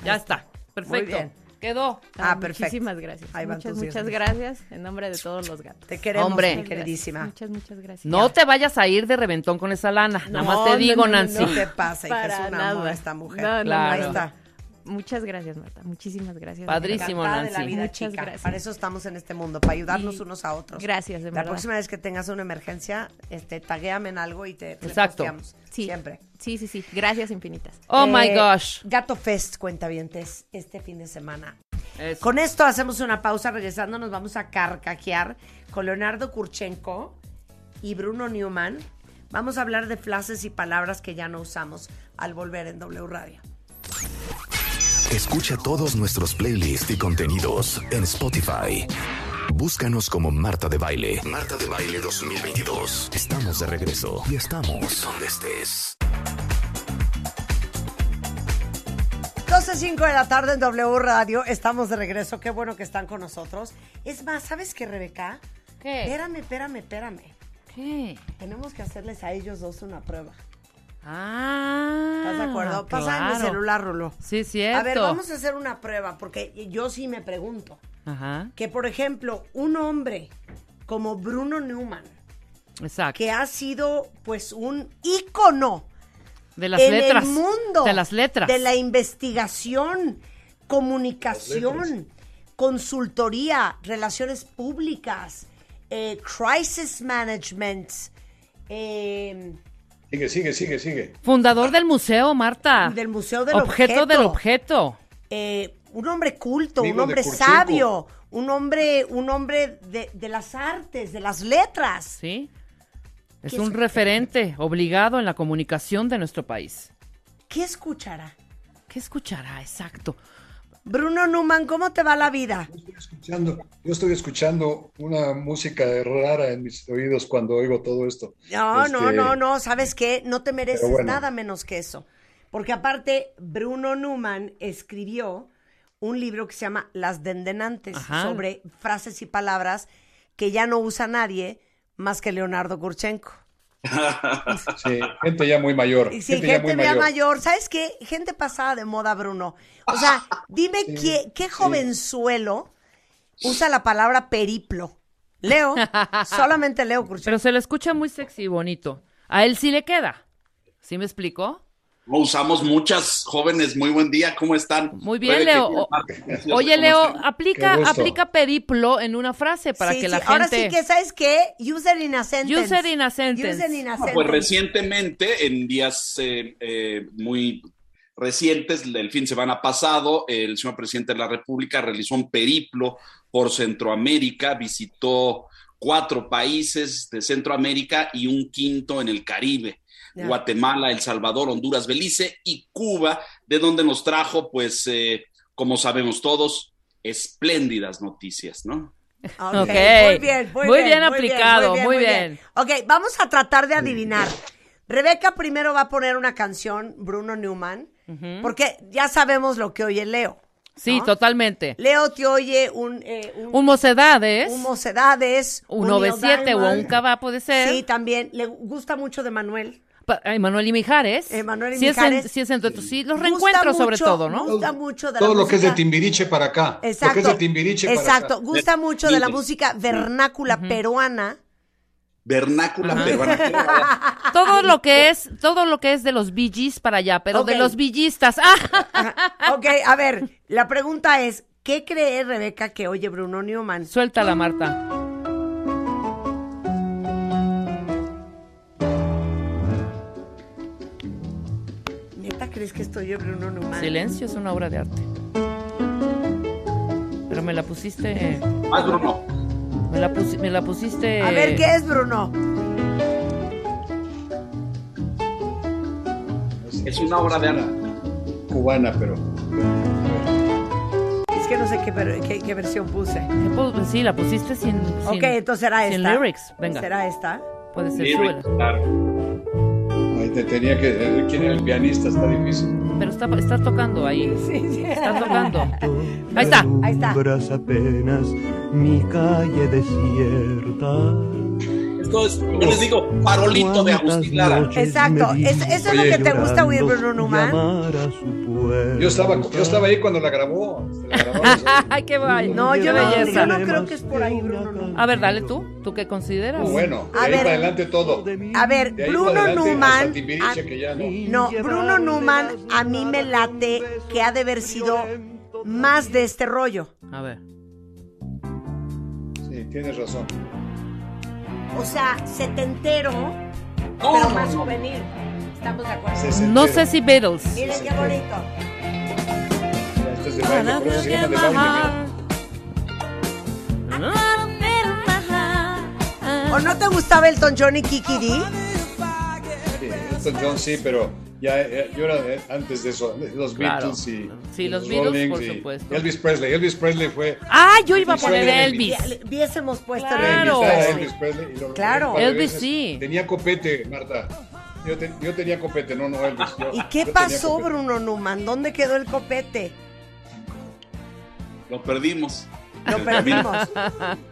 Speaker 3: Ya está. Perfecto.
Speaker 4: bien.
Speaker 3: Quedó.
Speaker 4: Ah, perfecto.
Speaker 11: Muchísimas gracias.
Speaker 4: Ahí van
Speaker 11: muchas,
Speaker 4: tus diez
Speaker 11: muchas
Speaker 4: mil.
Speaker 11: gracias en nombre de todos los gatos.
Speaker 4: Te queremos,
Speaker 3: Hombre.
Speaker 4: mi queridísima.
Speaker 11: Muchas, muchas gracias.
Speaker 3: No te vayas a ir de reventón con esa lana. Nada más te digo, Nancy.
Speaker 4: No te pasa, hija,
Speaker 11: Para
Speaker 4: es una amor
Speaker 11: nada.
Speaker 4: esta mujer.
Speaker 11: No, no,
Speaker 3: Claro.
Speaker 4: Ahí está.
Speaker 11: Muchas gracias, Marta. Muchísimas gracias.
Speaker 3: Padrísimo.
Speaker 4: Encantada
Speaker 3: Nancy.
Speaker 4: de la vida,
Speaker 11: Muchas
Speaker 4: chica.
Speaker 11: gracias.
Speaker 4: Para eso estamos en este mundo, para ayudarnos
Speaker 11: Y-
Speaker 4: unos a otros.
Speaker 11: Gracias, de
Speaker 4: La
Speaker 11: verdad.
Speaker 4: próxima vez que tengas una emergencia, este, taguéame en algo y te, te
Speaker 3: Exacto.
Speaker 4: posteamos.
Speaker 11: Sí.
Speaker 4: Siempre.
Speaker 11: Sí, sí, sí. Gracias infinitas.
Speaker 3: Oh my
Speaker 4: Eh,
Speaker 3: gosh.
Speaker 4: Gato Fest, cuentavientes, este fin de semana.
Speaker 3: Eso.
Speaker 4: Con esto hacemos una pausa. Regresando, nos vamos a carcajear con Leonardo Kurchenko y Bruno Newman. Vamos a hablar de frases y palabras que ya no usamos al volver en W Radio.
Speaker 1: Escucha todos nuestros playlists y contenidos en Spotify. Búscanos como Marta de Baile. Marta de Baile 2022. Estamos de regreso y estamos donde estés.
Speaker 4: 12.05 de la tarde en W Radio. Estamos de regreso. Qué bueno que están con nosotros. Es más, ¿sabes qué, Rebeca?
Speaker 3: ¿Qué?
Speaker 4: Espérame, espérame, espérame.
Speaker 3: ¿Qué?
Speaker 4: Tenemos que hacerles a ellos dos una prueba.
Speaker 3: Ah.
Speaker 4: ¿Estás de acuerdo? Pasa en mi
Speaker 3: claro.
Speaker 4: celular, Rulo.
Speaker 3: Sí, cierto.
Speaker 4: A ver, vamos a hacer una prueba, porque yo sí me pregunto.
Speaker 3: Ajá.
Speaker 4: Que, por ejemplo, un hombre como Bruno Newman,
Speaker 3: Exacto.
Speaker 4: que ha sido pues un ícono
Speaker 3: De las
Speaker 4: en
Speaker 3: letras.
Speaker 4: el mundo
Speaker 3: De las letras.
Speaker 4: de la investigación, comunicación, consultoría, relaciones públicas, eh, crisis management, eh,
Speaker 12: Sigue, sigue, sigue, sigue.
Speaker 3: Fundador del museo, Marta.
Speaker 4: Del museo del
Speaker 3: objeto. del
Speaker 4: objeto.
Speaker 3: objeto.
Speaker 4: eh, un hombre culto,
Speaker 3: Amigo
Speaker 4: un
Speaker 3: de
Speaker 4: hombre
Speaker 3: Curchuco.
Speaker 4: sabio, un hombre, un hombre de, de las artes, de las letras.
Speaker 3: Sí. Es
Speaker 4: ¿Qué
Speaker 3: un
Speaker 4: es-
Speaker 3: referente obligado en la comunicación de nuestro país.
Speaker 4: ¿Qué escuchará?
Speaker 3: ¿Qué escuchará? Exacto.
Speaker 4: Bruno Numan, ¿cómo te va la vida?
Speaker 12: Escuchando- Yo estoy escuchando una música rara en mis oídos cuando oigo todo esto.
Speaker 4: No,
Speaker 12: Este,
Speaker 4: no, no, no, ¿sabes qué? No te mereces
Speaker 12: bueno.
Speaker 4: nada menos que eso. Porque aparte, Bruno Newman escribió un libro que se llama Las Dendenantes,
Speaker 3: Ajá.
Speaker 4: sobre frases y palabras que ya no usa nadie más que Leonardo Gurchenko.
Speaker 12: Sí, gente ya muy mayor.
Speaker 4: Y sí,
Speaker 12: gente,
Speaker 4: gente,
Speaker 12: ya muy
Speaker 4: vea
Speaker 12: mayor.
Speaker 4: mayor. ¿Sabes qué? Gente pasada de moda, Bruno. O sea, dime qué, qué jovenzuelo usa la palabra periplo. Leo, solamente Leo Gurchenko.
Speaker 3: Pero se le escucha muy sexy y bonito. A él sí le queda. ¿Sí me explicó?
Speaker 13: No usamos muchas jóvenes. Muy buen día, ¿cómo están?
Speaker 3: Muy bien,
Speaker 13: Fede,
Speaker 3: Leo.
Speaker 13: ¿qué
Speaker 3: O-
Speaker 13: tal?
Speaker 3: Oye,
Speaker 13: ¿Cómo
Speaker 3: Leo,
Speaker 13: están?
Speaker 3: aplica,
Speaker 13: Qué gusto.
Speaker 3: aplica periplo en una frase para
Speaker 4: Sí,
Speaker 3: que
Speaker 4: sí,
Speaker 3: la
Speaker 4: Ahora
Speaker 3: gente.
Speaker 4: sí que, ¿sabes qué? User in a sentence.
Speaker 3: User in a sentence.
Speaker 4: User in a
Speaker 13: Ah, Pues
Speaker 4: sentence.
Speaker 13: recientemente, en días eh, eh, muy recientes, el fin de semana pasado, el señor presidente de la República realizó un periplo por Centroamérica, visitó cuatro países de Centroamérica y un quinto en el Caribe.
Speaker 14: Ya.
Speaker 13: Guatemala, El Salvador, Honduras, Belice y Cuba, de donde nos trajo, pues, eh, como sabemos todos, espléndidas noticias, ¿no?
Speaker 4: Ok, Muy bien, muy,
Speaker 3: Muy
Speaker 4: bien,
Speaker 3: bien aplicado, muy bien.
Speaker 4: Ok, vamos a tratar de adivinar. Rebeca primero va a poner una canción, Bruno Newman,
Speaker 3: Ujú.
Speaker 4: porque ya sabemos lo que oye Leo.
Speaker 3: Sí,
Speaker 4: ¿no?
Speaker 3: totalmente.
Speaker 4: Leo te oye un... eh, un,
Speaker 3: Un mocedades.
Speaker 4: un Mocedades.
Speaker 3: Un 97 o
Speaker 4: Neil Diamond.
Speaker 3: un Cava puede ser.
Speaker 4: Sí, también. Le gusta mucho de Manuel.
Speaker 3: Pa- a Emanuel y Mijares.
Speaker 4: Emanuel y
Speaker 3: Sí es en-
Speaker 4: Mijares.
Speaker 3: sí es en tu- sí, los
Speaker 4: Gusta
Speaker 3: reencuentros sobre
Speaker 4: mucho,
Speaker 3: todo, ¿no?
Speaker 4: Gusta mucho de
Speaker 12: Todo
Speaker 4: la
Speaker 12: lo que es de
Speaker 4: música-
Speaker 12: Timbiriche para acá. Lo
Speaker 4: Exacto.
Speaker 12: que es de Timbiriche para acá.
Speaker 4: Exacto. Gusta mucho de la música vernácula peruana.
Speaker 13: Vernácula
Speaker 4: Ah.
Speaker 13: peruana.
Speaker 3: Todo lo que es, todo lo que es de los BGs para allá, pero
Speaker 4: Ok.
Speaker 3: de los villistas. ¡Ah!
Speaker 4: ok, a ver, la pregunta es, ¿qué cree Rebeca que oye Bruno Newman?
Speaker 3: Suéltala, Marta.
Speaker 4: ¿Neta crees que esto oye Bruno Newman?
Speaker 3: Silencio es una obra de arte. Pero me la pusiste. eh,
Speaker 13: Más Ah, Bruno.
Speaker 3: Me la, pusi- me la pusiste.
Speaker 4: A ver, ¿qué es Bruno?
Speaker 13: Es una obra de arte.
Speaker 12: Cubana, pero.
Speaker 4: Es que no sé qué, ver- qué- qué versión puse.
Speaker 3: Pues Sí, la pusiste sin. sin-
Speaker 4: ok, entonces será
Speaker 3: sin
Speaker 4: esta.
Speaker 3: lyrics, venga.
Speaker 4: ¿Será esta?
Speaker 3: Puede ser,
Speaker 12: Lyrics,
Speaker 3: súbela.
Speaker 12: Ahí te tenía que. eh, ¿Quién era el pianista? Está difícil.
Speaker 3: Pero está, está tocando ahí. Está tocando. Ahí está.
Speaker 4: Ahí está.
Speaker 15: Alumbras apenas mi calle desierta.
Speaker 13: Esto es, yo les digo, farolito de Agustín Lara.
Speaker 4: Exacto, es- eso es lo que te gusta oír Bruno Newman.
Speaker 12: Yo estaba, yo estaba ahí cuando la grabó.
Speaker 3: Ay, qué vaya.
Speaker 4: No, yo no,
Speaker 3: belleza.
Speaker 4: yo no creo que es por ahí Bruno Newman.
Speaker 3: A ver, dale tú. ¿Tú qué consideras?
Speaker 12: Oh, Bueno, de
Speaker 4: A
Speaker 12: ahí
Speaker 4: ver.
Speaker 12: para adelante todo.
Speaker 4: A ver,
Speaker 12: De ahí
Speaker 4: Bruno
Speaker 12: para adelante
Speaker 4: Newman,
Speaker 12: hasta Timbiriche, que ya no.
Speaker 4: No, Bruno Newman a mí me late que ha de haber sido más de este rollo.
Speaker 3: A ver.
Speaker 12: Sí, tienes razón.
Speaker 4: O sea, setentero, pero más juvenil. ¿Estamos de acuerdo?
Speaker 3: Oh. No sé si Beatles.
Speaker 4: Miren qué bonito.
Speaker 12: Este es de baile, por eso se llama de baile. mira.
Speaker 4: ¿O no te gustaba el John y Kiki D?
Speaker 12: Sí, Elton John sí, pero ya, eh, yo era eh, antes de eso. Los
Speaker 3: Claro.
Speaker 12: Beatles y.
Speaker 3: Sí,
Speaker 12: y
Speaker 3: los Beatles,
Speaker 12: Rolling
Speaker 3: por
Speaker 12: y
Speaker 3: supuesto.
Speaker 12: Elvis Presley. Elvis Presley fue.
Speaker 3: Ah, yo iba a
Speaker 12: Elvis Presley
Speaker 3: poner
Speaker 12: era
Speaker 3: Elvis.
Speaker 4: Viésemos puesto el
Speaker 3: Claro.
Speaker 12: Ahí está
Speaker 4: Elvis
Speaker 12: Elvis
Speaker 4: Presley.
Speaker 12: Presley y lo-
Speaker 4: Claro.
Speaker 12: un par de
Speaker 4: Elvis
Speaker 12: veces.
Speaker 4: sí.
Speaker 12: Tenía copete, Marta. Yo, te- yo tenía copete, no, no Elvis. yo-
Speaker 4: ¿Y
Speaker 12: yo
Speaker 4: qué
Speaker 12: tenía
Speaker 4: pasó,
Speaker 12: copete.
Speaker 4: Bruno Numan? ¿Dónde quedó el copete?
Speaker 13: Lo perdimos.
Speaker 4: Lo perdimos.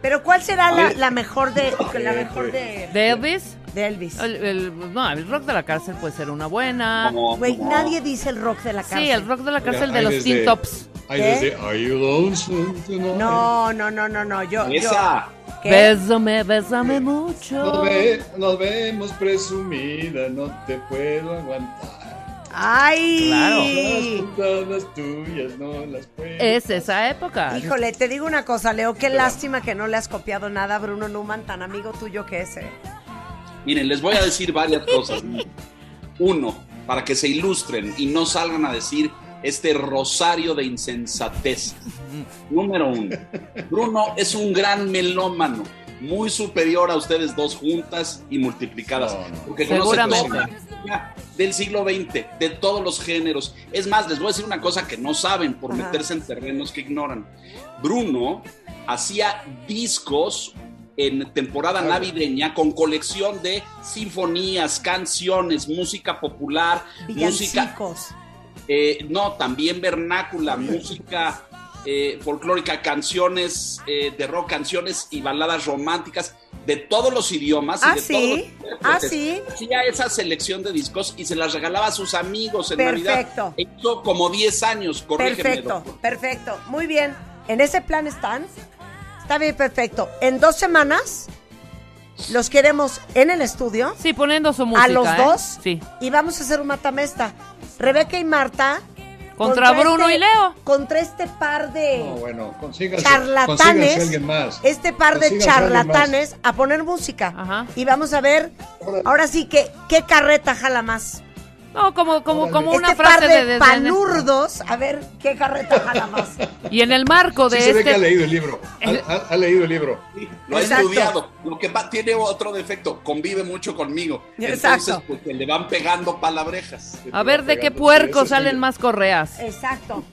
Speaker 4: Pero ¿cuál será la, la mejor de la mejor de
Speaker 3: ¿De Elvis?
Speaker 4: De Elvis.
Speaker 3: El, el- no, el rock de la cárcel puede ser una buena.
Speaker 4: Güey, nadie dice el rock de la cárcel.
Speaker 3: Sí, el rock de la cárcel de
Speaker 12: Hay
Speaker 3: los
Speaker 12: desde-
Speaker 3: Teen Tops.
Speaker 12: hay
Speaker 4: ¿Qué?
Speaker 12: desde Are You Lonesome Tonight?
Speaker 2: Ah.
Speaker 4: No, no, no, no, no, yo yo
Speaker 12: Esa.
Speaker 4: ¿Qué?
Speaker 3: Bésame, bésame mucho.
Speaker 12: Nos, ve- nos vemos presumida, no te puedo aguantar.
Speaker 4: Ah, ¡Ay!
Speaker 12: Las puntadas tuyas no las puedo.
Speaker 3: Es esa época.
Speaker 4: Híjole, te digo una cosa, Leo, qué lástima que no le has copiado nada a Bruno Numan, tan amigo tuyo que es. ¿eh?
Speaker 13: Miren, les voy a decir varias cosas. Uno, para que se ilustren y no salgan a decir este rosario de insensatez. Número uno, Bruno es un gran melómano, muy superior a ustedes dos juntas y multiplicadas, porque conoce
Speaker 3: Seguramente.
Speaker 13: todo del siglo XX, de todos los géneros. Es más, les voy a decir una cosa que no saben por
Speaker 14: Ajá.
Speaker 13: meterse en terrenos que ignoran. Bruno hacía discos en temporada navideña con colección de sinfonías, canciones, música popular, música... eh, no, también vernácula, música eh, folclórica, canciones eh, de rock, canciones y baladas románticas de todos los idiomas. y
Speaker 4: ¿Ah,
Speaker 13: de
Speaker 4: sí?
Speaker 13: todos los intérpretes.
Speaker 4: ¿Ah, sí?
Speaker 13: Hacía esa selección de discos y se las regalaba a sus amigos en
Speaker 4: Perfecto.
Speaker 13: Navidad. Hizo como 10 años, corrígeme.
Speaker 4: Perfecto,
Speaker 13: doctor.
Speaker 4: perfecto. Muy bien. ¿En ese plan están? Está bien, perfecto. En dos semanas los queremos en el estudio.
Speaker 3: Sí, poniendo su
Speaker 4: A
Speaker 3: música,
Speaker 4: los
Speaker 3: ¿eh?
Speaker 4: dos.
Speaker 3: Sí.
Speaker 4: Y vamos a hacer un matamesta. Rebeca y Marta.
Speaker 3: Contra Bruno y
Speaker 4: Leo. Contra este par de.
Speaker 12: No, bueno, consíganse, consíganse
Speaker 4: charlatanes,
Speaker 12: alguien más.
Speaker 4: este par de
Speaker 12: Consíganse alguien más.
Speaker 4: charlatanes a poner música. Y vamos a ver, ahora sí que, ¿qué carreta jala más?
Speaker 3: No, como, como, como una
Speaker 4: este
Speaker 3: frase
Speaker 4: par de,
Speaker 3: de- de-
Speaker 4: panurdos, a ver, ¿qué carreta jala más?
Speaker 3: Y en el marco de
Speaker 12: Sí se ve que ha
Speaker 3: este.
Speaker 12: leído el libro. Ha, ha- ha leído el libro.
Speaker 13: Lo ha
Speaker 12: Exacto.
Speaker 13: estudiado. Lo que va- tiene otro defecto, convive mucho conmigo. Entonces,
Speaker 4: Exacto.
Speaker 13: pues, le van pegando palabrejas.
Speaker 3: A ver de qué puerco salen más correas.
Speaker 4: Exacto.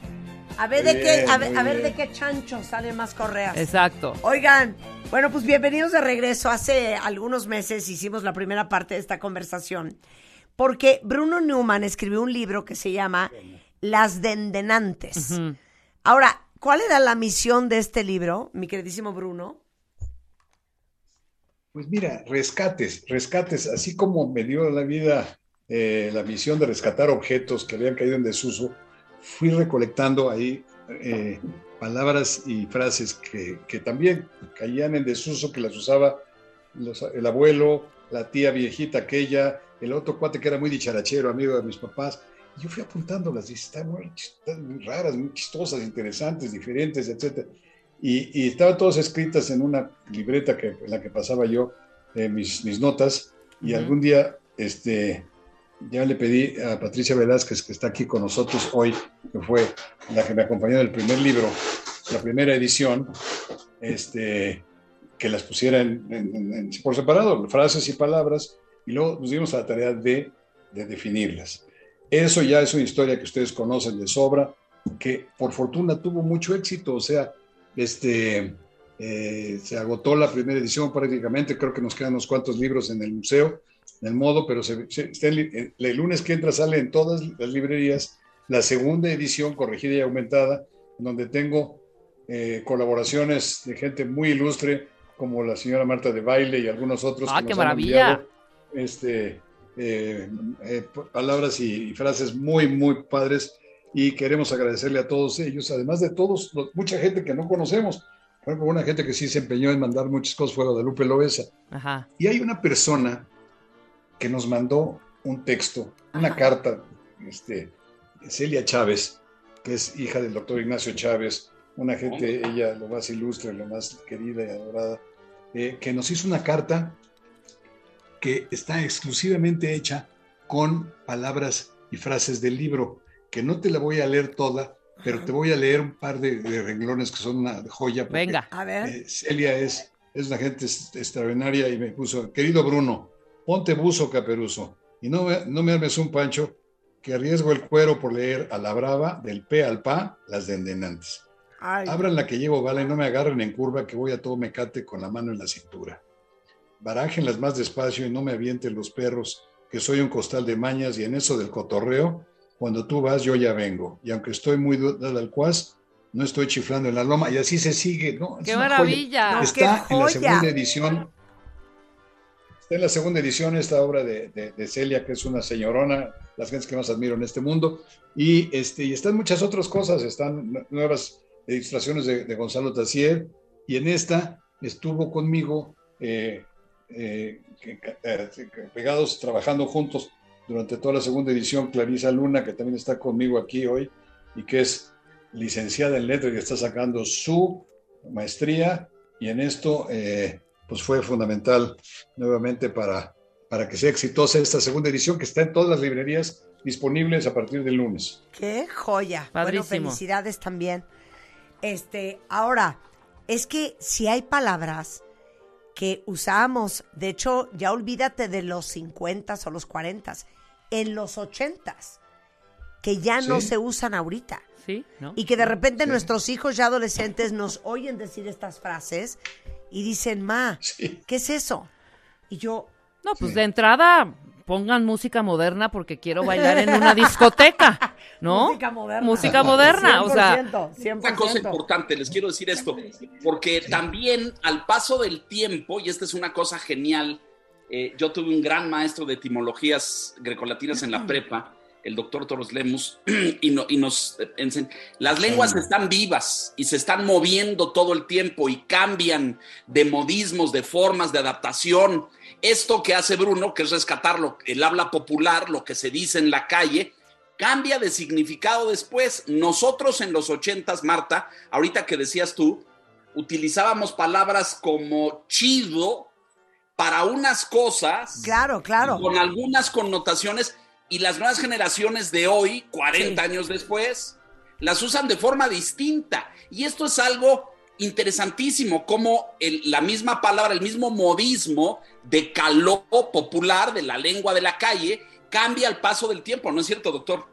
Speaker 4: A ver
Speaker 3: Muy
Speaker 4: de qué,
Speaker 3: bien,
Speaker 4: a ver,
Speaker 3: muy
Speaker 4: a ver de
Speaker 3: bien.
Speaker 4: qué chancho salen más correas.
Speaker 3: Exacto.
Speaker 4: Oigan, bueno, pues bienvenidos de regreso. Hace algunos meses hicimos la primera parte de esta conversación porque Bruno Newman escribió un libro que se llama Las Dendenantes.
Speaker 3: Ujú.
Speaker 4: Ahora, ¿cuál era la misión de este libro, mi queridísimo Bruno?
Speaker 12: Pues mira, rescates, rescates, así como me dio la vida eh, la misión de rescatar objetos que habían caído en desuso, fui recolectando ahí eh, palabras y frases que, que también caían en desuso, que las usaba los- el abuelo, la tía viejita aquella, el otro cuate que era muy dicharachero, amigo de mis papás. Y Yo fui apuntándolas, dije, están muy, chis- están muy raras, muy chistosas, interesantes, diferentes, etcétera y, y estaban todas escritas en una libreta que, en la que pasaba yo eh, mis, mis notas y
Speaker 16: Ujú.
Speaker 12: algún día este, ya le pedí a Patricia Velázquez, que está aquí con nosotros hoy, que fue la que me acompañó en el primer libro, la primera edición, este, que las pusiera en- en- en- en- por separado, frases y palabras, y luego nos dimos a la tarea de, de definirlas. Eso ya es una historia que ustedes conocen de sobra, que por fortuna tuvo mucho éxito, o sea, este, eh, se agotó la primera edición prácticamente, creo que nos quedan unos cuantos libros en el museo, en el modo, pero se- se- está en li- el, el lunes que entra sale en todas las librerías la segunda edición corregida y aumentada, donde tengo eh, colaboraciones de gente muy ilustre, como la señora Marta de Baile y algunos otros.
Speaker 3: ¡Ah,
Speaker 12: que
Speaker 3: qué
Speaker 12: nos han
Speaker 3: maravilla!
Speaker 12: enviado, este, eh, eh, p- palabras y, y frases muy, muy padres y queremos agradecerle a todos ellos, además de todos, los- mucha gente que no conocemos. Por ejemplo, una gente que sí se empeñó en mandar muchas cosas fuera de Lupe Loesa.
Speaker 3: Ajá.
Speaker 12: Y hay una persona que nos mandó un texto, una carta, este, Celia Chávez, que es hija del doctor Ignacio Chávez, una gente, ella lo más ilustre, lo más querida y adorada, eh, que nos hizo una carta que está exclusivamente hecha con palabras y frases del libro, que no te la voy a leer toda, pero te voy a leer un par de, de renglones que son una joya. porque
Speaker 3: Venga.
Speaker 4: A ver.
Speaker 12: eh, Celia es, es una gente es- extraordinaria y me puso, querido Bruno, ponte buzo caperuso y no me, no me armes un pancho que arriesgo el cuero por leer a la brava del pe al pa las dendenantes.
Speaker 4: Ay.
Speaker 12: Abran la que llevo bala y no me agarren en curva que voy a todo mecate con la mano en la cintura. Barájenlas más despacio y no me avienten los perros que soy un costal de mañas y en eso del cotorreo, cuando tú vas yo ya vengo. Y aunque estoy muy du- dada al cuas, no estoy chiflando en la loma y así se sigue. ¿no? Es
Speaker 3: ¡Qué
Speaker 12: una joya.
Speaker 3: maravilla! No,
Speaker 12: Está
Speaker 3: ¡qué
Speaker 12: en la
Speaker 3: joya!
Speaker 12: segunda edición. Está en la segunda edición esta obra de, de- de Celia, que es una señorona, las gentes que más admiro en este mundo. Y, este, y están muchas otras cosas, están nu- nuevas ilustraciones de, de Gonzalo Tassier. Y en esta estuvo conmigo eh, eh, que- que- eh, que- pegados, trabajando juntos durante toda la segunda edición, Clarisa Luna, que también está conmigo aquí hoy y que es licenciada en letras y está sacando su maestría y en esto eh, pues fue fundamental nuevamente para, para que sea exitosa esta segunda edición que está en todas las librerías disponibles a partir del lunes.
Speaker 4: Qué joya.
Speaker 12: Padrísimo.
Speaker 4: Bueno, felicidades también. Este, ahora, es que si hay palabras que usamos, de hecho, ya olvídate de los 50 o los 40, en los 80 que ya no
Speaker 3: Sí.
Speaker 4: se usan ahorita.
Speaker 3: Sí, ¿no?
Speaker 4: Y que de repente
Speaker 3: Sí.
Speaker 4: nuestros hijos ya adolescentes nos oyen decir estas frases y dicen, ma, ¿qué es eso? Y yo,
Speaker 3: No, pues de entrada pongan música moderna porque quiero bailar en una discoteca, ¿no?
Speaker 4: Música moderna.
Speaker 3: Música moderna, o sea,
Speaker 4: 100%,
Speaker 13: Una cosa importante, les quiero decir esto, porque también al paso del tiempo, y esta es una cosa genial, eh, yo tuve un gran maestro de etimologías grecolatinas en la prepa, el doctor Torres Lemus, y, no- y nos eh, ense- las lenguas están vivas y se están moviendo todo el tiempo y cambian de modismos, de formas, de adaptación. Esto que hace Bruno, que es rescatar lo- el habla popular, lo que se dice en la calle, cambia de significado después. Nosotros en los ochentas, Marta, ahorita que decías tú, utilizábamos palabras como chido para unas cosas.
Speaker 4: Claro, claro.
Speaker 13: Con algunas connotaciones y las nuevas generaciones de hoy, 40 años después, las usan de forma distinta. Y esto es algo interesantísimo, como el- la misma palabra, el mismo modismo de caló popular de la lengua de la calle cambia al paso del tiempo, ¿no es cierto, doctor?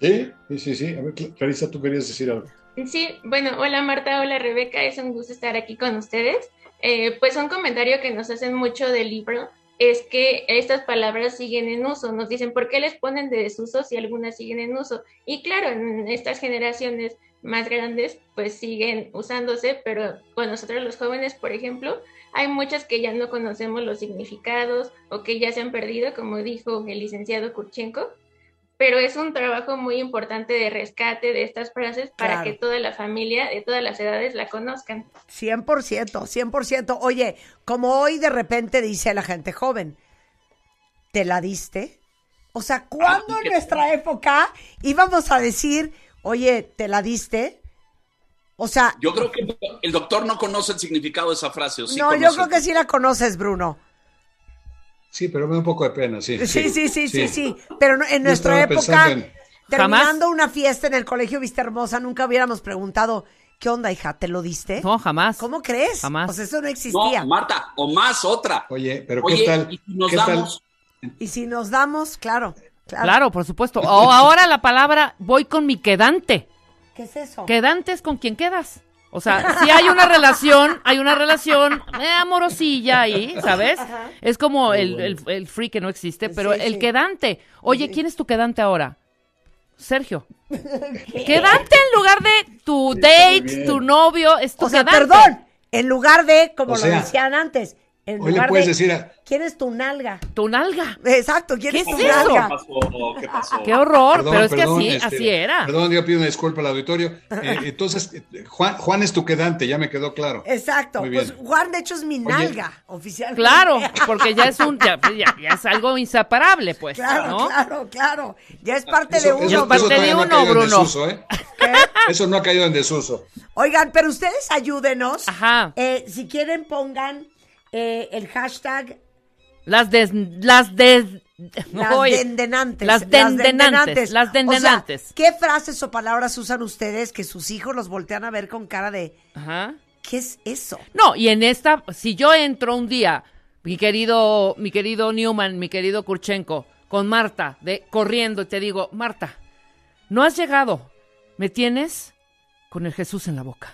Speaker 12: Sí, sí, sí, sí. A ver, Cla- Clarisa, tú querías decir algo.
Speaker 14: Sí, bueno, hola Marta, hola Rebeca, es un gusto estar aquí con ustedes. Eh, pues un comentario que nos hacen mucho del libro es que estas palabras siguen en uso, nos dicen por qué les ponen de desuso si algunas siguen en uso. Y claro, en estas generaciones más grandes pues siguen usándose, pero con nosotros los jóvenes, por ejemplo, hay muchas que ya no conocemos los significados o que ya se han perdido, como dijo el licenciado Kurchenko pero es un trabajo muy importante de rescate de estas frases para
Speaker 4: Claro.
Speaker 14: que toda la familia de todas las edades la conozcan.
Speaker 4: 100%, 100%. Oye, como hoy de repente dice la gente joven, ¿te la diste? O
Speaker 13: Ah,
Speaker 4: sea, ¿cuándo en nuestra época íbamos a decir, oye, ¿te la diste? O sea,
Speaker 13: Yo creo que el doctor no conoce el significado de esa frase. ¿o sí
Speaker 4: no, yo
Speaker 13: conoce?
Speaker 4: creo que sí la conoces, Bruno.
Speaker 12: Sí, pero me da un poco de pena, sí.
Speaker 4: Sí, sí, sí, sí, sí. Pero no- en
Speaker 12: Yo
Speaker 4: nuestra
Speaker 12: estaba
Speaker 4: época,
Speaker 12: pensando en-
Speaker 4: terminando una fiesta en el colegio Vista Hermosa, nunca hubiéramos preguntado, ¿qué onda, hija? ¿Te lo diste? No,
Speaker 3: jamás.
Speaker 4: ¿Cómo crees?
Speaker 13: Jamás.
Speaker 4: O sea, Pues eso no existía.
Speaker 13: No, Marta, o más otra.
Speaker 12: Oye, pero
Speaker 13: Oye,
Speaker 12: ¿qué tal?
Speaker 13: ¿y si nos
Speaker 12: ¿Qué tal?
Speaker 13: damos?
Speaker 4: Y si nos damos, claro, claro.
Speaker 3: claro, por supuesto. O ahora la palabra voy con mi quedante.
Speaker 4: ¿Qué es eso?
Speaker 3: Quedante es con quien quedas. O sea, si hay una relación, hay una relación eh, amorosilla ahí, ¿sabes?
Speaker 16: Ajá.
Speaker 3: Es como el, el- el free que no existe, pero el quedante. Oye, ¿quién es tu quedante ahora? Sergio. Quedante en lugar de tu
Speaker 4: Está muy
Speaker 3: date,
Speaker 4: bien.
Speaker 3: tu novio, es tu
Speaker 4: O sea,
Speaker 3: quedante.
Speaker 4: perdón, en lugar de, como
Speaker 3: O
Speaker 4: lo
Speaker 3: sea,
Speaker 4: decían antes, en
Speaker 12: hoy le
Speaker 4: lugar
Speaker 12: puedes
Speaker 4: de,
Speaker 12: decir a-
Speaker 4: ¿quién es tu nalga?
Speaker 3: ¿Tu nalga?
Speaker 4: Exacto, ¿quién
Speaker 3: ¿Qué
Speaker 4: es tu
Speaker 3: es eso?
Speaker 4: nalga?
Speaker 13: ¿Qué pasó?
Speaker 3: Qué horror,
Speaker 12: Perdón,
Speaker 3: pero es que
Speaker 12: perdón,
Speaker 3: así,
Speaker 12: este,
Speaker 3: así era.
Speaker 12: Perdón, yo pido una disculpa al auditorio. Eh, entonces, eh, Juan, Juan es tu quedante, ya me quedó claro.
Speaker 4: Exacto,
Speaker 12: Muy
Speaker 4: pues
Speaker 12: bien.
Speaker 4: Juan de hecho es mi nalga, oficialmente.
Speaker 3: Claro, porque ya es un, ya, ya- ya es algo inseparable, pues,
Speaker 4: Claro,
Speaker 3: ¿no?
Speaker 4: claro, claro. Ya es parte de
Speaker 12: Eso,
Speaker 4: uno.
Speaker 12: eso- eso
Speaker 4: Bruno.
Speaker 12: todavía no ha caído en desuso, ¿eh? Eso no ha caído en desuso.
Speaker 4: Oigan, pero ustedes ayúdenos. Ajá. si quieren, pongan eh, el hashtag
Speaker 3: Las des, las des,
Speaker 4: las
Speaker 3: Oye,
Speaker 4: dendenantes.
Speaker 3: Las dendenantes, las
Speaker 4: O sea,
Speaker 3: dendenantes.
Speaker 4: ¿Qué frases o palabras usan ustedes que sus hijos los voltean a ver con cara de
Speaker 3: Ajá.
Speaker 4: ¿qué es eso?
Speaker 3: No, y en esta, si yo entro un día, mi querido, mi querido Newman, mi querido Kurchenko, con Marta, de corriendo, y te digo, Marta, no has llegado, me tienes con el Jesús en la boca.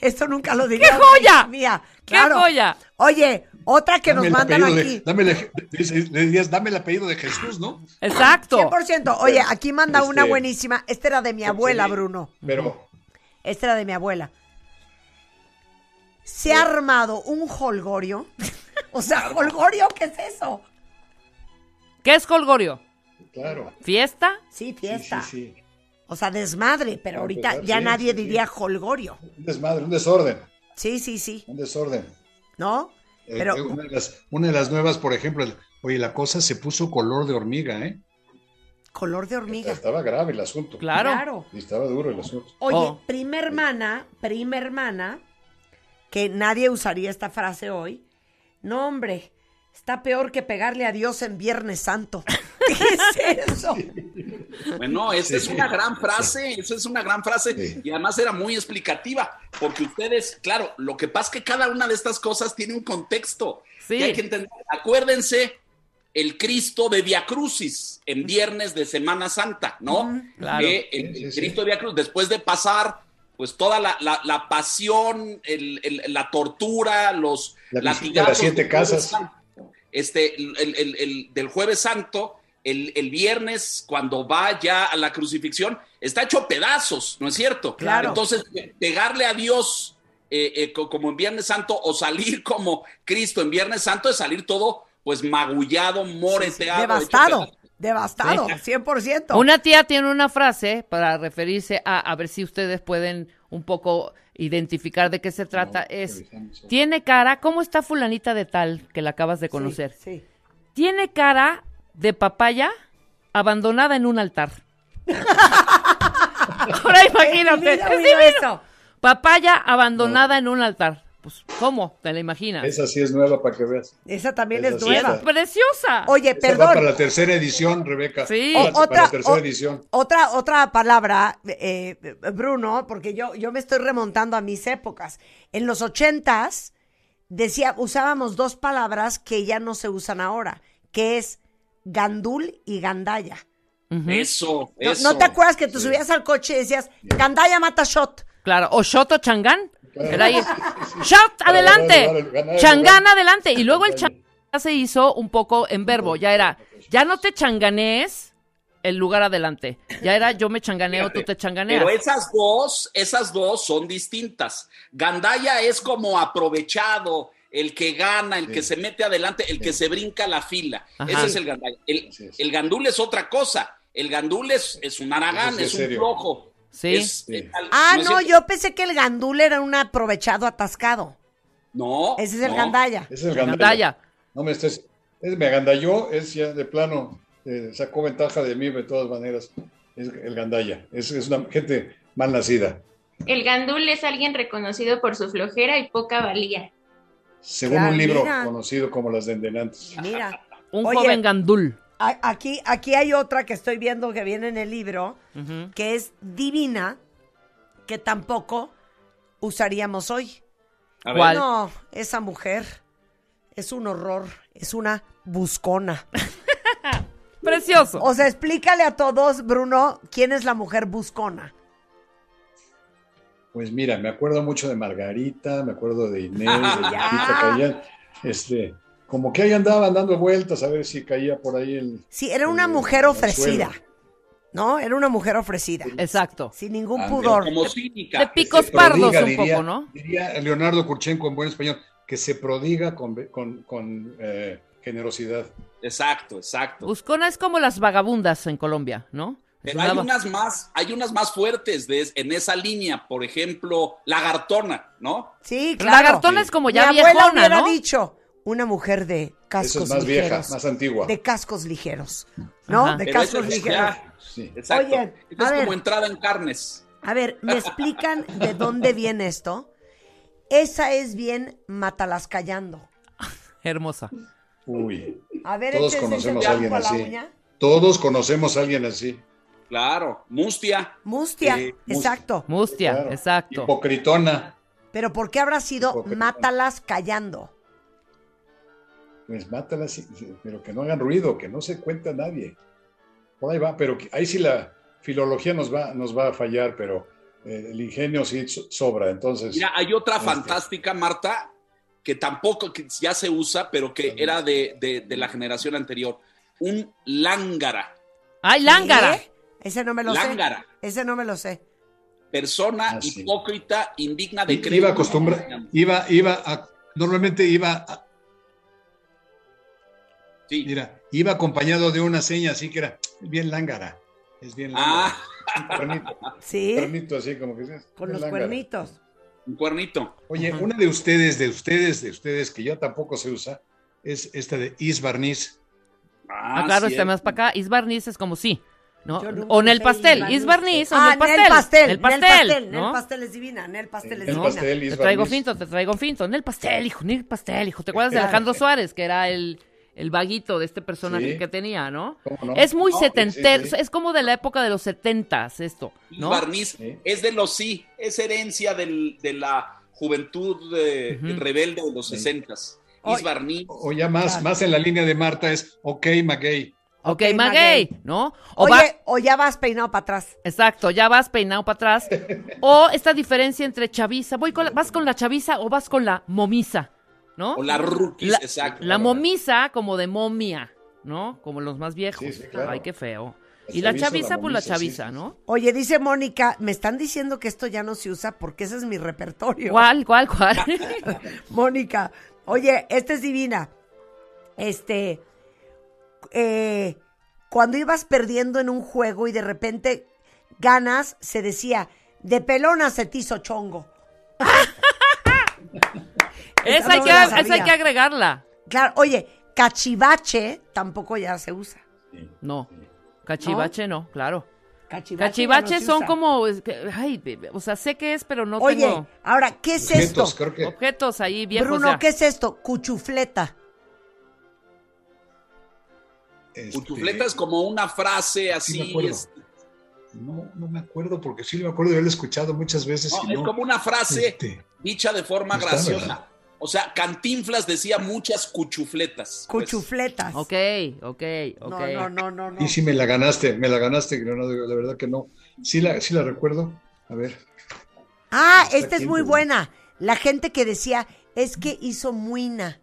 Speaker 4: Esto nunca lo diría.
Speaker 3: ¡Qué joya!
Speaker 4: Mía,
Speaker 3: ¡Qué
Speaker 4: claro.
Speaker 3: joya!
Speaker 4: Oye, otra que
Speaker 12: Dame
Speaker 4: nos
Speaker 12: el
Speaker 4: mandan
Speaker 12: apellido de-
Speaker 4: aquí.
Speaker 12: dame el- dices- le dirías, dame el apellido de Jesús, ¿no?
Speaker 3: Exacto.
Speaker 4: 100%. Oye, aquí manda una
Speaker 12: Este-
Speaker 4: buenísima. Esta era de mi abuela, Bruno.
Speaker 12: Pero,
Speaker 4: Esta era de mi abuela. Se
Speaker 12: Eh.
Speaker 4: ha armado un holgorio. O sea, holgorio, ¿qué es eso?
Speaker 3: ¿Qué es Colgorio?
Speaker 12: Claro.
Speaker 3: ¿Fiesta?
Speaker 4: Sí, fiesta. O sea, desmadre, pero ahorita
Speaker 12: empezar,
Speaker 4: ya
Speaker 12: Ah, pues, sí,
Speaker 4: nadie
Speaker 12: sí, sí.
Speaker 4: diría holgorio.
Speaker 12: un desmadre, un desorden.
Speaker 4: Sí, sí, sí.
Speaker 12: Un desorden.
Speaker 4: ¿No?
Speaker 12: Eh,
Speaker 4: Pero-
Speaker 12: una, de las, una de las nuevas, por ejemplo, el- oye, la cosa se puso color de hormiga, ¿eh?
Speaker 4: Color de hormiga.
Speaker 12: Estaba grave el asunto.
Speaker 4: Claro. Claro.
Speaker 12: Y estaba duro el asunto.
Speaker 3: Oh.
Speaker 4: Oye, prima hermana, prima hermana, que nadie usaría esta frase hoy. No, hombre, está peor que pegarle a Dios en Viernes Santo. ¿Qué es eso?
Speaker 13: Bueno, esa
Speaker 12: Sí.
Speaker 13: es una gran frase, esa es una gran frase y además era muy explicativa, porque ustedes, claro, lo que pasa es que cada una de estas cosas tiene un contexto.
Speaker 3: Sí.
Speaker 13: Y hay que entender, acuérdense, el Cristo de Via Crucis en viernes de Semana Santa, ¿no?
Speaker 5: claro.
Speaker 13: Que el, el Cristo de Via Cruz, después de pasar pues toda la, la- la pasión, el- el- la tortura, los
Speaker 12: La visita a las
Speaker 13: latigazos
Speaker 12: siete
Speaker 13: del Jueves
Speaker 12: casas.
Speaker 13: Santo, este, el, el- el- el- del jueves santo, el, el viernes, cuando va ya a la crucifixión, está hecho pedazos, ¿no es cierto?
Speaker 5: Claro.
Speaker 13: Entonces, pe- pegarle a Dios eh, eh, co- como en Viernes Santo o salir como Cristo en Viernes Santo es salir todo, pues, magullado, moreteado. hecho
Speaker 4: Devastado,
Speaker 13: pedazos.
Speaker 4: devastado,
Speaker 13: Sí.
Speaker 4: 100%.
Speaker 3: Una tía tiene una frase para referirse a, a ver si ustedes pueden un poco identificar de qué se trata. es, tiene cara, ¿cómo está fulanita de tal que la acabas de conocer?
Speaker 4: sí.
Speaker 3: Tiene cara de papaya abandonada en un altar. Ahora imagínate.
Speaker 4: Es divino,
Speaker 3: es
Speaker 4: divino
Speaker 3: divino. Papaya abandonada en un altar. Pues, ¿cómo? ¿Te la imaginas?
Speaker 12: Esa sí es nueva para que veas.
Speaker 4: Esa también
Speaker 12: Esa
Speaker 4: Ah. es
Speaker 12: sí
Speaker 4: nueva.
Speaker 12: está.
Speaker 3: Preciosa.
Speaker 4: Oye,
Speaker 12: Esa va
Speaker 4: perdón.
Speaker 12: para la tercera edición, Rebeca.
Speaker 4: Sí.
Speaker 12: Para,
Speaker 4: O-
Speaker 12: para
Speaker 4: otra-
Speaker 12: la tercera
Speaker 4: o-
Speaker 12: edición.
Speaker 4: Otra, otra palabra, eh, eh, Bruno, porque yo, yo me estoy remontando a mis épocas. En los ochentas decía, usábamos dos palabras que ya no se usan ahora, que es gandul y gandalla.
Speaker 13: Eso,
Speaker 4: ¿No,
Speaker 13: eso.
Speaker 4: no te acuerdas que tú subías al coche y decías, gandalla mata shot?
Speaker 3: Claro, o Shoto Changán. Era ahí.
Speaker 4: Shot,
Speaker 3: Para adelante. Changán adelante. Y luego el changán ya se hizo un poco en verbo. Ya era, ya no te changanees el lugar adelante. Ya era, yo me changaneo, tú te changaneas.
Speaker 13: Pero esas dos, esas dos son distintas. Gandaya es como aprovechado, el que gana, el que se mete adelante, el que se brinca la fila.
Speaker 5: Ajá.
Speaker 13: Ese es el Gandaya. El, el Gandul es otra cosa. El Gandul es, es un aragán,
Speaker 5: Ese sí
Speaker 13: es
Speaker 5: es
Speaker 13: un
Speaker 5: serio.
Speaker 13: flojo.
Speaker 3: Sí.
Speaker 13: Es- es al-
Speaker 4: Ah,
Speaker 13: es
Speaker 4: no,
Speaker 13: cierto?
Speaker 4: yo pensé que el gandul era un aprovechado atascado.
Speaker 13: No.
Speaker 4: Ese es el
Speaker 12: no.
Speaker 4: gandalla.
Speaker 12: Ese es el gandalla. No me estés. Es, me agandalló, es ya de plano. eh, sacó ventaja de mí de todas maneras. Es el gandalla. Es, es una gente mal nacida.
Speaker 14: El gandul es alguien reconocido por su flojera y poca valía.
Speaker 12: Según
Speaker 4: Claro,
Speaker 12: un libro
Speaker 4: mira.
Speaker 12: conocido como Las Dendenantes.
Speaker 4: Mira.
Speaker 3: Un
Speaker 4: Oye,
Speaker 3: joven gandul.
Speaker 4: a- Aquí, aquí hay otra que estoy viendo que viene en el libro, que es divina, que tampoco usaríamos hoy.
Speaker 3: A ver. ¿Cuál?
Speaker 4: No, esa mujer es un horror, es una buscona.
Speaker 3: Precioso.
Speaker 4: O sea, explícale a todos, Bruno, quién es la mujer buscona.
Speaker 12: Pues mira, me acuerdo mucho de Margarita, me acuerdo de Inés, de Lupita, que allá, este, como que ahí andaban dando vueltas a ver si caía por ahí el.
Speaker 4: Sí, era una
Speaker 12: el-
Speaker 4: mujer
Speaker 12: el
Speaker 4: ofrecida,
Speaker 12: anzuelo.
Speaker 4: ¿no? Era una mujer ofrecida.
Speaker 3: Exacto.
Speaker 4: Sin ningún
Speaker 12: Ah,
Speaker 4: pudor.
Speaker 12: como
Speaker 13: cínica.
Speaker 3: De picos pardos un poco, ¿no?
Speaker 12: Diría Leonardo Kurchenko en buen español, que se prodiga con, con- con, eh, generosidad.
Speaker 13: Exacto, exacto.
Speaker 3: Buscona es como las vagabundas en Colombia, ¿no? Es
Speaker 13: Pero hay
Speaker 3: una-
Speaker 13: unas más, hay unas más fuertes de, en esa línea, por ejemplo, lagartona, ¿no?
Speaker 4: Sí,
Speaker 13: claro.
Speaker 3: Lagartona es como ya
Speaker 4: Mi abuela
Speaker 3: viejona,
Speaker 4: hubiera
Speaker 3: ¿no?
Speaker 4: dicho, una mujer de cascos
Speaker 12: más vieja,
Speaker 4: ligeros.
Speaker 12: más antigua.
Speaker 4: De cascos ligeros, ¿no?
Speaker 13: Ajá.
Speaker 4: De
Speaker 13: Pero
Speaker 4: cascos
Speaker 13: eso es
Speaker 4: ligeros.
Speaker 13: ya- Exacto.
Speaker 4: Oye,
Speaker 13: Esta
Speaker 4: a
Speaker 13: es
Speaker 4: ver.
Speaker 13: como entrada en carnes.
Speaker 4: A ver, ¿me explican de dónde viene esto? Esa es bien matalascallando.
Speaker 3: Hermosa.
Speaker 12: Uy,
Speaker 4: A ver,
Speaker 12: todos
Speaker 4: échense ese
Speaker 12: conocemos a
Speaker 4: trapo
Speaker 12: alguien
Speaker 4: a la
Speaker 12: así.
Speaker 4: uña.
Speaker 12: Todos conocemos a alguien así.
Speaker 13: Claro, mustia.
Speaker 4: Mustia,
Speaker 12: Eh, mustia.
Speaker 4: exacto.
Speaker 3: Mustia, exacto.
Speaker 12: Hipocritona.
Speaker 4: Pero ¿por qué habrá sido mátalas callando?
Speaker 12: Pues mátala, sí, sí, pero que no hagan ruido, que no se cuenta nadie. Por ahí va, pero que- ahí sí la filología nos va, nos va a fallar, pero eh, el ingenio sí so- sobra. Entonces,
Speaker 13: Mira, hay otra
Speaker 12: Este.
Speaker 13: fantástica, Marta, que tampoco que ya se usa, pero que era de, de- de la generación anterior. Un lángara.
Speaker 3: ¡Ay,
Speaker 13: lángara!
Speaker 4: ¿Eh? Ese no me lo
Speaker 13: Lángara.
Speaker 4: sé. Ese no me lo sé.
Speaker 13: Persona hipócrita, indigna de crédito.
Speaker 12: Ah, iba acostumbrada, iba, iba a- normalmente iba a- Mira, iba acompañado de una seña así que era bien lángara.
Speaker 13: Ah.
Speaker 12: Es bien lángara. Cuernito.
Speaker 4: Sí.
Speaker 12: Cuernito así como que es
Speaker 4: Con
Speaker 12: bien
Speaker 4: los
Speaker 12: lángara.
Speaker 4: cuernitos.
Speaker 13: Un cuernito.
Speaker 12: Oye, una de ustedes, de ustedes, de ustedes, que yo tampoco se usa, es esta de Is Barniz.
Speaker 3: Ah, claro,
Speaker 13: eh.
Speaker 3: está más para acá. Isbarniz es como sí. ¿no? O en el pastel. Isbarniz o en
Speaker 4: Ah,
Speaker 3: el pastel.
Speaker 4: pastel.
Speaker 3: Nel pastel.
Speaker 4: Nel
Speaker 3: ¿no?
Speaker 4: pastel es divina. Nel pastel es
Speaker 3: No,
Speaker 4: divina.
Speaker 3: te traigo finto, te traigo finto. En el pastel, hijo, en el pastel, hijo. ¿Te acuerdas de Alejandro Suárez, que era el, el vaguito de este personaje
Speaker 13: Sí.
Speaker 3: que tenía, no?
Speaker 13: ¿Cómo no?
Speaker 3: Es muy
Speaker 13: No, sí,
Speaker 3: setentero,
Speaker 13: sí, sí.
Speaker 3: es como de la época de los setentas esto, ¿no?
Speaker 13: Barniz es de los sí, es herencia del- de la juventud eh, rebelde de los sesentas. Is Barniz.
Speaker 12: O ya
Speaker 3: Ah.
Speaker 12: más, más en la línea de Marta es OK McGay.
Speaker 3: Ok,
Speaker 12: Ok,
Speaker 3: Maguey,
Speaker 12: maguey.
Speaker 3: ¿no?
Speaker 12: Oye,
Speaker 4: o ya vas peinado para atrás.
Speaker 3: Exacto, ya vas peinado para atrás. o esta diferencia entre chaviza, voy con la- vas con la chaviza o vas con la momisa, ¿no?
Speaker 13: O la rookies,
Speaker 3: La,
Speaker 13: exacto.
Speaker 3: la momisa como de momia, ¿no? Como los más viejos. Ay, qué feo.
Speaker 4: La
Speaker 3: y la
Speaker 4: chaviza,
Speaker 3: chaviza,
Speaker 4: la
Speaker 3: pues la
Speaker 4: momisa, sí,
Speaker 3: chaviza,
Speaker 4: sí,
Speaker 3: ¿no?
Speaker 4: Oye, dice Mónica, me están diciendo que esto ya no se usa porque ese es mi repertorio.
Speaker 3: ¿Cuál, cuál, cuál?
Speaker 4: Mónica, oye, esta es divina. Este, eh, cuando ibas perdiendo en un juego y de repente ganas, se decía, de pelona se te hizo chongo.
Speaker 3: Esa hay,
Speaker 4: no
Speaker 3: que,
Speaker 4: me la
Speaker 3: esa hay
Speaker 4: sabía.
Speaker 3: que agregarla.
Speaker 4: Claro, oye, cachivache tampoco ya se usa.
Speaker 3: No. Cachivache no, claro.
Speaker 4: Cachivache, ya
Speaker 3: Cachivache
Speaker 4: no se
Speaker 3: son
Speaker 4: usa.
Speaker 3: como. es que- Ay, be- be- o sea, sé qué es, pero no
Speaker 4: Oye,
Speaker 3: tengo.
Speaker 4: ahora, ¿qué es Objetos, esto? creo que-
Speaker 3: Objetos ahí viejos.
Speaker 4: Bruno,
Speaker 3: ya.
Speaker 4: ¿qué es esto? Cuchufleta.
Speaker 13: Cuchufleta es como una frase
Speaker 12: este, Sí me
Speaker 13: así.
Speaker 12: acuerdo.
Speaker 13: es,
Speaker 12: No, no me acuerdo porque sí me acuerdo de haberlo escuchado muchas veces.
Speaker 13: no,
Speaker 12: y
Speaker 13: es
Speaker 12: no. Este,
Speaker 13: como una frase dicha de forma
Speaker 12: Está,
Speaker 13: graciosa.
Speaker 12: ¿verdad?
Speaker 13: O sea, Cantinflas decía muchas cuchufletas. pues.
Speaker 4: Cuchufletas.
Speaker 3: Ok, ok, ok.
Speaker 4: no,
Speaker 13: no,
Speaker 4: no,
Speaker 12: Y sí me la ganaste, me la ganaste, Leonardo, la verdad que no. Sí la, sí la recuerdo. A ver.
Speaker 4: Ah,
Speaker 12: Está
Speaker 4: esta es
Speaker 12: bien,
Speaker 4: muy
Speaker 12: Bruno.
Speaker 4: buena. La gente que decía, es que hizo muina.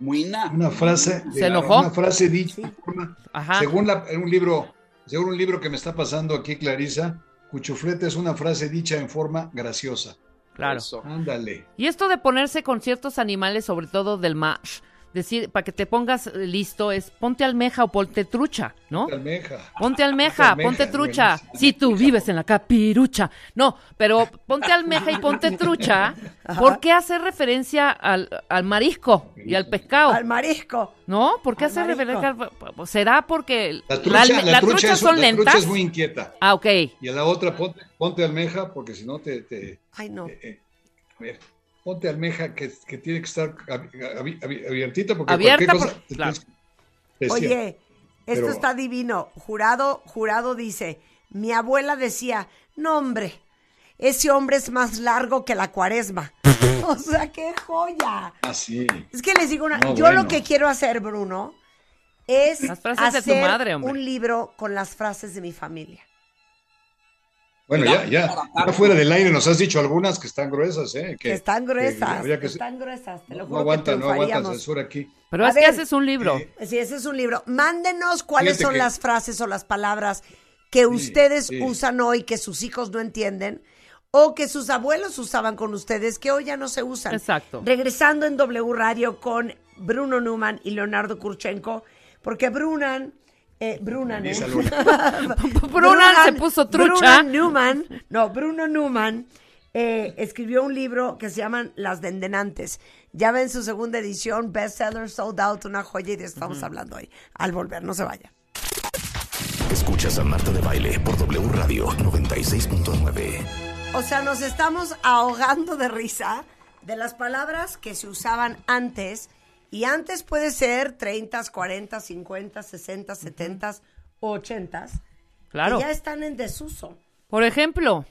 Speaker 13: Muina.
Speaker 12: Una frase.
Speaker 4: ¿Se enojó?
Speaker 12: Una frase dicha. de forma-
Speaker 3: Ajá.
Speaker 12: Según la- un libro, según un libro que me está pasando aquí, Clarisa, cuchufleta es una frase dicha en forma graciosa.
Speaker 3: Claro.
Speaker 12: Ándale.
Speaker 3: Y esto de ponerse con ciertos animales, sobre todo del mash, decir, para que te pongas eh, listo, es ponte almeja o ponte trucha, ¿no?
Speaker 12: Almeja.
Speaker 3: Ponte almeja,
Speaker 12: Almeja,
Speaker 3: ponte
Speaker 12: es
Speaker 3: trucha.
Speaker 12: buenísimo.
Speaker 3: Si tú vives en la capirucha. No, pero ponte almeja y ponte trucha. ¿Por qué hacer referencia al, al marisco y al pescado? Al
Speaker 4: marisco.
Speaker 3: ¿No? ¿Por qué hacer
Speaker 12: marisco.
Speaker 3: referencia? al- ¿Será porque
Speaker 12: La trucha,
Speaker 3: alme-
Speaker 12: la
Speaker 3: las
Speaker 12: trucha
Speaker 3: truchas
Speaker 12: es,
Speaker 3: son
Speaker 12: la trucha
Speaker 3: lentas?
Speaker 12: es muy inquieta.
Speaker 3: Ah, ok.
Speaker 12: Y a la otra, ponte, ponte almeja, porque si no te, te-
Speaker 4: Ay, no.
Speaker 12: A ver, ponte almeja, que, que tiene que estar ab- ab- ab- abiertita, porque
Speaker 4: Abierta
Speaker 12: cualquier cosa.
Speaker 4: por-
Speaker 12: te
Speaker 4: claro.
Speaker 12: tienes que- te decía.
Speaker 4: Oye, esto
Speaker 12: Pero-
Speaker 4: está divino. Jurado, jurado dice, mi abuela decía, no hombre, ese hombre es más largo que la cuaresma. o sea, qué joya.
Speaker 12: Ah, sí.
Speaker 4: Es que les digo una,
Speaker 12: No,
Speaker 4: yo
Speaker 12: bueno.
Speaker 4: lo que quiero hacer, Bruno, es
Speaker 3: Las frases de tu
Speaker 4: hacer
Speaker 3: madre, hombre.
Speaker 4: un libro con las frases de mi familia.
Speaker 12: Bueno, ya, ya, ya fuera del aire nos has dicho algunas que están gruesas, ¿eh?
Speaker 4: Que están
Speaker 12: que
Speaker 4: gruesas,
Speaker 12: habría
Speaker 4: que
Speaker 12: que-
Speaker 4: están gruesas, te lo
Speaker 12: no
Speaker 4: juro
Speaker 12: aguanta,
Speaker 4: que
Speaker 12: no aguanta
Speaker 4: triunfaríamos.
Speaker 12: censura aquí.
Speaker 3: Pero
Speaker 4: A
Speaker 3: es que
Speaker 4: ver. Eh,
Speaker 3: haces un libro.
Speaker 4: Sí, ese es un libro. Mándenos cuáles
Speaker 3: Fíjate
Speaker 4: son
Speaker 3: que-
Speaker 4: las frases o las palabras que ustedes
Speaker 3: sí.
Speaker 4: usan hoy que sus hijos no entienden o que sus abuelos usaban con ustedes que hoy ya no se usan.
Speaker 3: Exacto.
Speaker 4: Regresando en W Radio con Bruno Newman y Leonardo Kurchenko, porque Brunan, eh, Brunan, ¿eh?
Speaker 3: Salud. Brunan se puso trucha.
Speaker 4: Brunan Newman, no, Bruno Newman eh, escribió un libro que se llaman Las Dendenantes. Ya ven su segunda edición, bestseller, sold out, una joya y de eso estamos hablando hoy. Al volver, no se vaya.
Speaker 1: Escuchas a Marta de Baile por W Radio 96.9.
Speaker 4: O sea, nos estamos ahogando de risa de las palabras que se usaban antes. Y antes puede ser 30, 40, 50, 60, 70, 80.
Speaker 3: Claro.
Speaker 4: Que ya están en desuso.
Speaker 3: Por ejemplo,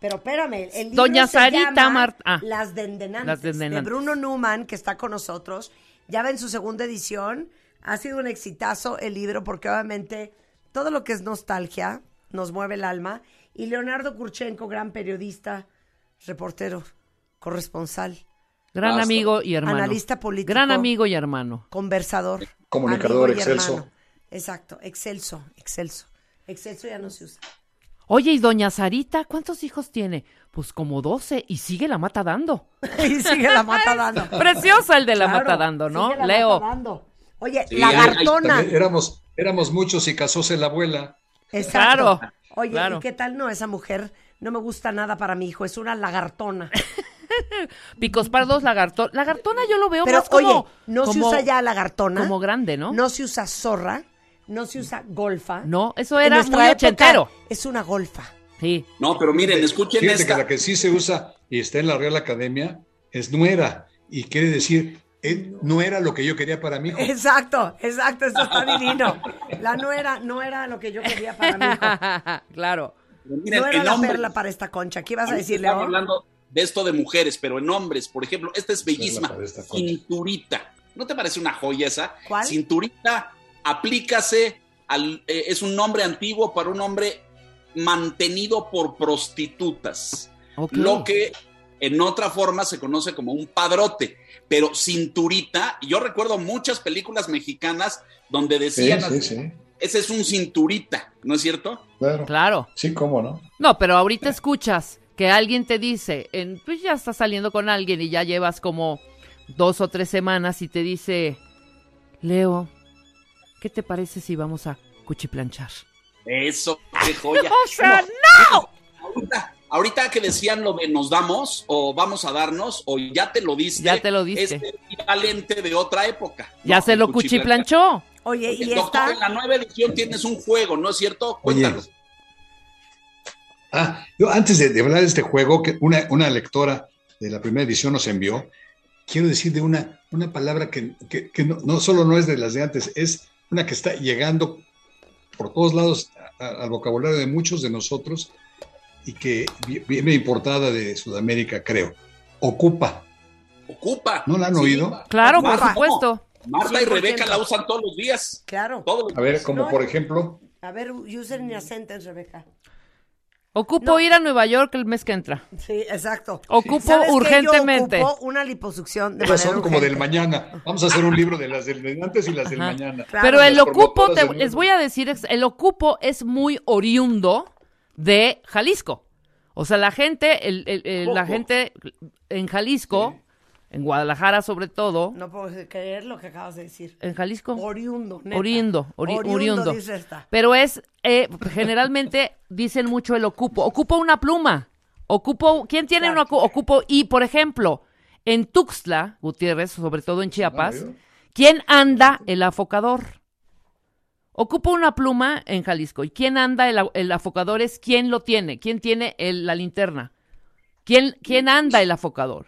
Speaker 4: Pero espérame, el libro
Speaker 3: Doña
Speaker 4: se
Speaker 3: Sarita
Speaker 4: llama
Speaker 3: Mar- ah.
Speaker 4: Las Dendenantes,
Speaker 3: Las Dendenantes.
Speaker 4: de Bruno Newman, que está con nosotros. Ya va en su segunda edición. Ha sido un exitazo el libro porque obviamente todo lo que es nostalgia nos mueve el alma. Y Leonardo Kurchenko, gran periodista, reportero, corresponsal.
Speaker 3: gran amigo y hermano.
Speaker 4: Analista político.
Speaker 3: Gran amigo y hermano.
Speaker 4: Conversador.
Speaker 12: Comunicador,
Speaker 4: amigo y
Speaker 12: excelso.
Speaker 4: hermano. Exacto, excelso, excelso. Excelso ya no se usa.
Speaker 3: Oye, ¿y doña Sarita cuántos hijos tiene? Pues como 12 y sigue la mata dando.
Speaker 4: y sigue la mata dando.
Speaker 3: Preciosa el de la
Speaker 4: Claro,
Speaker 3: mata dando, ¿no?
Speaker 4: sigue la
Speaker 3: Leo.
Speaker 4: mata dando. Oye,
Speaker 12: Sí,
Speaker 4: lagartona.
Speaker 12: también Éramos, éramos muchos y casóse la abuela.
Speaker 4: Exacto.
Speaker 12: Claro,
Speaker 4: Oye,
Speaker 12: claro.
Speaker 4: ¿y qué tal no esa mujer no me gusta nada para mi hijo, es una lagartona.
Speaker 3: Picos pardos, lagartona. Lagartona yo lo veo
Speaker 4: Pero
Speaker 3: más como...
Speaker 4: oye, no se
Speaker 3: como-
Speaker 4: usa ya lagartona.
Speaker 3: Como grande, ¿no?
Speaker 4: No se usa zorra, no se usa golfa.
Speaker 3: No, eso
Speaker 4: En
Speaker 3: era
Speaker 4: nuestra
Speaker 3: muy
Speaker 4: época
Speaker 3: ochentero.
Speaker 4: Es una golfa.
Speaker 3: Sí.
Speaker 13: No, pero miren, escuchen
Speaker 12: Fíjate
Speaker 13: esta.
Speaker 12: que la que sí se usa y está en la Real Academia es nuera y quiere decir, eh, no era lo que yo quería para mi hijo.
Speaker 4: Exacto, exacto, eso está divino. La nuera no era lo que yo quería para mi hijo.
Speaker 3: claro.
Speaker 13: Miren,
Speaker 4: no era
Speaker 13: el
Speaker 4: la
Speaker 13: hombre-
Speaker 4: perla para esta concha. ¿Qué ibas a
Speaker 13: Ahorita
Speaker 4: decir,
Speaker 13: estaba
Speaker 4: Leo?
Speaker 13: hablando de esto de mujeres, pero en hombres, por ejemplo, esta es bellísima. Cinturita. ¿No te parece una joya esa?
Speaker 4: ¿Cuál?
Speaker 13: Cinturita, aplícase. al- eh, es un nombre antiguo para un hombre mantenido por prostitutas. Lo que en otra forma se conoce como un padrote, pero cinturita. Yo recuerdo muchas películas mexicanas donde
Speaker 12: Sí,
Speaker 13: decían,
Speaker 12: sí, sí.
Speaker 13: ese es un cinturita, ¿no es cierto?
Speaker 12: Claro.
Speaker 3: Claro.
Speaker 12: Sí, cómo no.
Speaker 3: No, pero ahorita escuchas que alguien te dice, en, pues ya estás saliendo con alguien y ya llevas como dos o tres semanas y te dice, Leo, ¿qué te parece si vamos a cuchiplanchar?
Speaker 13: Eso, qué joya.
Speaker 3: O sea,
Speaker 13: no. Ahorita, ahorita que decían lo de nos damos o vamos a darnos o ya te lo diste. Ya te
Speaker 3: lo diste.
Speaker 13: Es el equivalente de otra época.
Speaker 3: Ya
Speaker 13: ¿no?
Speaker 3: se lo
Speaker 13: El
Speaker 3: cuchiplanchó.
Speaker 4: Oye,
Speaker 13: Oye, doctor, en la nueva edición tienes un juego, ¿no es cierto? Pues,
Speaker 12: Oye.
Speaker 13: Cuéntanos.
Speaker 12: Ah, yo antes de, de hablar de este juego, que una, una lectora de la primera edición nos envió, quiero decir de una, una palabra que, que- que no, no solo no es de las de antes, es una que está llegando por todos lados a- al vocabulario de muchos de nosotros y que vi- viene importada de Sudamérica, creo. Ocupa.
Speaker 13: Ocupa.
Speaker 12: ¿No la han
Speaker 13: Sí.
Speaker 12: oído?
Speaker 3: Claro, por
Speaker 13: Marta,
Speaker 3: supuesto.
Speaker 13: Marta y
Speaker 4: 100%.
Speaker 13: Rebeca la usan todos los días.
Speaker 4: Claro.
Speaker 13: Todos los
Speaker 12: A ver,
Speaker 13: días.
Speaker 12: como por ejemplo,
Speaker 4: A ver, user in a sentence, Rebeca.
Speaker 3: Ocupo ir a Nueva York el mes que entra.
Speaker 4: Sí, exacto.
Speaker 3: Ocupo
Speaker 4: ¿Sabes qué? Yo
Speaker 3: urgentemente.
Speaker 4: ocupo una liposucción de
Speaker 12: esas
Speaker 4: manera
Speaker 12: Pues son como del
Speaker 4: urgente.
Speaker 12: mañana. Vamos a hacer un libro de las del de antes y las del mañana.
Speaker 3: Pero el
Speaker 12: Las
Speaker 3: ocupo,
Speaker 12: promotoras
Speaker 3: te-
Speaker 12: del
Speaker 3: les voy a decir, ex- el ocupo es muy oriundo de Jalisco. O sea, la gente, el- el- el- la
Speaker 4: Ojo.
Speaker 3: gente en Jalisco, en Guadalajara sobre todo,
Speaker 4: No puedo creer lo que acabas de decir.
Speaker 3: en Jalisco,
Speaker 4: Oriundo, neta.
Speaker 3: Eh. oriundo, ori- oriundo,
Speaker 4: dice esta.
Speaker 3: Pero es, eh, generalmente dicen mucho el ocupo. Ocupo una pluma. Ocupo, ¿quién tiene un ocu- ocupo? Y, por ejemplo, en Tuxtla, Gutiérrez, sobre todo en Chiapas, ¿quién anda el afocador? Ocupo una pluma en Jalisco. ¿Y quién anda el, a- el afocador? Es quién lo tiene. ¿Quién tiene el- la linterna? ¿Quién, ¿Quién anda el afocador?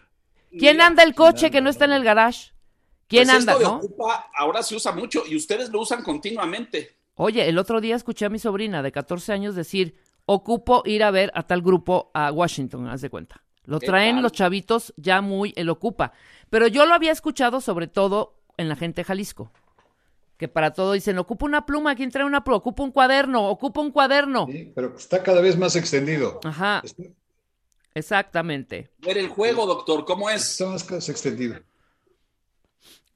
Speaker 3: ¿Quién anda el coche que no está en el garage? ¿Quién
Speaker 13: Pues
Speaker 3: anda,
Speaker 13: esto de
Speaker 3: no?
Speaker 13: Ocupa ahora se usa mucho y ustedes lo usan continuamente.
Speaker 3: Oye, el otro día escuché a mi sobrina de 14 años decir, ocupo ir a ver a tal grupo a Washington, haz de cuenta. Lo
Speaker 16: ¿Qué
Speaker 3: traen
Speaker 16: tal?
Speaker 3: los chavitos ya muy el ocupa. Pero yo lo había escuchado sobre todo en la gente de Jalisco. Que para todo dicen, ocupa una pluma, ¿quién trae una pluma? Ocupa un cuaderno, ocupa un cuaderno.
Speaker 12: Pero
Speaker 13: pues,
Speaker 12: está cada vez más extendido.
Speaker 3: Ajá. Exactamente.
Speaker 13: Ver el juego, doctor, ¿cómo es?
Speaker 12: Está más casi extendido.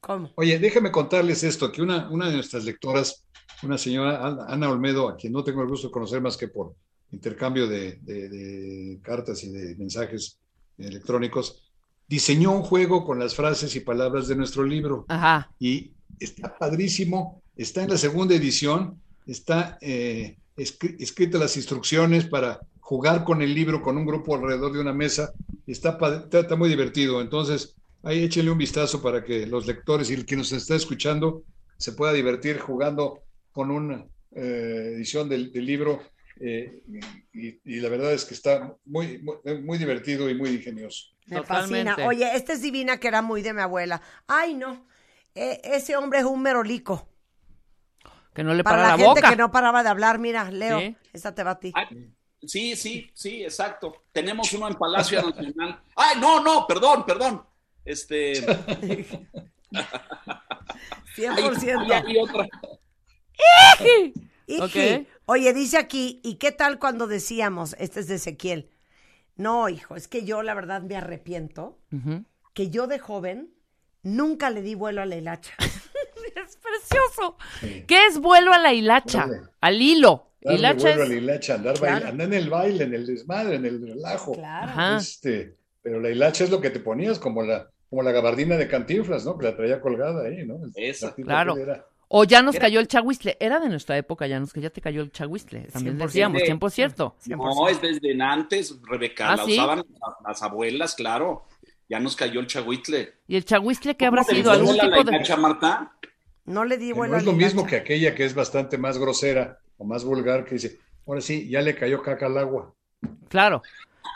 Speaker 4: ¿Cómo?
Speaker 12: Oye, déjame contarles esto, que una, una de nuestras lectoras, una señora, Ana- Ana Olmedo, a quien no tengo el gusto de conocer más que por intercambio de, de- de cartas y de mensajes electrónicos, diseñó un juego con las frases y palabras de nuestro libro.
Speaker 3: Ajá.
Speaker 12: Y está padrísimo, está en la segunda edición, está eh, escri- escritas las instrucciones para jugar con el libro con un grupo alrededor de una mesa. Está, pa- está- está muy divertido. Entonces, ahí échenle un vistazo para que los lectores y el que nos está escuchando se pueda divertir jugando con una eh, edición del, del libro. eh, y, y la verdad es que está muy, muy, muy divertido y muy ingenioso.
Speaker 4: Me fascina. Oye, esta es divina que era muy de mi abuela. Ay, no. E- ese hombre es un merolico.
Speaker 3: Que no le
Speaker 4: Para
Speaker 3: para,
Speaker 4: la,
Speaker 3: la,
Speaker 4: gente
Speaker 3: boca.
Speaker 4: que no paraba de hablar, mira, Leo,
Speaker 3: Sí.
Speaker 4: esta te va a ti.
Speaker 13: Sí, sí, sí, exacto. Tenemos uno en Palacio Nacional. Ay, no, no, perdón, perdón. Este.
Speaker 4: 100%.
Speaker 13: Ay, ay, otra.
Speaker 4: Iji.
Speaker 13: Ok.
Speaker 4: Oye, dice aquí, ¿y qué tal cuando decíamos, este es de Ezequiel? No, hijo, es que yo la verdad me arrepiento
Speaker 3: Ujú.
Speaker 4: que yo de joven nunca le di vuelo a la hilacha.
Speaker 3: es precioso. ¿Qué es vuelo a la hilacha? Al hilo.
Speaker 12: Darle
Speaker 3: Hilacha
Speaker 12: vuelo
Speaker 3: es-
Speaker 12: a la hilacha, andar,
Speaker 3: Claro.
Speaker 12: baila- andar en el baile, en el desmadre, en el relajo.
Speaker 3: Ajá.
Speaker 12: Este, pero la hilacha es lo que te ponías, como la, como la gabardina de Cantinflas, ¿no? Que la traía colgada ahí, ¿no?
Speaker 13: Esa,
Speaker 12: Martín
Speaker 3: claro.
Speaker 12: Cartel era-
Speaker 3: O ya nos
Speaker 13: Era-
Speaker 3: cayó el chahuistle. Era de nuestra época, ya nos que ya te cayó el chahuistle. También
Speaker 13: 100%.
Speaker 3: decíamos, tiempo cierto.
Speaker 13: No, es desde antes, Rebeca.
Speaker 3: ¿Ah,
Speaker 13: la
Speaker 3: sí?
Speaker 13: usaban las, las abuelas, claro. Ya nos cayó el chagüitle.
Speaker 3: ¿Y el chahuistle qué habrá
Speaker 13: ¿Cómo te
Speaker 3: sido?
Speaker 13: gustó
Speaker 3: ¿Algún
Speaker 13: la
Speaker 3: tipo de...?
Speaker 13: laicacha, Marta?
Speaker 4: No le di
Speaker 12: Que No
Speaker 4: vuelo
Speaker 12: es lo mismo que aquella que es bastante más grosera o más vulgar que dice, ahora sí, ya le cayó caca al agua.
Speaker 3: Claro.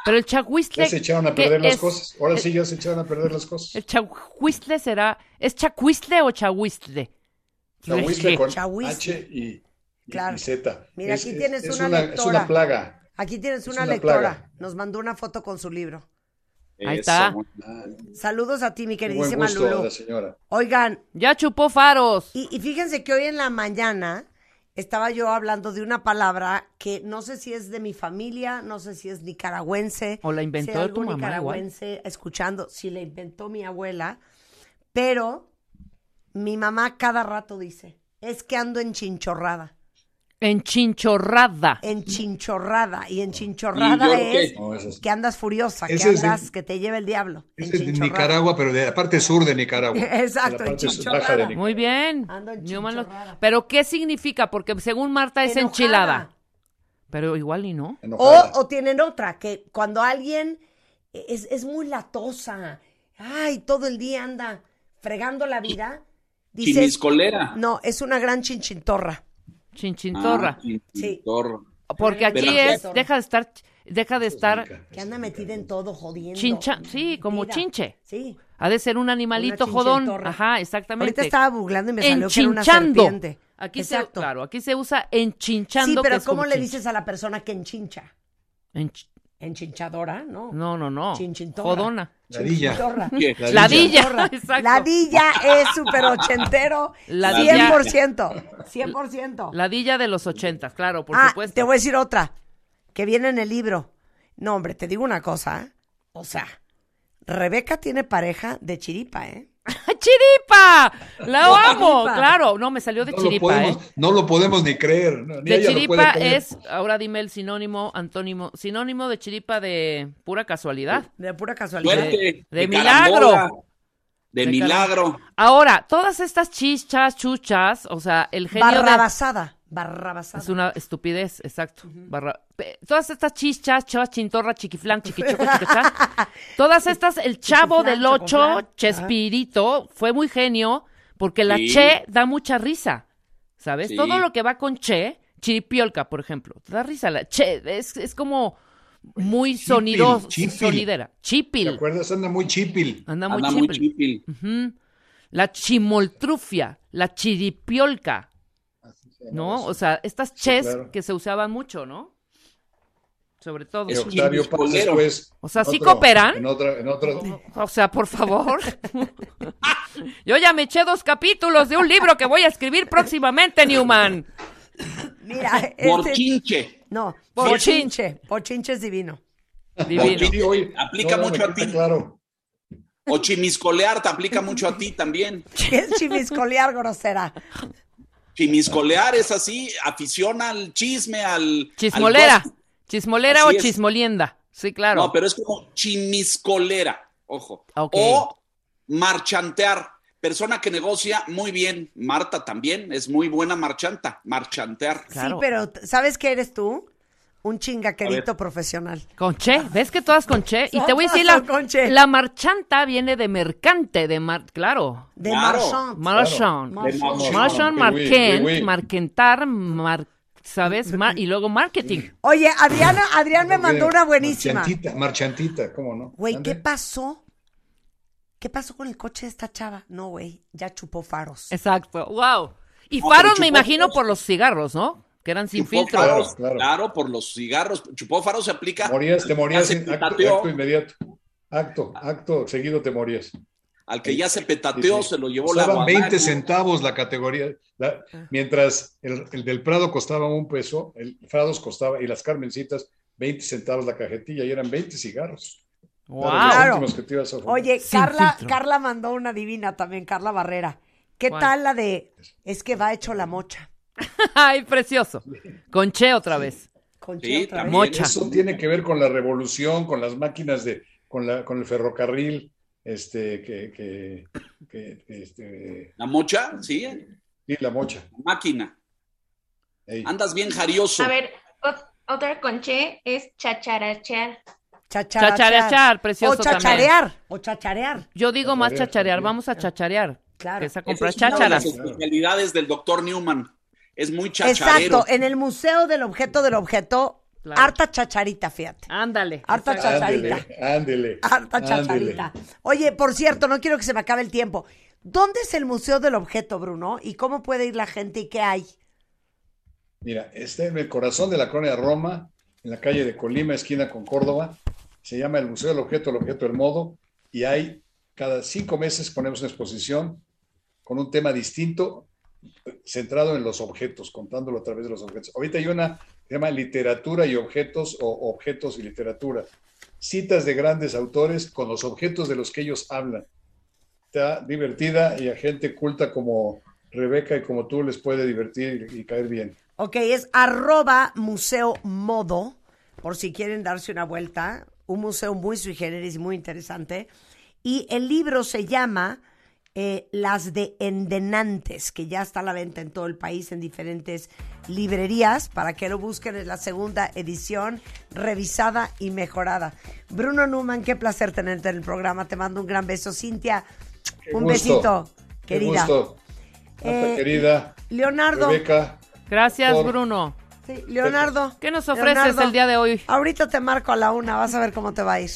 Speaker 3: Pero el chahuistle...
Speaker 12: Ya se echaron a
Speaker 3: ¿qué
Speaker 12: perder las
Speaker 3: es?
Speaker 12: cosas. Ahora
Speaker 3: El-
Speaker 12: sí, ya se echaron a perder las cosas.
Speaker 3: El chahuistle será... ¿Es chacuistle o chahuistle?
Speaker 12: Chahuistle
Speaker 3: ¿Qué?
Speaker 12: con H y, y- y Z.
Speaker 4: Mira,
Speaker 12: Es-
Speaker 4: aquí
Speaker 12: es-
Speaker 4: tienes
Speaker 12: es
Speaker 4: una
Speaker 12: Es
Speaker 4: lectora.
Speaker 12: una plaga.
Speaker 4: Aquí tienes
Speaker 12: Es
Speaker 4: una,
Speaker 12: una
Speaker 4: lectora.
Speaker 12: plaga.
Speaker 4: Nos mandó una foto con su libro.
Speaker 3: Ahí está.
Speaker 4: Saludos a ti, mi
Speaker 12: Qué Ah, buen
Speaker 4: queridísima
Speaker 12: gusto a
Speaker 4: Lulu.
Speaker 12: la señora.
Speaker 4: Oigan.
Speaker 3: Ya chupó faros.
Speaker 4: Y, y fíjense que hoy en la mañana estaba yo hablando de una palabra que no sé si es de mi familia, no sé si es nicaragüense.
Speaker 3: O la inventó
Speaker 4: si hay
Speaker 3: tu
Speaker 4: algún
Speaker 3: mamá
Speaker 4: nicaragüense escuchando, si la inventó mi abuela. Pero mi mamá cada rato dice, es que ando en chinchorrada.
Speaker 3: Enchinchorrada.
Speaker 4: En chinchorrada. Y en
Speaker 12: ¿Y yo
Speaker 4: chinchorrada
Speaker 12: qué?
Speaker 4: es
Speaker 12: No, eso es-
Speaker 4: que andas furiosa, que
Speaker 12: Ese es de-
Speaker 4: andas, que te lleve el diablo. En
Speaker 12: Es de
Speaker 4: chinchorrada.
Speaker 12: Nicaragua, pero de la parte sur de Nicaragua.
Speaker 4: Exacto,
Speaker 12: De
Speaker 4: en
Speaker 12: la parte sur- baja
Speaker 4: chinchorrada.
Speaker 12: de Nicaragua.
Speaker 3: Muy bien. Newman lo- Pero ¿qué significa? Porque según Marta es
Speaker 4: Enojada.
Speaker 3: enchilada. Pero igual y no. Oh.
Speaker 4: O, o tienen otra, que cuando alguien es, es muy latosa, ay, todo el día anda fregando la vida. dices-
Speaker 13: Chimiscolera.
Speaker 4: No, es una gran chinchintorra.
Speaker 3: Chinchintorra.
Speaker 4: Sí.
Speaker 3: Porque aquí
Speaker 4: Pero-
Speaker 3: es, deja de estar, deja de estar
Speaker 4: Que anda metida en todo, jodiendo.
Speaker 3: chincha, sí, como
Speaker 4: Mira,
Speaker 3: chinche.
Speaker 4: Sí.
Speaker 3: Ha de ser un animalito
Speaker 4: Una
Speaker 3: jodón.
Speaker 4: chinchentorra.
Speaker 3: Ajá, exactamente.
Speaker 4: Ahorita estaba burlando y me salió que era una
Speaker 3: Enchinchando.
Speaker 4: serpiente.
Speaker 3: Aquí
Speaker 4: Exacto.
Speaker 3: se, claro, aquí se usa enchinchando.
Speaker 4: Sí,
Speaker 3: que
Speaker 4: pero
Speaker 3: es como
Speaker 4: ¿cómo le
Speaker 3: chinche.
Speaker 4: dices a la persona que enchincha?
Speaker 3: Ench-
Speaker 4: ¿Enchinchadora? No.
Speaker 3: No, no, no.
Speaker 4: Chinchintorra.
Speaker 3: Jodona.
Speaker 12: Ladilla.
Speaker 4: Chinchintorra.
Speaker 12: ¿Qué?
Speaker 3: Ladilla.
Speaker 4: Chinchintorra.
Speaker 3: Exacto.
Speaker 4: Ladilla es súper ochentero.
Speaker 3: Ladilla.
Speaker 4: 100%. 100%.
Speaker 3: Ladilla de los ochentas, claro, por
Speaker 4: ah,
Speaker 3: supuesto.
Speaker 4: te voy a decir otra, que viene en el libro. No, hombre, te digo una cosa, ¿eh? O sea, Rebeca tiene pareja de chiripa, ¿eh?
Speaker 3: ¡Ah, ¡Chiripa! ¡La
Speaker 4: De
Speaker 3: amo!
Speaker 4: chiripa.
Speaker 3: Claro, no, me salió de
Speaker 12: No lo,
Speaker 3: chiripa, ¿eh?
Speaker 12: podemos, no lo podemos ni creer. no, ni
Speaker 3: De
Speaker 12: ella lo
Speaker 3: chiripa
Speaker 12: puede creer.
Speaker 3: es, ahora dime el sinónimo, antónimo, sinónimo de chiripa de pura casualidad.
Speaker 4: De pura casualidad.
Speaker 13: Suerte.
Speaker 3: De, de
Speaker 13: carambola,
Speaker 3: milagro.
Speaker 13: De, milagro.
Speaker 3: Ahora, todas estas chichas, chuchas, o sea, el genio de-
Speaker 4: Barrabasada, barrabasada.
Speaker 3: Es una estupidez, exacto. Barra- pe- Todas estas chichas, chas, chintorra, chiquiflán, chiquichoco, chiquechá. Todas estas, el chavo
Speaker 4: Chiquiflán,
Speaker 3: del ocho,
Speaker 4: chocoflán.
Speaker 3: Chespirito, fue muy genio, porque la
Speaker 13: Sí.
Speaker 3: che da mucha risa, ¿sabes?
Speaker 13: Sí.
Speaker 3: Todo lo que va con che, chiripiolca, por ejemplo, te da risa. La che es, es como muy sonidos,
Speaker 12: chipil.
Speaker 3: sonidera.
Speaker 12: ¿Te
Speaker 3: Chipil.
Speaker 12: acuerdas? Anda muy chipil.
Speaker 3: Anda muy
Speaker 13: Anda muy
Speaker 3: chipil.
Speaker 13: chipil.
Speaker 3: Ujú. La chimoltrufia, la chiripiolca. ¿No? O sea, estas ches
Speaker 12: claro.
Speaker 3: que se usaban mucho, ¿no? Sobre todo.
Speaker 12: Y Octavio Paz después.
Speaker 3: O sea, ¿sí
Speaker 12: en otro-
Speaker 3: cooperan?
Speaker 12: En otra, en otra-
Speaker 3: O sea, por favor. Yo ya me eché dos capítulos de un libro que voy a escribir próximamente, Newman. Ah,
Speaker 4: Mira, este-
Speaker 13: Borchinche.
Speaker 4: No,
Speaker 3: Bochinche.
Speaker 4: bochinche. Bochinche es divino.
Speaker 3: Divino.
Speaker 13: Sí, oye,
Speaker 12: No,
Speaker 13: aplica
Speaker 12: no,
Speaker 13: mucho
Speaker 12: me
Speaker 13: a ti.
Speaker 12: queda Claro.
Speaker 13: O chimiscolear te aplica mucho a ti también.
Speaker 4: ¿Qué es chimiscolear grosera?
Speaker 13: Chimiscolear es así, afición al chisme, al...
Speaker 3: Chismolera.
Speaker 13: al-
Speaker 3: Chismolera
Speaker 13: Así
Speaker 3: o
Speaker 13: es.
Speaker 3: chismolienda. Sí, claro.
Speaker 13: No, pero es como chimiscolera, ojo.
Speaker 3: Ok.
Speaker 13: O marchantear, persona que negocia muy bien. Marta también es muy buena marchanta, marchantear.
Speaker 4: Sí, pero t- ¿sabes qué eres tú? Un chingaquerito
Speaker 13: ver.
Speaker 4: profesional.
Speaker 3: Con che, ¿ves que todas con che? Y
Speaker 4: Son
Speaker 3: te voy a decir,
Speaker 4: todas
Speaker 3: la,
Speaker 4: con che.
Speaker 3: la marchanta viene de mercante, de mar, claro.
Speaker 4: De
Speaker 13: Claro.
Speaker 4: Marchand.
Speaker 3: Marchand.
Speaker 13: Claro.
Speaker 3: Marchand,
Speaker 13: De
Speaker 3: Marchand,
Speaker 13: Marchand. Oui, oui,
Speaker 3: marquent,
Speaker 13: oui.
Speaker 3: marquentar, mar- ¿sabes? Mar- y luego marketing.
Speaker 4: Oye, Adriana, Adrián me mandó una buenísima.
Speaker 12: Marchantita, marchantita, ¿cómo no?
Speaker 4: Güey, ¿qué
Speaker 12: Ande.
Speaker 4: pasó? ¿Qué pasó con el coche de esta chava? No, güey, ya chupó faros.
Speaker 3: Exacto, wow. Y
Speaker 13: No,
Speaker 3: faros
Speaker 13: pero
Speaker 3: me
Speaker 13: chupó
Speaker 3: imagino
Speaker 13: faros.
Speaker 3: por los cigarros, ¿no? Que eran sin
Speaker 13: Chupó
Speaker 3: filtro.
Speaker 13: faros,
Speaker 12: Claro, claro.
Speaker 13: claro, por los cigarros. Chupó faros se aplica.
Speaker 12: Morías, te morías.
Speaker 13: se
Speaker 12: en- acto,
Speaker 13: petateó.
Speaker 12: acto inmediato. Acto, acto seguido te morías.
Speaker 13: Al que ya se petateó, se lo llevó la
Speaker 12: Costaban
Speaker 13: guadaña.
Speaker 12: 20 centavos la categoría. la-
Speaker 4: Ah.
Speaker 12: mientras el, el del Prado costaba un peso, el Prados costaba, y las Carmencitas, 20 centavos la cajetilla, y eran 20 cigarros.
Speaker 3: Wow.
Speaker 12: Eran los
Speaker 4: Claro.
Speaker 12: últimos que te ibas a fumar.
Speaker 4: Oye,
Speaker 3: Sin
Speaker 4: Carla,
Speaker 3: filtro.
Speaker 4: Carla mandó una divina también, Carla Barrera. ¿Qué
Speaker 3: ¿Cuál?
Speaker 4: tal la de es que va hecho la mocha?
Speaker 3: Ay, precioso. Con che otra vez.
Speaker 4: Con
Speaker 13: Sí,
Speaker 4: otra vez.
Speaker 13: también.
Speaker 3: Mocha.
Speaker 12: Eso tiene que ver con la revolución, con las máquinas de, con, la, con el ferrocarril, este, que, que, que, este,
Speaker 13: La mocha, sí.
Speaker 12: Sí, la mocha.
Speaker 13: Máquina. Andas bien jarioso.
Speaker 14: A ver, ot- otra con che es chacharachear.
Speaker 3: Chacharachar, precioso
Speaker 4: O chacharear.
Speaker 3: también.
Speaker 4: O chacharear.
Speaker 3: Yo digo más
Speaker 13: Chacharear,
Speaker 3: chacharear, vamos a chacharear. Claro. Esa compra
Speaker 13: Esa es una de las
Speaker 3: chacharas.
Speaker 13: especialidades del doctor Newman. Es muy chacharero.
Speaker 4: Exacto, en el Museo del Objeto del Objeto, harta chacharita, fíjate.
Speaker 3: Ándale.
Speaker 4: Harta chacharita.
Speaker 12: Ándele, ándele.
Speaker 4: Harta chacharita. Oye, por cierto, no quiero que se me acabe el tiempo. ¿Dónde es el Museo del Objeto, Bruno? ¿Y cómo puede ir la gente y qué hay?
Speaker 12: Mira, está en el corazón de la colonia Roma, en la calle de Colima, esquina con Córdoba. Se llama el Museo del Objeto, el Objeto del Modo. Y hay, cada cinco meses ponemos una exposición con un tema distinto, centrado en los objetos, contándolo a través de los objetos. Ahorita hay una que se llama Literatura y Objetos o Objetos y Literatura. Citas de grandes autores con los objetos de los que ellos hablan. Está divertida y a gente culta como Rebeca y como tú les puede divertir y caer bien.
Speaker 4: Ok, es arroba museo modo, por si quieren darse una vuelta. Un museo muy sui generis, muy interesante. Y el libro se llama eh, Las de Endenantes, que ya está a la venta en todo el país en diferentes librerías. Para que lo busquen, es la segunda edición, revisada y mejorada. Bruno Numan, qué placer tenerte en el programa. Te mando un gran beso. Cintia, un
Speaker 12: gusto.
Speaker 4: besito,
Speaker 12: Qué
Speaker 4: querida.
Speaker 12: gusto. Marta,
Speaker 4: Eh,
Speaker 12: querida.
Speaker 4: Leonardo.
Speaker 12: Rebeca.
Speaker 3: Gracias,
Speaker 12: Por-
Speaker 3: Bruno.
Speaker 4: Sí, Leonardo.
Speaker 3: ¿Qué nos ofreces el día de hoy?
Speaker 4: Ahorita te marco a la una, vas a ver cómo te va a ir.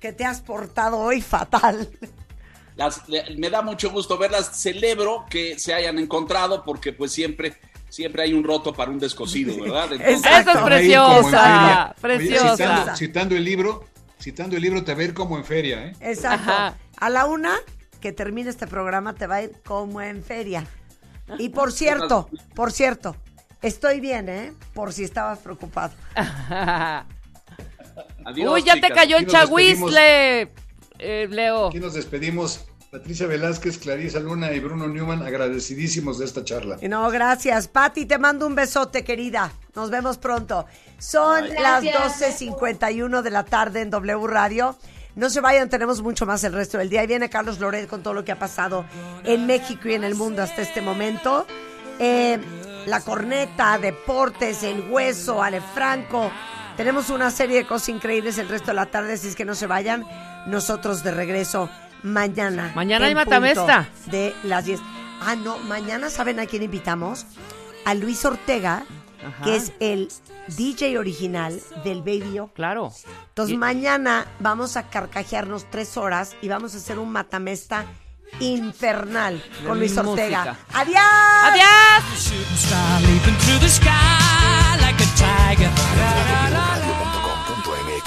Speaker 4: Que te has portado hoy fatal.
Speaker 13: Las- le- me da mucho gusto verlas. Celebro que se hayan encontrado porque pues siempre, siempre hay un roto para un descosido, ¿verdad?
Speaker 3: Exacto. Eso es preciosa, Ah,
Speaker 12: preciosa.
Speaker 4: preciosa.
Speaker 12: citando, citando el libro, citando el libro te va a ir como en feria, ¿eh?
Speaker 4: Exacto. A la una que termine este programa te va a ir como en feria. Y por cierto, por cierto, estoy bien, ¿eh? Por si estabas preocupado.
Speaker 12: Adiós,
Speaker 3: Uy, ya te
Speaker 12: chicas.
Speaker 3: cayó el
Speaker 12: Aquí nos despedimos.
Speaker 3: chagüisle, eh, Leo.
Speaker 12: Aquí nos despedimos. Patricia Velázquez, Clarisa Luna y Bruno Newman, agradecidísimos de esta charla.
Speaker 4: Y no, gracias. Patti, te mando un besote, querida. Nos vemos pronto. Son
Speaker 12: Bye.
Speaker 4: las
Speaker 12: Gracias.
Speaker 4: 12.51 de la tarde en W Radio. No se vayan, tenemos mucho más el resto del día. Ahí viene Carlos Loret con todo lo que ha pasado en México y en el mundo hasta este momento. Eh, la corneta, deportes, el hueso, Ale Franco. Tenemos una serie de cosas increíbles el resto de la tarde, así es que no se vayan. Nosotros de regreso mañana.
Speaker 3: Mañana hay
Speaker 4: en punto
Speaker 3: Matamesta.
Speaker 4: De las 10. Ah, no, mañana saben a quién invitamos. A Luis Ortega,
Speaker 3: Ajá.
Speaker 4: que es el DJ original del Baby O.
Speaker 3: Claro.
Speaker 4: Entonces
Speaker 3: Y-
Speaker 4: mañana vamos a carcajearnos tres horas y vamos a hacer un matamesta infernal
Speaker 16: De
Speaker 4: con Luis
Speaker 16: música.
Speaker 4: Ortega. ¡Adiós! ¡Adiós!
Speaker 16: Shooting star leaping through the sky like a tiger.
Speaker 1: wradio.com.mx.